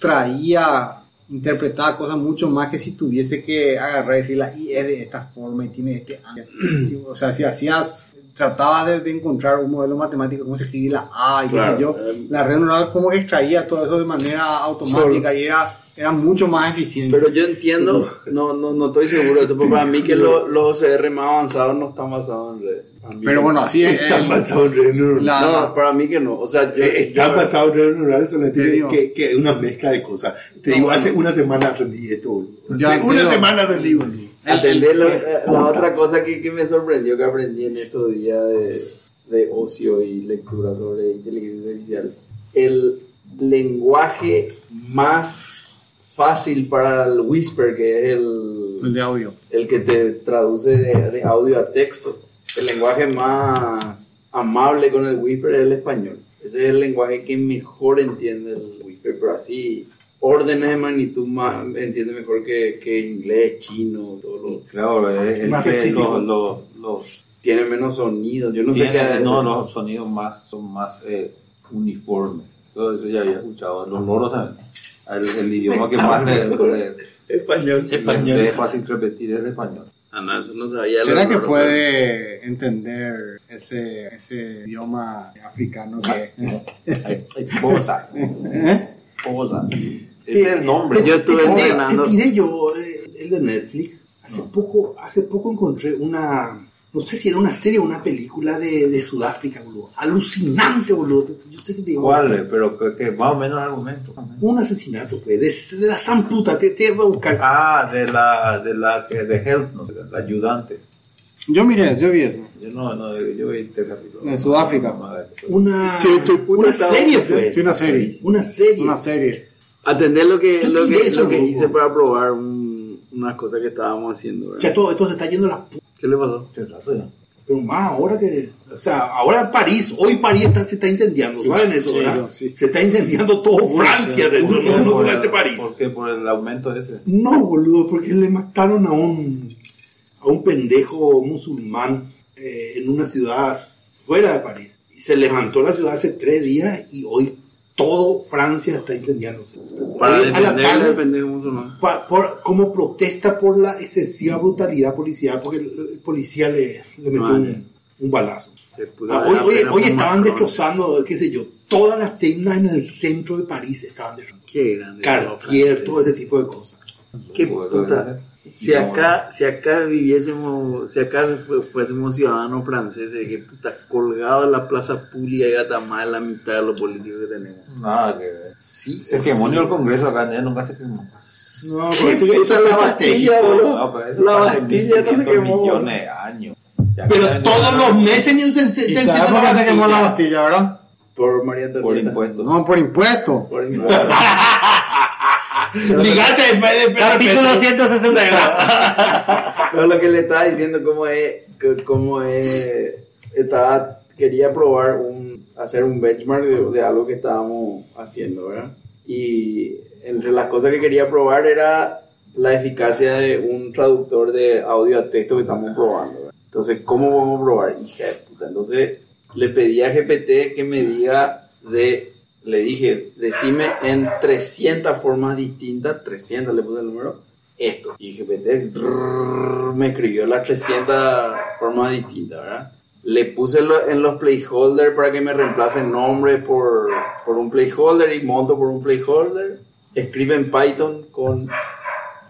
[SPEAKER 4] extraía, interpretaba cosas mucho más que si tuviese que agarrar y decir la I es de esta forma y tiene este ángulo. Sí, o sea, si hacías, tratabas de, de encontrar un modelo matemático, cómo se escribía la A y qué
[SPEAKER 3] Claro,
[SPEAKER 4] sé yo,
[SPEAKER 3] eh.
[SPEAKER 4] la red neural como que extraía todo eso de manera automática y era, era mucho más eficiente.
[SPEAKER 3] Pero yo entiendo, no, no, no estoy seguro de esto, pero para mí que lo- los OCR más avanzados no están basados en red. A mí
[SPEAKER 4] Pero
[SPEAKER 3] no.
[SPEAKER 4] bueno, así es.
[SPEAKER 5] Está
[SPEAKER 4] eh,
[SPEAKER 5] basado en red neural.
[SPEAKER 4] la-
[SPEAKER 3] No, para mí que no. O sea, yo...
[SPEAKER 5] Ah, Eh, Está
[SPEAKER 3] yo-
[SPEAKER 5] basado en red neural, solamente
[SPEAKER 4] Te digo.
[SPEAKER 5] que, que es una mezcla de cosas. Te digo, hace una semana aprendí esto, boludo.
[SPEAKER 4] Ya,
[SPEAKER 5] Hace una
[SPEAKER 4] pero-
[SPEAKER 5] semana aprendí, boludo.
[SPEAKER 3] Atender lo- la, eh, la otra cosa que, que me sorprendió que aprendí en estos días de, de ocio y lectura sobre inteligencia artificial. El lenguaje más fácil para el whisper, que es
[SPEAKER 4] el
[SPEAKER 3] el,
[SPEAKER 4] de audio.
[SPEAKER 3] el que te traduce de, de audio a texto, el lenguaje más amable con el whisper es el español. Ese es el lenguaje que mejor entiende el whisper, pero así
[SPEAKER 2] órdenes de magnitud más, entiende mejor que, que inglés, chino, todo lo...
[SPEAKER 3] Claro, es, es
[SPEAKER 5] Más
[SPEAKER 3] que
[SPEAKER 5] específico.
[SPEAKER 3] los- los- los-
[SPEAKER 2] Tiene menos sonido, yo no sé qué...
[SPEAKER 3] tienen-
[SPEAKER 2] es
[SPEAKER 3] no,
[SPEAKER 2] eso.
[SPEAKER 3] los sonidos más son más eh, uniformes. Todo eso ya había escuchado. Los loros también. El, el idioma que más le, le-
[SPEAKER 2] Español.
[SPEAKER 3] le es fácil repetir es el español.
[SPEAKER 2] Ah, no, eso no sabía.
[SPEAKER 9] ¿Será
[SPEAKER 2] lo-
[SPEAKER 9] que
[SPEAKER 2] lo-
[SPEAKER 9] puede entender ese, ese idioma africano que...
[SPEAKER 3] Cosa,
[SPEAKER 9] ¿Eh?
[SPEAKER 3] cosa. Ese es el nombre.
[SPEAKER 2] Yo estuve
[SPEAKER 5] Ahora,
[SPEAKER 2] entrenando.
[SPEAKER 5] Te tiré yo eh, el de Netflix. Hace poco, hace poco encontré una, no sé si era una serie o una película de, de Sudáfrica, boludo. Alucinante, boludo. Yo sé que te digo.
[SPEAKER 3] ¿Cuál? Pero que, que más o menos el argumento.
[SPEAKER 5] Un asesinato fue de, de la san puta, te, te voy a buscar.
[SPEAKER 3] Ah, de la de la que de help, no sé, la ayudante.
[SPEAKER 9] Yo miré, yo vi eso.
[SPEAKER 3] Yo no, no, yo vi este capítulo.
[SPEAKER 9] En Sudáfrica.
[SPEAKER 2] Ah,
[SPEAKER 5] Una,
[SPEAKER 9] Che, che, puta,
[SPEAKER 5] una
[SPEAKER 9] estaba-
[SPEAKER 5] serie fue.
[SPEAKER 9] Sí, una serie.
[SPEAKER 5] Una serie.
[SPEAKER 9] Una serie.
[SPEAKER 2] Atender lo que, lo que,
[SPEAKER 5] Eso,
[SPEAKER 2] lo que
[SPEAKER 5] loco.
[SPEAKER 2] hice para probar un- unas cosas que estábamos haciendo. ¿verdad?
[SPEAKER 5] Ya todo esto se está yendo a la puta.
[SPEAKER 2] ¿Qué le pasó?
[SPEAKER 3] Te rato ya.
[SPEAKER 5] Pero más ahora que. O sea, ahora París, hoy París está, se está incendiando, ¿saben eso? verdad? Se está incendiando todo Francia, de hecho, no, no
[SPEAKER 3] Por
[SPEAKER 5] solamente
[SPEAKER 3] el-
[SPEAKER 5] París.
[SPEAKER 3] ¿Por qué? Por el aumento ese.
[SPEAKER 5] No, boludo, porque le mataron a un, a un pendejo musulmán eh, en una ciudad fuera de París. Y se levantó la ciudad hace tres días y hoy todo Francia está incendiándose.
[SPEAKER 2] Para
[SPEAKER 5] Hoy a la
[SPEAKER 2] defenderle
[SPEAKER 5] tarde,
[SPEAKER 2] al pendejo musulmán.
[SPEAKER 5] pa- por- como protesta por la excesiva brutalidad policial, porque el, el policía le, le metió
[SPEAKER 2] Vale.
[SPEAKER 5] un, un balazo.
[SPEAKER 2] Se puso
[SPEAKER 5] Ah,
[SPEAKER 2] de
[SPEAKER 5] hoy
[SPEAKER 2] la
[SPEAKER 5] hoy-
[SPEAKER 2] pena
[SPEAKER 5] hoy
[SPEAKER 2] con
[SPEAKER 5] estaban
[SPEAKER 2] Macron.
[SPEAKER 5] destrozando, qué sé yo, todas las tiendas en el centro de París estaban destrozando.
[SPEAKER 2] Qué grande.
[SPEAKER 5] Cartier, todo ese tipo de cosas.
[SPEAKER 2] Qué
[SPEAKER 3] Por-
[SPEAKER 2] puta. Si acá, si acá viviésemos, si acá fu- fuésemos ciudadanos franceses, que puta, colgado en la plaza pública y gata más la mitad de los políticos que tenemos.
[SPEAKER 3] Nada que ver.
[SPEAKER 2] Sí,
[SPEAKER 3] Se quemó ni el Congreso acá, ya nunca se quemó.
[SPEAKER 5] No,
[SPEAKER 2] Esa es la Bastilla,
[SPEAKER 3] No,
[SPEAKER 2] boludo.
[SPEAKER 3] pero eso
[SPEAKER 2] Ah, La
[SPEAKER 3] fue hace
[SPEAKER 2] Bastilla no se
[SPEAKER 3] 1500
[SPEAKER 2] quemó.
[SPEAKER 3] millones de años. Ya que
[SPEAKER 5] Pero
[SPEAKER 3] saben
[SPEAKER 5] todos
[SPEAKER 3] que-
[SPEAKER 5] los meses ni un sen- sen-
[SPEAKER 9] ¿Y
[SPEAKER 5] sen-
[SPEAKER 9] sabes
[SPEAKER 5] sen-
[SPEAKER 9] por qué se quemó la
[SPEAKER 5] Bastilla.
[SPEAKER 9] Bastilla, verdad?
[SPEAKER 2] Por María Antonieta.
[SPEAKER 3] Por impuestos.
[SPEAKER 9] No, por impuestos.
[SPEAKER 2] Por impuestos.
[SPEAKER 5] Ligate de fe- de fe-
[SPEAKER 8] Capítulo 169.
[SPEAKER 2] Pero lo que le estaba diciendo, cómo es, c- cómo es, estaba, quería probar un, hacer un benchmark de, de algo que estábamos haciendo, ¿verdad? Y entre las cosas que quería probar era la eficacia de un traductor de audio a texto que estamos probando, ¿verdad? Entonces, ¿cómo vamos a probar? Hija de puta. Entonces, le pedí a GPT que me diga de, le dije, decime en 300 formas distintas, 300 le puse el número, esto. Y GPT es, drrrr, me escribió las 300 formas distintas, ¿verdad? Le puse lo- en los placeholders para que me reemplace nombre por, por un placeholder y monto por un placeholder. Escribe en Python con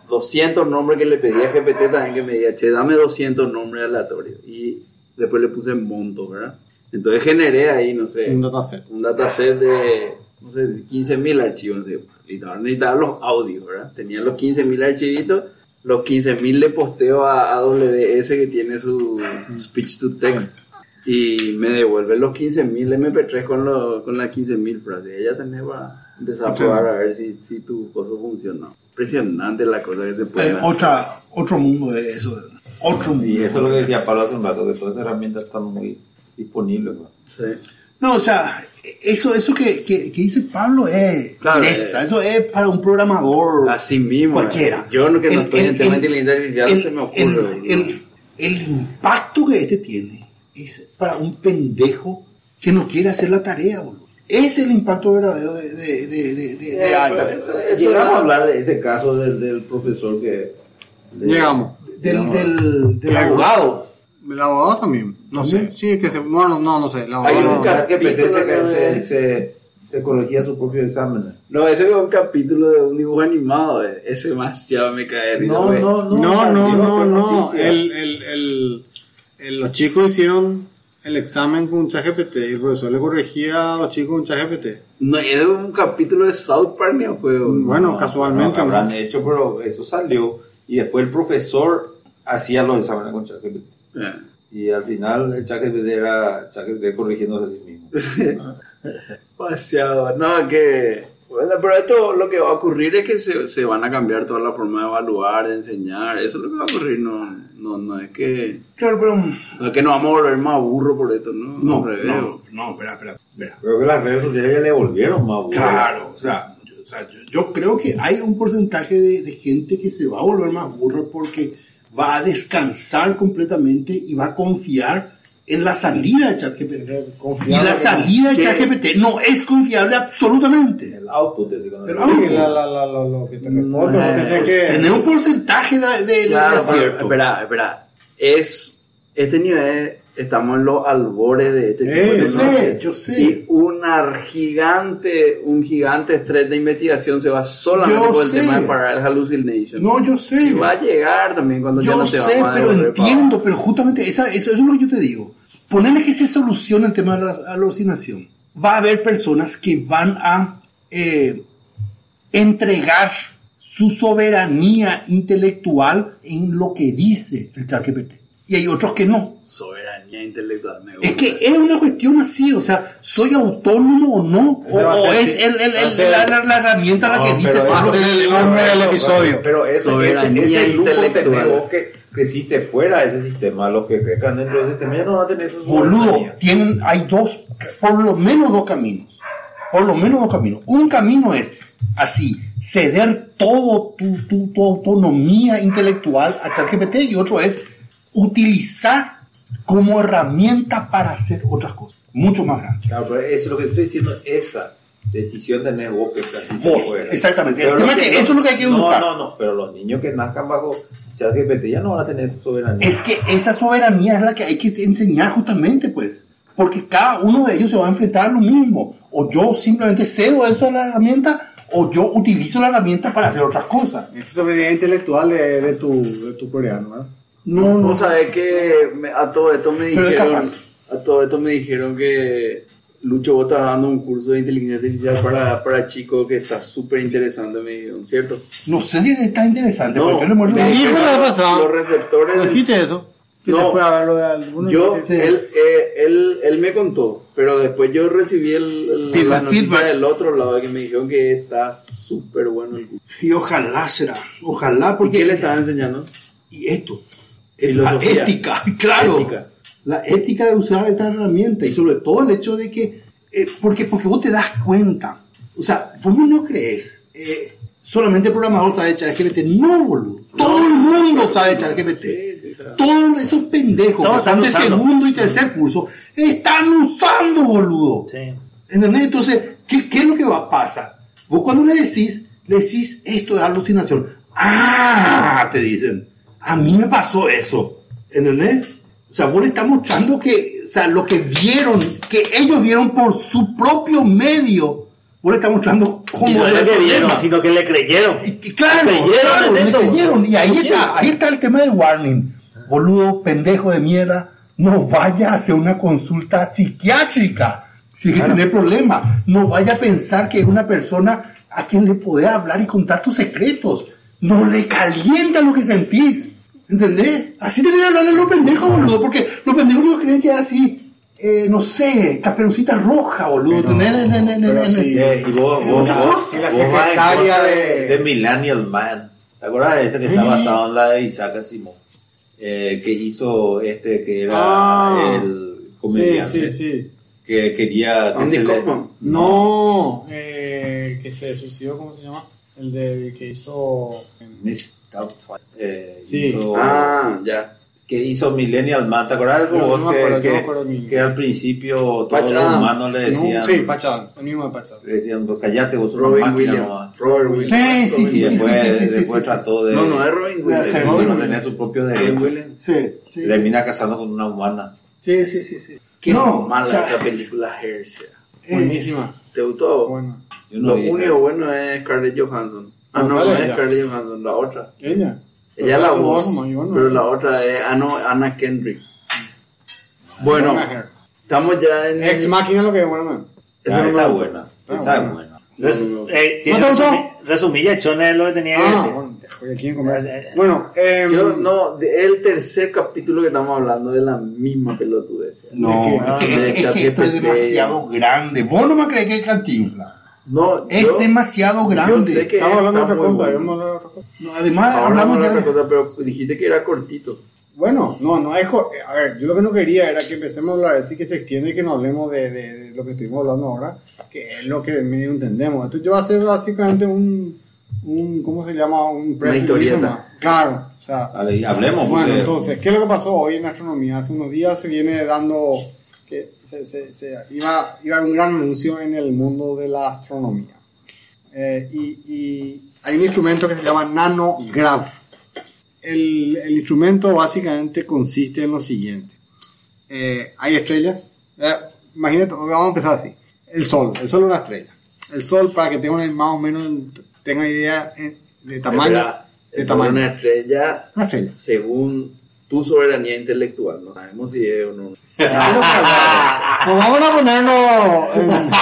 [SPEAKER 2] 200 nombres que le pedí a GPT también que me diga, che, dame 200 nombres aleatorios. Y después le puse monto, ¿verdad? Entonces generé ahí, no sé,
[SPEAKER 9] Un dataset.
[SPEAKER 2] un dataset de, no sé, 15.000 archivos. no sé, necesitaba, necesitaba los audios, ¿verdad? Tenía los 15.000 archivitos, los 15.000 le posteo a AWS que tiene su speech to text. Y me devuelve los 15.000 MP3 con, lo- con las 15.000 frases. Ella también va a empezar a probar a ver si, si tu cosa funciona. Impresionante la cosa que se puede
[SPEAKER 5] Eh,
[SPEAKER 2] hacer.
[SPEAKER 5] otra, otro mundo de eso. Otro mundo.
[SPEAKER 3] Y eso es lo que decía Pablo hace un rato, que todas esas herramientas están muy disponibles. ¿no?
[SPEAKER 2] Sí.
[SPEAKER 5] No, o sea, eso, eso que, que, que dice Pablo es
[SPEAKER 2] Claro,
[SPEAKER 5] pureza,
[SPEAKER 2] eh.
[SPEAKER 5] eso es para un programador.
[SPEAKER 2] Así mismo. eh.
[SPEAKER 5] Cualquiera.
[SPEAKER 2] Yo no que no
[SPEAKER 5] El-
[SPEAKER 2] estoy en
[SPEAKER 5] el-
[SPEAKER 2] tema de
[SPEAKER 5] el-
[SPEAKER 2] inteligencia artificial no se me ocurre.
[SPEAKER 5] el-
[SPEAKER 2] boludo.
[SPEAKER 5] el- el impacto que este tiene es para un pendejo que no quiere hacer la tarea, boludo. Es el impacto verdadero de, de, de, de, de- de
[SPEAKER 2] Eh,
[SPEAKER 5] AI.
[SPEAKER 2] pero eso- eso
[SPEAKER 3] Llegamos
[SPEAKER 2] era-
[SPEAKER 3] a hablar de ese caso del, del profesor que... de-
[SPEAKER 9] Llegamos.
[SPEAKER 5] del, del, del abogado.
[SPEAKER 9] El abogado también. No sé. Sí, es que se. Bueno, no, no sé. El
[SPEAKER 3] Hay
[SPEAKER 9] abogado.
[SPEAKER 2] Bueno,
[SPEAKER 3] un
[SPEAKER 9] no.
[SPEAKER 3] cara que
[SPEAKER 2] capítulo
[SPEAKER 3] se,
[SPEAKER 2] de-
[SPEAKER 3] se, se, se corregía su propio examen.
[SPEAKER 2] No, ese fue un capítulo de un dibujo animado. eh. Ese demasiado me cae de risa, güey.
[SPEAKER 9] No, no,
[SPEAKER 3] salió,
[SPEAKER 9] no, no.
[SPEAKER 3] fue noticia.
[SPEAKER 9] El, el, el, el- los chicos hicieron el examen con un ChatGPT y el profesor le corregía a los chicos un ChatGPT.
[SPEAKER 2] No, era un capítulo de South Park, ¿no? Fue, güey.
[SPEAKER 9] Bueno,
[SPEAKER 3] No,
[SPEAKER 9] casualmente.
[SPEAKER 3] no,
[SPEAKER 9] ¿no?
[SPEAKER 3] habrán hecho, pero eso salió. Y después el profesor hacía los exámenes con ChatGPT.
[SPEAKER 2] Eh.
[SPEAKER 3] Y al final el ChatGPT era ChatGPT corrigiéndose a sí mismo.
[SPEAKER 2] Demasiado. No, que. Bueno, pero esto lo que va a ocurrir es que se, se van a cambiar toda la forma de evaluar, de enseñar. Eso es lo que va a ocurrir. No, no, no es que.
[SPEAKER 5] Claro, pero mm,
[SPEAKER 2] No es que nos vamos a volver más burro por esto, ¿no?
[SPEAKER 5] no,
[SPEAKER 2] Al revés,
[SPEAKER 5] no, no, espera, espera, espera.
[SPEAKER 3] Creo que las redes sociales ya le volvieron más burro.
[SPEAKER 5] Claro, o sea, yo- o sea, yo, yo creo que hay un porcentaje de, de gente que se va a volver más burra porque va a descansar completamente y va a confiar en la salida de ChatGPT. Y la salida de ChatGPT no es confiable absolutamente.
[SPEAKER 3] El output, así cuando-
[SPEAKER 5] El
[SPEAKER 9] Sí, la, la, la, la- lo que te respondo,
[SPEAKER 2] No,
[SPEAKER 9] tenés que...
[SPEAKER 5] Tener un porcentaje de, de- de- de
[SPEAKER 2] Claro, pero,
[SPEAKER 5] acierto.
[SPEAKER 2] espera, espera. Es, este nivel, estamos en los albores de este
[SPEAKER 9] Eh,
[SPEAKER 2] tipo de
[SPEAKER 5] Yo
[SPEAKER 2] normas.
[SPEAKER 5] sé, yo
[SPEAKER 2] Y
[SPEAKER 5] sé.
[SPEAKER 2] una gigante, un gigante estrés de investigación se va solamente
[SPEAKER 5] Yo
[SPEAKER 2] por el
[SPEAKER 5] sé.
[SPEAKER 2] tema de parar el hallucination.
[SPEAKER 5] No, yo
[SPEAKER 2] y
[SPEAKER 5] sé.
[SPEAKER 2] va a llegar también cuando ya
[SPEAKER 5] Yo
[SPEAKER 2] no te
[SPEAKER 5] sé,
[SPEAKER 2] vamos a
[SPEAKER 5] pero
[SPEAKER 2] devolver para
[SPEAKER 5] entiendo, pero justamente esa, eso, eso es lo que yo te digo. Ponerle que se solucione el tema de la alucinación. Va a haber personas que van a eh, entregar su soberanía intelectual en lo que dice el ChatGPT. Y hay otros que no.
[SPEAKER 2] Soberanía intelectual. me
[SPEAKER 5] Es
[SPEAKER 2] gusta.
[SPEAKER 5] que es una cuestión así, o sea, ¿soy autónomo o no? ¿O,
[SPEAKER 9] Pero va a
[SPEAKER 5] o
[SPEAKER 9] ser
[SPEAKER 5] es
[SPEAKER 9] así.
[SPEAKER 5] el, el- el-
[SPEAKER 9] Va a ser-
[SPEAKER 5] la, la- la herramienta la Ah, que dice
[SPEAKER 9] pero va
[SPEAKER 5] Pablo?
[SPEAKER 9] a ser el nombre del episodio.
[SPEAKER 3] Pero ese, ese,
[SPEAKER 2] Soberanía
[SPEAKER 3] ese grupo
[SPEAKER 2] intelectual.
[SPEAKER 3] tenés vos que creciste fuera de ese sistema, los que crezcan dentro de ese sistema ya no van a tener esos
[SPEAKER 5] Boludo, tienen, hay dos, por lo menos dos caminos. Por lo menos dos caminos. Un camino es así, ceder todo tu, tu, tu autonomía intelectual a ChatGPT y otro es utilizar como herramienta para hacer otras cosas, mucho más grandes.
[SPEAKER 3] Claro, pero eso es lo que estoy diciendo, esa decisión tenés vos que creciste
[SPEAKER 5] Vos,
[SPEAKER 3] fuera.
[SPEAKER 5] exactamente.
[SPEAKER 3] Pero
[SPEAKER 5] El tema
[SPEAKER 3] lo
[SPEAKER 5] es que eso es lo que hay que
[SPEAKER 3] no,
[SPEAKER 5] buscar.
[SPEAKER 3] No, no, pero los niños que nazcan bajo ChatGPT ya no van a tener esa soberanía.
[SPEAKER 5] Es que esa soberanía es la que hay que enseñar justamente, pues. Porque cada uno de ellos se va a enfrentar a lo mismo. O yo simplemente cedo eso a la herramienta, o yo utilizo la herramienta para hacer otras cosas.
[SPEAKER 4] Esa soberanía intelectual de, de tu, de tu coreano, ¿verdad?
[SPEAKER 5] No, no.
[SPEAKER 2] Vos sabés que me- a todo esto me
[SPEAKER 5] Pero es
[SPEAKER 2] dijeron.
[SPEAKER 5] capaz.
[SPEAKER 2] A todo esto me dijeron que Lucho vos estás dando un curso de inteligencia artificial para, para chicos que está súper interesante, me dijeron, ¿cierto?
[SPEAKER 5] No sé si es tan interesante,
[SPEAKER 2] No,
[SPEAKER 5] porque yo le muestro-
[SPEAKER 2] me
[SPEAKER 4] dijo
[SPEAKER 2] dijeron
[SPEAKER 4] la pasada.
[SPEAKER 2] Los receptores.
[SPEAKER 4] ¿No
[SPEAKER 2] del-
[SPEAKER 4] dijiste eso? Que
[SPEAKER 2] No.
[SPEAKER 4] te fue a ver lo de alguno?
[SPEAKER 2] Yo,
[SPEAKER 4] Sí.
[SPEAKER 2] él, eh, él, él me contó, pero después yo recibí el, el- la
[SPEAKER 5] Feedback,
[SPEAKER 2] noticia
[SPEAKER 5] feedback.
[SPEAKER 2] del otro lado que me dijeron que está súper bueno el curso.
[SPEAKER 5] Y ojalá será. Ojalá,
[SPEAKER 2] ¿Y
[SPEAKER 5] porque.
[SPEAKER 2] qué le estaba enseñando?
[SPEAKER 5] y esto.
[SPEAKER 2] Filosofía.
[SPEAKER 5] La ética, claro.
[SPEAKER 2] Ética.
[SPEAKER 5] La ética de usar esta herramienta y sobre todo el hecho de que, eh, porque, porque vos te das cuenta, o sea, vos no crees, eh, solamente el programador sabe ChatGPT, no, boludo, todo el mundo sabe ChatGPT. Todos esos pendejos
[SPEAKER 8] Todos
[SPEAKER 5] que están
[SPEAKER 8] están
[SPEAKER 5] de
[SPEAKER 8] usando.
[SPEAKER 5] segundo y tercer curso están usando, boludo.
[SPEAKER 8] Sí.
[SPEAKER 5] ¿Entendés? Entonces, ¿qué, qué es lo que va a pasar? Vos cuando le decís, le decís esto es alucinación. ¡Ah! Te dicen. A mí me pasó eso. ¿Entendés? O sea, vos le estás mostrando que, o sea, lo que vieron, que ellos vieron por su propio medio, vos le estás mostrando
[SPEAKER 8] Y
[SPEAKER 5] cómo
[SPEAKER 8] no
[SPEAKER 5] era
[SPEAKER 8] es
[SPEAKER 5] el
[SPEAKER 8] lo que
[SPEAKER 5] problema.
[SPEAKER 8] vieron, sino que le creyeron.
[SPEAKER 5] Y- y Claro,
[SPEAKER 8] Le creyeron
[SPEAKER 5] claro,
[SPEAKER 8] en
[SPEAKER 5] le
[SPEAKER 8] eso.
[SPEAKER 5] creyeron. Y ahí
[SPEAKER 8] Le
[SPEAKER 5] está, ahí está el tema del warning. Boludo, pendejo de mierda, no vaya a hacer una consulta psiquiátrica si es que tiene problemas. No vaya a pensar que es una persona a quien le podés hablar y contar tus secretos. No le calienta lo que sentís. ¿Entendés? Así deben hablarle a los pendejos, boludo, porque los pendejos no creen que es así. eh, no sé, caperucita roja, boludo. tener en- en- en-
[SPEAKER 9] pero
[SPEAKER 5] en-
[SPEAKER 9] sí,
[SPEAKER 5] en-
[SPEAKER 3] Eh, y vos,
[SPEAKER 5] Sí,
[SPEAKER 3] vos,
[SPEAKER 5] muchas
[SPEAKER 3] vos-
[SPEAKER 5] cosas.
[SPEAKER 9] La
[SPEAKER 3] vos vas en
[SPEAKER 9] secretaria
[SPEAKER 3] contra
[SPEAKER 9] de-
[SPEAKER 3] de Millennial Man. ¿Te acuerdas de ese que está basado en la de Isaac Asimov? Eh, que hizo este que era
[SPEAKER 4] Ah.
[SPEAKER 3] el
[SPEAKER 4] Sí,
[SPEAKER 3] comediante
[SPEAKER 4] sí, sí.
[SPEAKER 3] que quería que
[SPEAKER 2] Andy
[SPEAKER 3] se le-
[SPEAKER 2] Kaufman.
[SPEAKER 4] No, eh, el que se suicidó, ¿cómo se llama? El del que hizo...
[SPEAKER 3] Miss Doubtfire, eh,
[SPEAKER 4] Sí.
[SPEAKER 3] hizo-
[SPEAKER 2] Ah, ya.
[SPEAKER 3] que hizo Millennial Man, ¿te acuerdas del
[SPEAKER 4] No, no
[SPEAKER 3] robot
[SPEAKER 4] me acuerdo,
[SPEAKER 3] que,
[SPEAKER 4] no me
[SPEAKER 3] que-
[SPEAKER 4] acuerdo ni-
[SPEAKER 3] que al principio todos
[SPEAKER 2] Patch
[SPEAKER 3] los
[SPEAKER 2] Adams.
[SPEAKER 3] humanos le decían,
[SPEAKER 4] No, sí, Pachado, el mismo de Pachado.
[SPEAKER 3] le decían, "Pues callate vos, sos una
[SPEAKER 2] Robin
[SPEAKER 3] máquina
[SPEAKER 2] Williams.
[SPEAKER 3] nomás".
[SPEAKER 2] Ah, Robert
[SPEAKER 5] Sí,
[SPEAKER 2] Williams.
[SPEAKER 5] sí,
[SPEAKER 3] Y
[SPEAKER 5] sí, sí, sí,
[SPEAKER 3] después,
[SPEAKER 5] sí, sí, sí,
[SPEAKER 3] después
[SPEAKER 5] sí.
[SPEAKER 3] trató de,
[SPEAKER 2] No, no, es Robin
[SPEAKER 5] La
[SPEAKER 3] de-
[SPEAKER 2] Williams.
[SPEAKER 5] se-
[SPEAKER 3] de-
[SPEAKER 5] Robin
[SPEAKER 3] de tener
[SPEAKER 5] Williams.
[SPEAKER 3] tus propios
[SPEAKER 2] Robin
[SPEAKER 3] derechos.
[SPEAKER 2] Williams.
[SPEAKER 5] Sí, sí,
[SPEAKER 3] Y
[SPEAKER 5] sí.
[SPEAKER 3] termina casando con una humana.
[SPEAKER 5] Sí, sí, sí, sí.
[SPEAKER 2] Qué
[SPEAKER 5] No,
[SPEAKER 2] mala
[SPEAKER 5] o sea,
[SPEAKER 2] esa película Hershey.
[SPEAKER 5] eh,
[SPEAKER 4] Buenísima.
[SPEAKER 2] ¿Te gustó?
[SPEAKER 4] Bueno.
[SPEAKER 3] Yo no
[SPEAKER 2] Lo
[SPEAKER 3] vi,
[SPEAKER 2] único
[SPEAKER 3] pero-
[SPEAKER 2] bueno es Scarlett Johansson. Ah,
[SPEAKER 4] No,
[SPEAKER 2] no, no
[SPEAKER 4] sale
[SPEAKER 2] es
[SPEAKER 4] ella.
[SPEAKER 2] Scarlett Johansson, la otra.
[SPEAKER 4] Ella.
[SPEAKER 2] Ella es la
[SPEAKER 4] Pero
[SPEAKER 2] voz,
[SPEAKER 4] como yo, ¿no?
[SPEAKER 2] pero la otra es ah, no, Anna Kendrick. Bueno, estamos ya en...
[SPEAKER 4] Ex máquina lo que es bueno.
[SPEAKER 3] Ah,
[SPEAKER 2] no me
[SPEAKER 3] esa es
[SPEAKER 2] gustó.
[SPEAKER 3] buena.
[SPEAKER 4] Ah,
[SPEAKER 3] Esa es
[SPEAKER 4] bueno.
[SPEAKER 3] buena.
[SPEAKER 8] Resu- eh, tiene
[SPEAKER 4] ¿No te gustó?
[SPEAKER 8] resumi- resumilla, chona es lo que tenía que
[SPEAKER 4] Ah,
[SPEAKER 8] decir.
[SPEAKER 4] bueno, joder, ¿quién comer? Bueno, eh,
[SPEAKER 2] Yo, no, de- el tercer capítulo que estamos hablando de la misma pelotudez.
[SPEAKER 5] No, es que, es que- es que esto es demasiado grande. Vos no me crees que es cantinfla.
[SPEAKER 2] No,
[SPEAKER 5] Es
[SPEAKER 2] yo-
[SPEAKER 5] demasiado grande.
[SPEAKER 2] Yo sé que
[SPEAKER 4] estamos hablando de
[SPEAKER 2] está
[SPEAKER 4] otra
[SPEAKER 2] muy
[SPEAKER 4] cosa,
[SPEAKER 2] bueno.
[SPEAKER 4] íbamos a hablar de otra cosa.
[SPEAKER 5] No, además,
[SPEAKER 2] Ahora
[SPEAKER 5] hablamos
[SPEAKER 2] vamos a hablar
[SPEAKER 5] ya
[SPEAKER 2] de
[SPEAKER 5] de-
[SPEAKER 2] otra cosa, pero dijiste que era cortito.
[SPEAKER 4] Bueno, no, no es. cor- A ver, yo lo que no quería era que empecemos a hablar de esto y que se extienda y que no hablemos de, de- de lo que estuvimos hablando ahora, que es lo que medio entendemos. Entonces, yo va a hacer básicamente un. un ¿Cómo se llama? Un press release
[SPEAKER 2] historieta.
[SPEAKER 4] nomás. Claro, o sea.
[SPEAKER 3] Vale, y hablemos.
[SPEAKER 4] Bueno,
[SPEAKER 3] porque-
[SPEAKER 4] entonces, ¿qué es lo que pasó hoy en astronomía? Hace unos días se viene dando que se, se- se iba, iba a haber un gran anuncio en el mundo de la astronomía. Eh, y, y hay un instrumento que se llama nanograph. El, el instrumento básicamente consiste en lo siguiente. Eh, hay estrellas. Eh, imagínate, vamos a empezar así. El Sol. El Sol es una estrella. El Sol, para que tengan una- más o menos tengan idea eh, de tamaño.
[SPEAKER 2] Espera,
[SPEAKER 4] de
[SPEAKER 2] es
[SPEAKER 4] tamaño.
[SPEAKER 2] una estrella
[SPEAKER 4] Una estrella.
[SPEAKER 2] según tu soberanía intelectual. No sabemos si es o no.
[SPEAKER 4] Pues vamos a ponernos. en-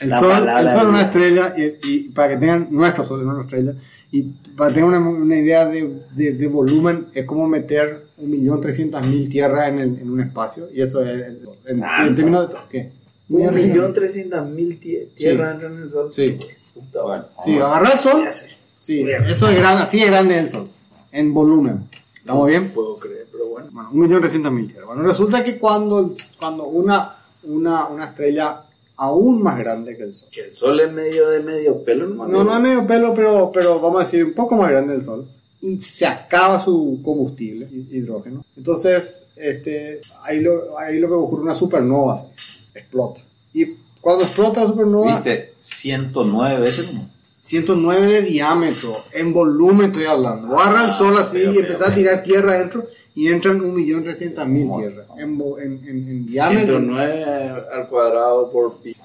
[SPEAKER 4] El
[SPEAKER 8] La
[SPEAKER 4] sol,
[SPEAKER 8] palabra
[SPEAKER 4] el sol es
[SPEAKER 8] de
[SPEAKER 4] una
[SPEAKER 8] Dios.
[SPEAKER 4] estrella, y, y para que tengan nuestro sol es una estrella, y para tener una, una idea de, de- de volumen, es como meter 1.300.000 tierras en, el- en un espacio, y eso es. el sol. En, en términos de. ¿Qué?
[SPEAKER 2] Un millón trescientas mil tie- tierras
[SPEAKER 4] Sí.
[SPEAKER 2] entran en el sol.
[SPEAKER 4] Sí.
[SPEAKER 2] Puta, bueno.
[SPEAKER 4] Sí, agarrar el sol.
[SPEAKER 8] Ya sé.
[SPEAKER 4] Sí, eso es grande, así es grande el sol, en volumen. ¿Estamos bien?
[SPEAKER 2] No puedo creer, pero bueno.
[SPEAKER 4] bueno, un millón trescientas mil tierras. Bueno, resulta que cuando, cuando una, una, una estrella aún más grande que el Sol,
[SPEAKER 2] Que el sol es medio de medio pelo, ¿no?
[SPEAKER 4] no, no es medio pelo, pero, pero vamos a decir un poco más grande el Sol, y se acaba su combustible, hi- hidrógeno, entonces este, ahí, lo, ahí lo que ocurre una supernova, se explota. Y cuando explota la supernova,
[SPEAKER 3] Viste, 109 veces. ¿no?
[SPEAKER 4] 109 de diámetro, en volumen estoy hablando. Barra el sol así y empezás a tirar tierra adentro y entran 1.300.000 tierras en, vo- en, en, en diámetro.
[SPEAKER 2] 109 al cuadrado por pi.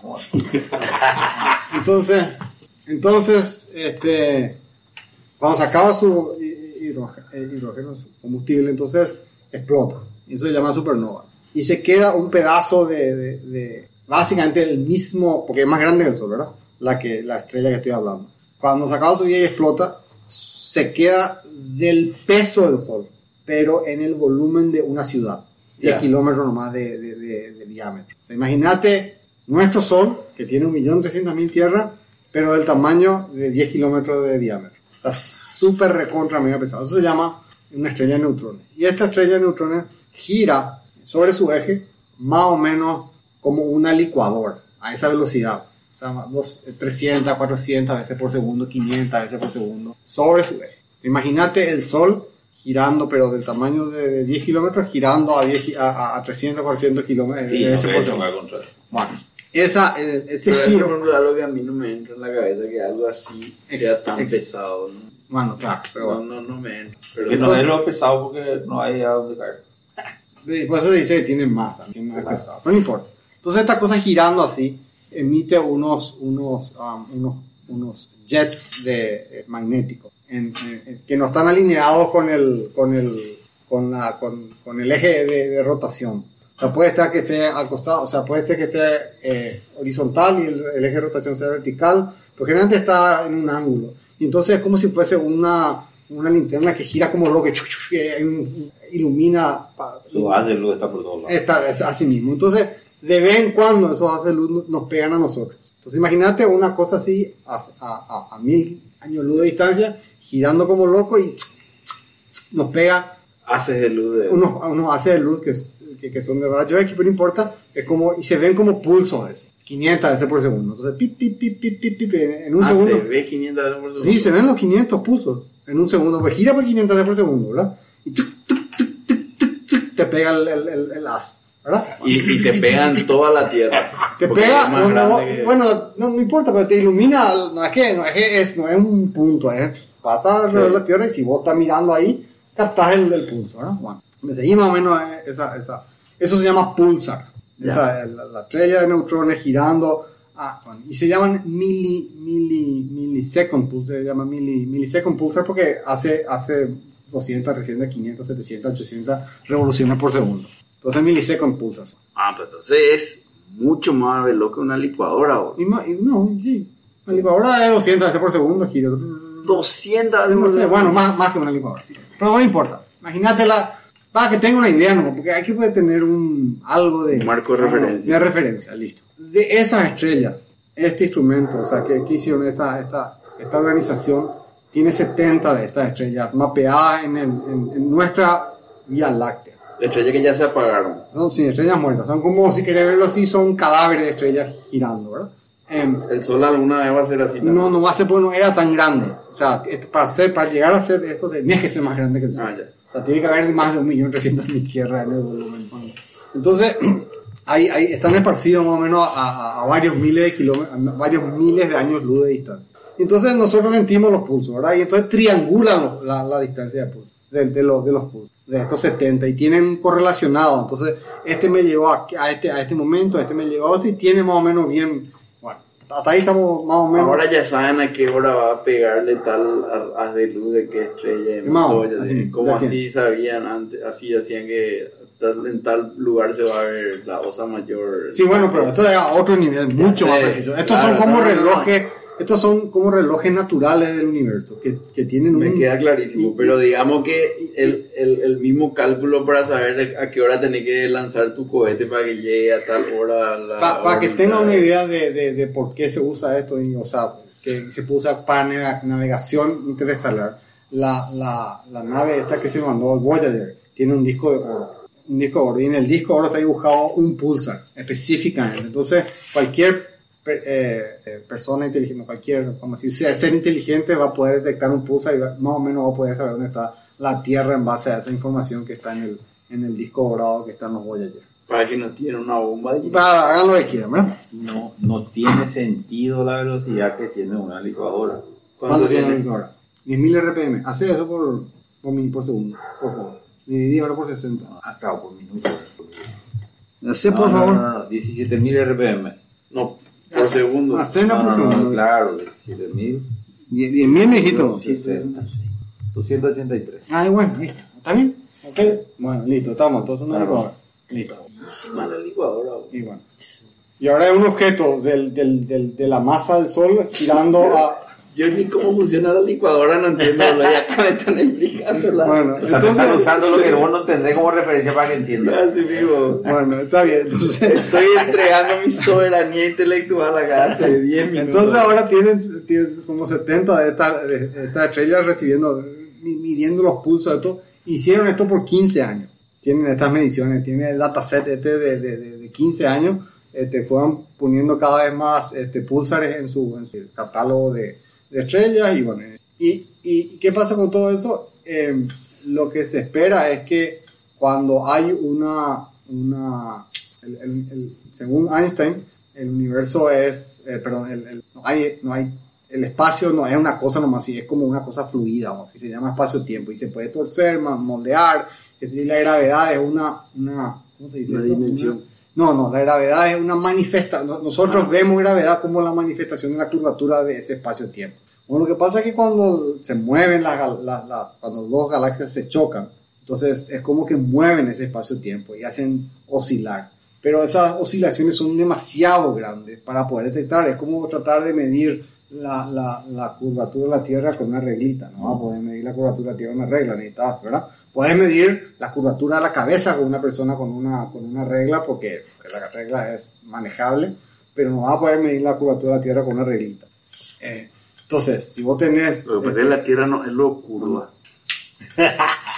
[SPEAKER 4] Entonces, entonces, este, cuando se acaba su hi- hidrógeno, eh, hidrógeno, su combustible, entonces explota. Eso se llama supernova. Y se queda un pedazo de, de- de- básicamente el mismo, porque es más grande que el Sol, ¿verdad? La, que, la estrella que estoy hablando. Cuando se acaba su vida y explota, se queda del peso del Sol, pero en el volumen de una ciudad. 10
[SPEAKER 2] Ya.
[SPEAKER 4] kilómetros nomás de, de- de- de diámetro. O sea, imagínate nuestro Sol, que tiene 1.300.000 tierras, pero del tamaño de 10 kilómetros de diámetro. O sea, súper recontra mega pesado. Eso se llama una estrella de neutrones. Y esta estrella de neutrones gira sobre su eje más o menos como una licuadora a esa velocidad. O sea, más dos- eh, 300, 400 veces por segundo, 500 veces por segundo sobre su eje. Imagínate el Sol girando, pero del tamaño de, de 10 kilómetros, girando a, 10, ki- a, a- a 300, 400 kilómetros
[SPEAKER 3] Sí, no
[SPEAKER 4] veces
[SPEAKER 3] te choca
[SPEAKER 4] por segundo.
[SPEAKER 3] contra-
[SPEAKER 4] Bueno, esa, eh, ese
[SPEAKER 2] Pero eso,
[SPEAKER 4] giro...
[SPEAKER 2] por ejemplo, es algo que a mí no me entra en la cabeza que algo así sea
[SPEAKER 4] Ex-
[SPEAKER 2] tan
[SPEAKER 4] ex-
[SPEAKER 2] pesado. ¿no?
[SPEAKER 4] Bueno,
[SPEAKER 5] Ah,
[SPEAKER 4] claro, pero bueno.
[SPEAKER 2] No, no, no me entra. Pero
[SPEAKER 3] Que no es lo pesado porque no hay a dónde caer.
[SPEAKER 4] Sí, Por eso dice que tiene masa, tiene más pesado. No importa. Entonces esta cosa girando así emite unos, unos, um, unos, unos jets de, eh, magnéticos en- en- en- que no están alineados con el, con el, con la, con, con el eje de, de rotación. O sea, puede estar que esté al costado, o sea, puede ser que esté eh, horizontal y el, el eje de rotación sea vertical, pero generalmente está en un ángulo. Y entonces es como si fuese una, una linterna que gira como loco, chuc, chuc, y hay un- ilumina pa-
[SPEAKER 3] Su haz de luz está por todos lados.
[SPEAKER 4] Está, es así mismo. Entonces, de vez en cuando esos haces luz no- nos pegan a nosotros. Entonces, imagínate una cosa así a, a- a- a mil años luz de distancia, girando como loco y nos pega
[SPEAKER 2] haces de luz de.
[SPEAKER 4] unos, a unos haces de luz que, que, que son de rayo X, pero no importa, es como, y se ven como pulsos eso, 500 veces por segundo. Entonces, pip, pip, pip, pip, pip, pip, en en un
[SPEAKER 2] Ah,
[SPEAKER 4] segundo.
[SPEAKER 2] se ve 500 veces por segundo.
[SPEAKER 4] Sí, se ven los 500 pulsos en un segundo. Pues gira por 500 veces por segundo, ¿verdad? Y tuc, tuc, tuc, tuc, tuc, tuc, te pega el, el, el, el as, ¿verdad?
[SPEAKER 2] Y, y te pegan toda la tierra.
[SPEAKER 4] Te
[SPEAKER 2] Porque
[SPEAKER 4] pega,
[SPEAKER 2] es más
[SPEAKER 4] no, no,
[SPEAKER 2] grande que-
[SPEAKER 4] bueno, no, no importa, pero te ilumina, no es que, no es, que es, no es un punto, es, pasa alrededor de la Tierra y si vos estás mirando ahí, captás el, el pulso, ¿verdad? Bueno, me seguí más o menos eh, esa, esa, eso se llama pulsar, esa, eh, la, la estrella de neutrones girando, ah, bueno, y se llaman mili, mili, millisecond pulsar, se llama mili, millisecond pulsar porque hace, hace 200, 300, 500, 700, 800 revoluciones por segundo. Entonces milisecond pulsar.
[SPEAKER 2] Ah, pero entonces es mucho más veloz que una licuadora. boludo.
[SPEAKER 4] Y ma- y no, sí. Una licuadora es 200 veces por segundo, giro.
[SPEAKER 2] 200 veces por
[SPEAKER 4] No sé,
[SPEAKER 2] segundo.
[SPEAKER 4] Bueno, más, más que una licuadora. sí. Pero no importa. Imagínate la. Para que tenga una idea, ¿no? Porque hay que poder tener un, algo de.
[SPEAKER 2] Un marco de
[SPEAKER 4] algo
[SPEAKER 2] referencia.
[SPEAKER 4] De referencia, listo. De esas estrellas, este instrumento, o sea, que, que hicieron esta, esta, esta organización, tiene 70 de estas estrellas mapeadas en, el- en- en nuestra Vía Láctea.
[SPEAKER 2] De hecho, ya que ya se apagaron.
[SPEAKER 4] Son sin estrellas muertas, son como, si querés verlo así, son cadáveres de estrellas girando, ¿verdad? Em,
[SPEAKER 2] El sol alguna vez va a ser así. también.
[SPEAKER 4] no, no va a ser porque no era tan grande. O sea, es- para, ser, para llegar a ser esto tenía que ser más grande que el Sol.
[SPEAKER 2] Ah, ya.
[SPEAKER 4] O sea, tiene que haber más de 1.300.000 tierras en el volumen. Entonces, ahí, ahí están esparcidos más o menos a, a- a varios miles de kilómetros, a varios miles de años luz de distancia. Entonces nosotros sentimos los pulsos, ¿verdad? Y entonces triangulan los- la, la distancia de pulso, de, de los, de los pulsos, de estos 70, y tienen correlacionado. Entonces, este me llevó a, a este, a este momento, este me llevó a otro, y tiene más o menos bien, bueno, hasta ahí estamos más o menos...
[SPEAKER 2] Ahora ya saben a qué hora va a pegarle tal haz de luz de qué estrella en
[SPEAKER 4] Mao,
[SPEAKER 2] todo, ya
[SPEAKER 4] así,
[SPEAKER 2] sé. como
[SPEAKER 4] ya
[SPEAKER 2] así
[SPEAKER 4] tiene.
[SPEAKER 2] sabían antes, así hacían que tal- en tal lugar se va a ver la osa mayor.
[SPEAKER 4] Sí, bueno, pero esto es a otro nivel, mucho
[SPEAKER 2] sé,
[SPEAKER 4] más preciso. Estos
[SPEAKER 2] claro,
[SPEAKER 4] son como
[SPEAKER 2] no, no, no.
[SPEAKER 4] relojes, estos son como relojes naturales del universo, que, que tienen
[SPEAKER 2] Me
[SPEAKER 4] un...
[SPEAKER 2] queda clarísimo,
[SPEAKER 4] y-
[SPEAKER 2] pero digamos que el, el, el mismo cálculo para saber a qué hora tenés que lanzar tu cohete para que llegue a tal hora. a la
[SPEAKER 4] Para que
[SPEAKER 2] órbita.
[SPEAKER 4] tenga una idea de, de- de por qué se usa esto, y, o sea, que se puede usar para nega- navegación interestelar. La, la, la nave esta que se mandó, el Voyager, tiene un disco de oro. Un disco de oro. Y en el disco de oro está dibujado un pulsar, específicamente. Entonces, cualquier per- eh, eh, persona inteligente, cualquier como decir, ser, ser inteligente va a poder detectar un pulsar y va- más o menos va a poder saber dónde está la Tierra en base a esa información que está en el, en el disco dorado que está en los Voyager.
[SPEAKER 2] Para que no tiren una bomba.
[SPEAKER 4] Y para, hagan lo que quieran, ¿verdad?
[SPEAKER 3] No, no tiene sentido la velocidad que tiene una licuadora.
[SPEAKER 4] ¿Cuánto tiene ahora? 10.000 RPM. Hace eso por, por, min- por segundo, por favor. Dividí ahora por 60.
[SPEAKER 3] Ah, claro, por minuto.
[SPEAKER 4] Hace
[SPEAKER 3] No, no,
[SPEAKER 4] por favor.
[SPEAKER 3] No, no, no, 17.000 RPM.
[SPEAKER 2] No, por segundo.
[SPEAKER 4] Hace
[SPEAKER 3] No,
[SPEAKER 4] por
[SPEAKER 3] no, no,
[SPEAKER 4] segundo.
[SPEAKER 3] claro, 17.000.
[SPEAKER 4] 10.000, mijito.
[SPEAKER 3] 60. 283.
[SPEAKER 4] Ah, bueno, listo. ¿Está bien? Ok. Bueno, listo, estamos. Entonces no
[SPEAKER 3] Claro.
[SPEAKER 4] digo ahora. Listo.
[SPEAKER 2] Buenísima la licuadora. bro.
[SPEAKER 4] Y bueno. Y ahora es un objeto del, del, del, de la masa del sol girando a.
[SPEAKER 2] Yo ni cómo funciona la licuadora no entiendo, bro, ya que me están explicando la.
[SPEAKER 4] Bueno,
[SPEAKER 3] O sea, te están
[SPEAKER 4] entonces-
[SPEAKER 3] usando lo que vos no tendré como referencia para que entiendas.
[SPEAKER 2] Así vivo.
[SPEAKER 4] Bueno, está bien. Entonces.
[SPEAKER 2] Estoy entregando mi soberanía intelectual acá hace 10 minutos.
[SPEAKER 4] Entonces ahora tienen, tienen como 70 de estas de estas estrellas recibiendo, mi- midiendo los pulsos de todo. Hicieron esto por 15 años. Tienen estas mediciones, tienen el dataset este de, de- de- de 15 años. Este, fueron poniendo cada vez más este, pulsares en su, en su catálogo de, de estrellas. Y bueno, y, y qué pasa con todo eso? Eh, lo que se espera es que cuando hay una, una el- el- el- según Einstein, el universo es, eh, perdón, el, el- no, hay, no hay, el espacio no es una cosa nomás, sí, es como una cosa fluida, o así se llama espacio-tiempo, y se puede torcer, ma- moldear, es decir, la gravedad es una, una ¿cómo se dice?
[SPEAKER 2] Una
[SPEAKER 4] eso?
[SPEAKER 2] dimensión.
[SPEAKER 4] Una- no, no, la gravedad es una manifestación, nosotros vemos gravedad como la manifestación de la curvatura de ese espacio-tiempo. Bueno, lo que pasa es que cuando se mueven las, gal- las- las- cuando dos galaxias se chocan, entonces es como que mueven ese espacio-tiempo y hacen oscilar. Pero esas oscilaciones son demasiado grandes para poder detectar. Es como tratar de medir la, la- la curvatura de la Tierra con una reglita. No vas a poder medir la curvatura de la Tierra con una regla, necesitas, ¿verdad? Puedes medir la curvatura de la cabeza con una persona con una, con una regla porque, porque la regla es manejable, pero no vas a poder medir la curvatura de la Tierra con una reglita. Eh, entonces, si vos tenés...
[SPEAKER 2] Lo que pasa pues, es que la Tierra no es lo curva.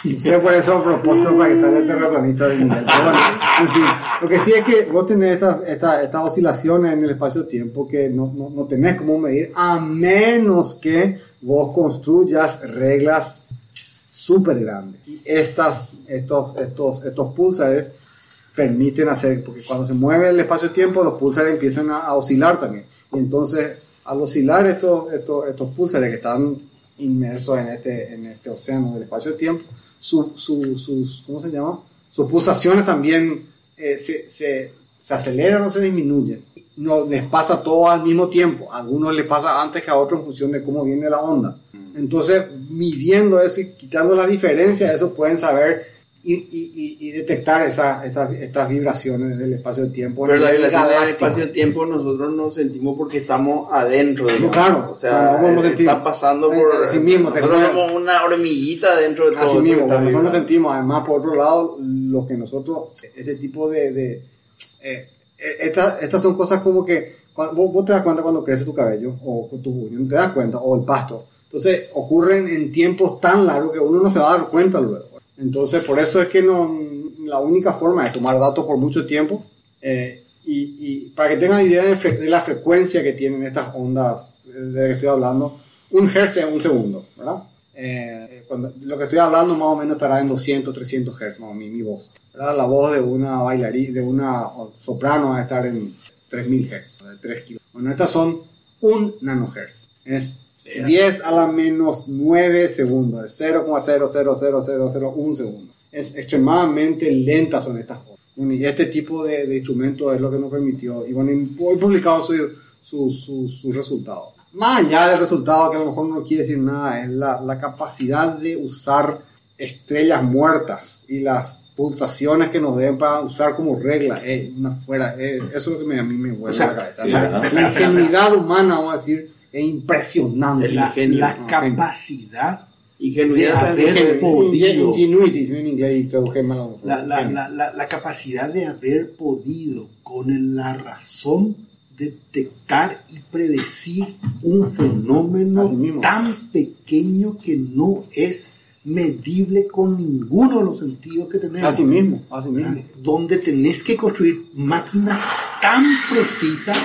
[SPEAKER 4] Usted por eso a propósito para que salga el terraplanista de Miguel. Pero bueno, en fin, lo que sí es que vos tenés estas estas- estas oscilaciones en el espacio-tiempo que no, no, no tenés cómo medir a menos que vos construyas reglas súper grandes. Y estas, estos, estos, estos pulsares permiten hacer, porque cuando se mueve el espacio-tiempo, los pulsares empiezan a, a oscilar también. Y entonces, al oscilar estos, estos, estos pulsares que están inmersos en este, en este océano del espacio-tiempo, su- su- sus, ¿cómo se llama? Sus pulsaciones también eh, se, se, se aceleran o se disminuyen. No les pasa todo al mismo tiempo. A algunos les pasa antes que a otros en función de cómo viene la onda. Entonces, midiendo eso y quitando la diferencia de eso, pueden saber y, y- y- y detectar esa- esa- estas vibraciones del espacio-tiempo.
[SPEAKER 2] Pero la
[SPEAKER 4] en el
[SPEAKER 2] violación del
[SPEAKER 4] galáctico.
[SPEAKER 2] espacio-tiempo nosotros nos sentimos porque estamos adentro.
[SPEAKER 4] No,
[SPEAKER 2] digamos.
[SPEAKER 4] claro, Ah,
[SPEAKER 2] O sea, eh,
[SPEAKER 4] claro, vamos a
[SPEAKER 2] está
[SPEAKER 4] sentir.
[SPEAKER 2] pasando por.
[SPEAKER 4] Así mismo, te
[SPEAKER 2] nosotros
[SPEAKER 4] juro.
[SPEAKER 2] somos una hormiguita dentro de todo
[SPEAKER 4] Así
[SPEAKER 2] eso que
[SPEAKER 4] mismo,
[SPEAKER 2] está
[SPEAKER 4] cuando nosotros nos
[SPEAKER 2] vibrando.
[SPEAKER 4] sentimos, además, por otro lado, lo que nosotros, ese tipo de... de, eh, eh, estas- estas son cosas como que cua- vos, vos te das cuenta cuando crece tu cabello o con tus uñas, no te das cuenta, o el pasto. Entonces ocurren en tiempos tan largos que uno no se va a dar cuenta luego. Entonces por eso es que no, la única forma es tomar datos por mucho tiempo eh, y, y para que tengan idea de, fre- de la frecuencia que tienen estas ondas eh, de las que estoy hablando, un hertz es un segundo, ¿verdad? Eh, eh, cuando- lo que estoy hablando más o menos estará en 200, 300 hertz, más o menos, mi, voz. ¿verdad? La voz de una bailarina, de una soprano va a estar en 3000 hertz, o de 3 kilos. Bueno, estas son un nanohertz. Es 10 a la menos 9 segundos, es 0,0000001 segundo. Es extremadamente lentas son estas cosas. Bueno, y este tipo de, de instrumento es lo que nos permitió. Y bueno, y hoy publicado su, su, su, su resultado. Más allá del resultado, que a lo mejor no quiere decir nada, es la, la capacidad de usar estrellas muertas y las pulsaciones que nos den para usar como regla. eh, una fuera, eh, eso es lo que me- a mí me vuelve la cabeza. O sea, la ingenuidad humana, vamos a decir, es impresionante.
[SPEAKER 5] La,
[SPEAKER 3] ingenio.
[SPEAKER 5] la
[SPEAKER 4] Ah,
[SPEAKER 5] capacidad,
[SPEAKER 3] Ingenuidad.
[SPEAKER 5] De
[SPEAKER 3] francesa.
[SPEAKER 5] haber podido.
[SPEAKER 4] Ingenuity, si no en inglés y traduje mal. a lo mejor.
[SPEAKER 5] la, la- la- la- la capacidad de haber podido con el- la razón detectar y predecir un
[SPEAKER 4] Así
[SPEAKER 5] fenómeno
[SPEAKER 4] mismo.
[SPEAKER 5] tan pequeño que no es medible con ninguno de los sentidos que tenemos.
[SPEAKER 4] Así mismo, así mismo.
[SPEAKER 5] donde ¿eh? tenés que construir máquinas tan precisas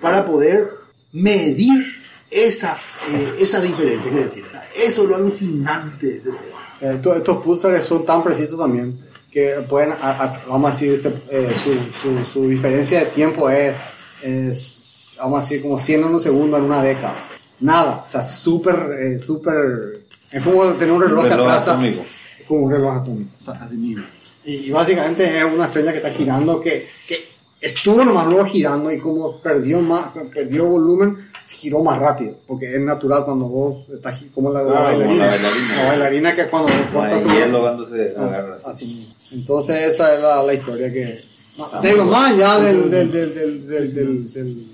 [SPEAKER 5] para poder medir esas, eh, esa diferencia que tiene. Eso es lo alucinante de este tema.
[SPEAKER 4] Estos, Eh, estos pulsares son tan precisos también que pueden, a- a- vamos a decir, se- eh, su, su- su diferencia de tiempo es, es, vamos a decir, como 100 nanosegundos en una década. Nada, o sea, súper, eh, súper. Es como tener un reloj,
[SPEAKER 3] Un reloj
[SPEAKER 4] que atrasa.
[SPEAKER 3] atómico.
[SPEAKER 4] Es como un reloj atómico, o sea, así mismo. Y, y básicamente es una estrella que está girando, que, que estuvo nomás luego girando y como perdió, más, perdió volumen, giró más rápido. Porque es natural cuando vos estás gi- como la, la
[SPEAKER 3] Claro, como la
[SPEAKER 4] bailarina.
[SPEAKER 3] bailarina.
[SPEAKER 4] La bailarina que cuando vos
[SPEAKER 3] Más
[SPEAKER 4] estás
[SPEAKER 3] de
[SPEAKER 4] subiendo-
[SPEAKER 3] hielo cuando se agarra.
[SPEAKER 4] Así mismo. Entonces esa es la, la historia que... Te digo, más allá del... del, del, del, del, del- del-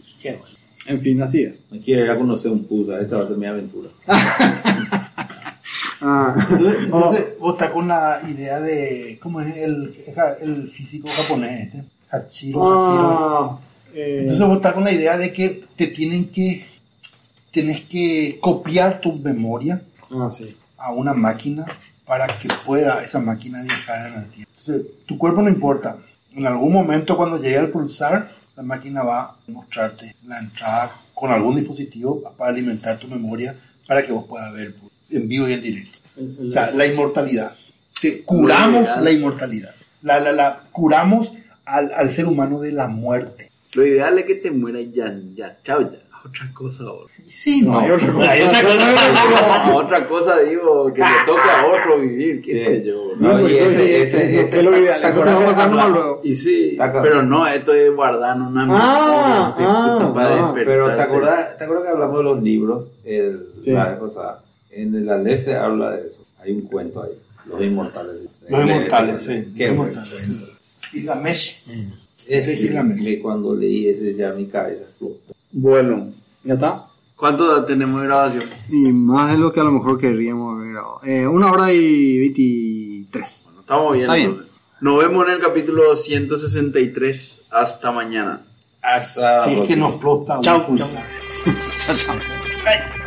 [SPEAKER 4] En fin, así es.
[SPEAKER 3] Me quiero ir a conocer un pulsar, esa va a ser mi aventura.
[SPEAKER 4] Ah.
[SPEAKER 5] Entonces, vos estás con la idea de, ¿cómo es el, el físico japonés? Este? Hachiro, Hashiro.
[SPEAKER 4] Ah, eh,
[SPEAKER 5] Entonces vos estás con la idea de que te tienen que, tenés que copiar tu memoria
[SPEAKER 4] ah, sí.
[SPEAKER 5] a una máquina para que pueda esa máquina viajar en el tiempo. Entonces, tu cuerpo no importa. En algún momento cuando llegue al pulsar, la máquina va a mostrarte la entrada con algún dispositivo para alimentar tu memoria para que vos puedas ver en vivo y en directo. O sea, la inmortalidad. Te curamos la inmortalidad. La, la, la- curamos al, al ser humano de la muerte.
[SPEAKER 2] Lo ideal es que te mueras ya, ya, chao, ya. Otra cosa ahora.
[SPEAKER 5] Y sí, no.
[SPEAKER 4] hay otra cosa.
[SPEAKER 8] Hay otra
[SPEAKER 2] No, otra cosa digo, que le toque a otro vivir, qué sé yo.
[SPEAKER 3] Eh, No, y ese, ese,
[SPEAKER 4] es lo
[SPEAKER 3] ese.
[SPEAKER 4] ideal. Eso te va a pasar nomás luego.
[SPEAKER 2] Y sí,
[SPEAKER 3] Está claro.
[SPEAKER 2] pero no, esto es guardar en una
[SPEAKER 4] Ah,
[SPEAKER 2] memoria,
[SPEAKER 4] ah,
[SPEAKER 2] puta, para
[SPEAKER 3] No, pero ¿te
[SPEAKER 2] despertarte.
[SPEAKER 3] acuerdas, ¿te acuerdas que hablamos de los libros el,
[SPEAKER 4] Sí.
[SPEAKER 3] la vez pasada? En el Alef se habla de eso. Hay un cuento ahí. Los inmortales.
[SPEAKER 5] Los inmortales, sí.
[SPEAKER 3] ¿Qué
[SPEAKER 5] Los inmortales. Y la mesh.
[SPEAKER 3] Ese,
[SPEAKER 5] Sí, Gilgamesh.
[SPEAKER 3] que cuando leí ese ya mi cabeza explotó.
[SPEAKER 2] Bueno,
[SPEAKER 4] Ya está.
[SPEAKER 2] ¿cuánto tenemos de grabación?
[SPEAKER 4] Y más de lo que a lo mejor querríamos haber grabado. Eh, una hora y 23.
[SPEAKER 2] Estamos bien,
[SPEAKER 4] Está bien.
[SPEAKER 2] entonces. Nos vemos en el capítulo 163. Hasta mañana.
[SPEAKER 3] Hasta
[SPEAKER 5] Si
[SPEAKER 3] la
[SPEAKER 5] Ah, es
[SPEAKER 3] próxima.
[SPEAKER 5] que nos explota un
[SPEAKER 8] Chau,
[SPEAKER 5] pulsar.
[SPEAKER 8] chau.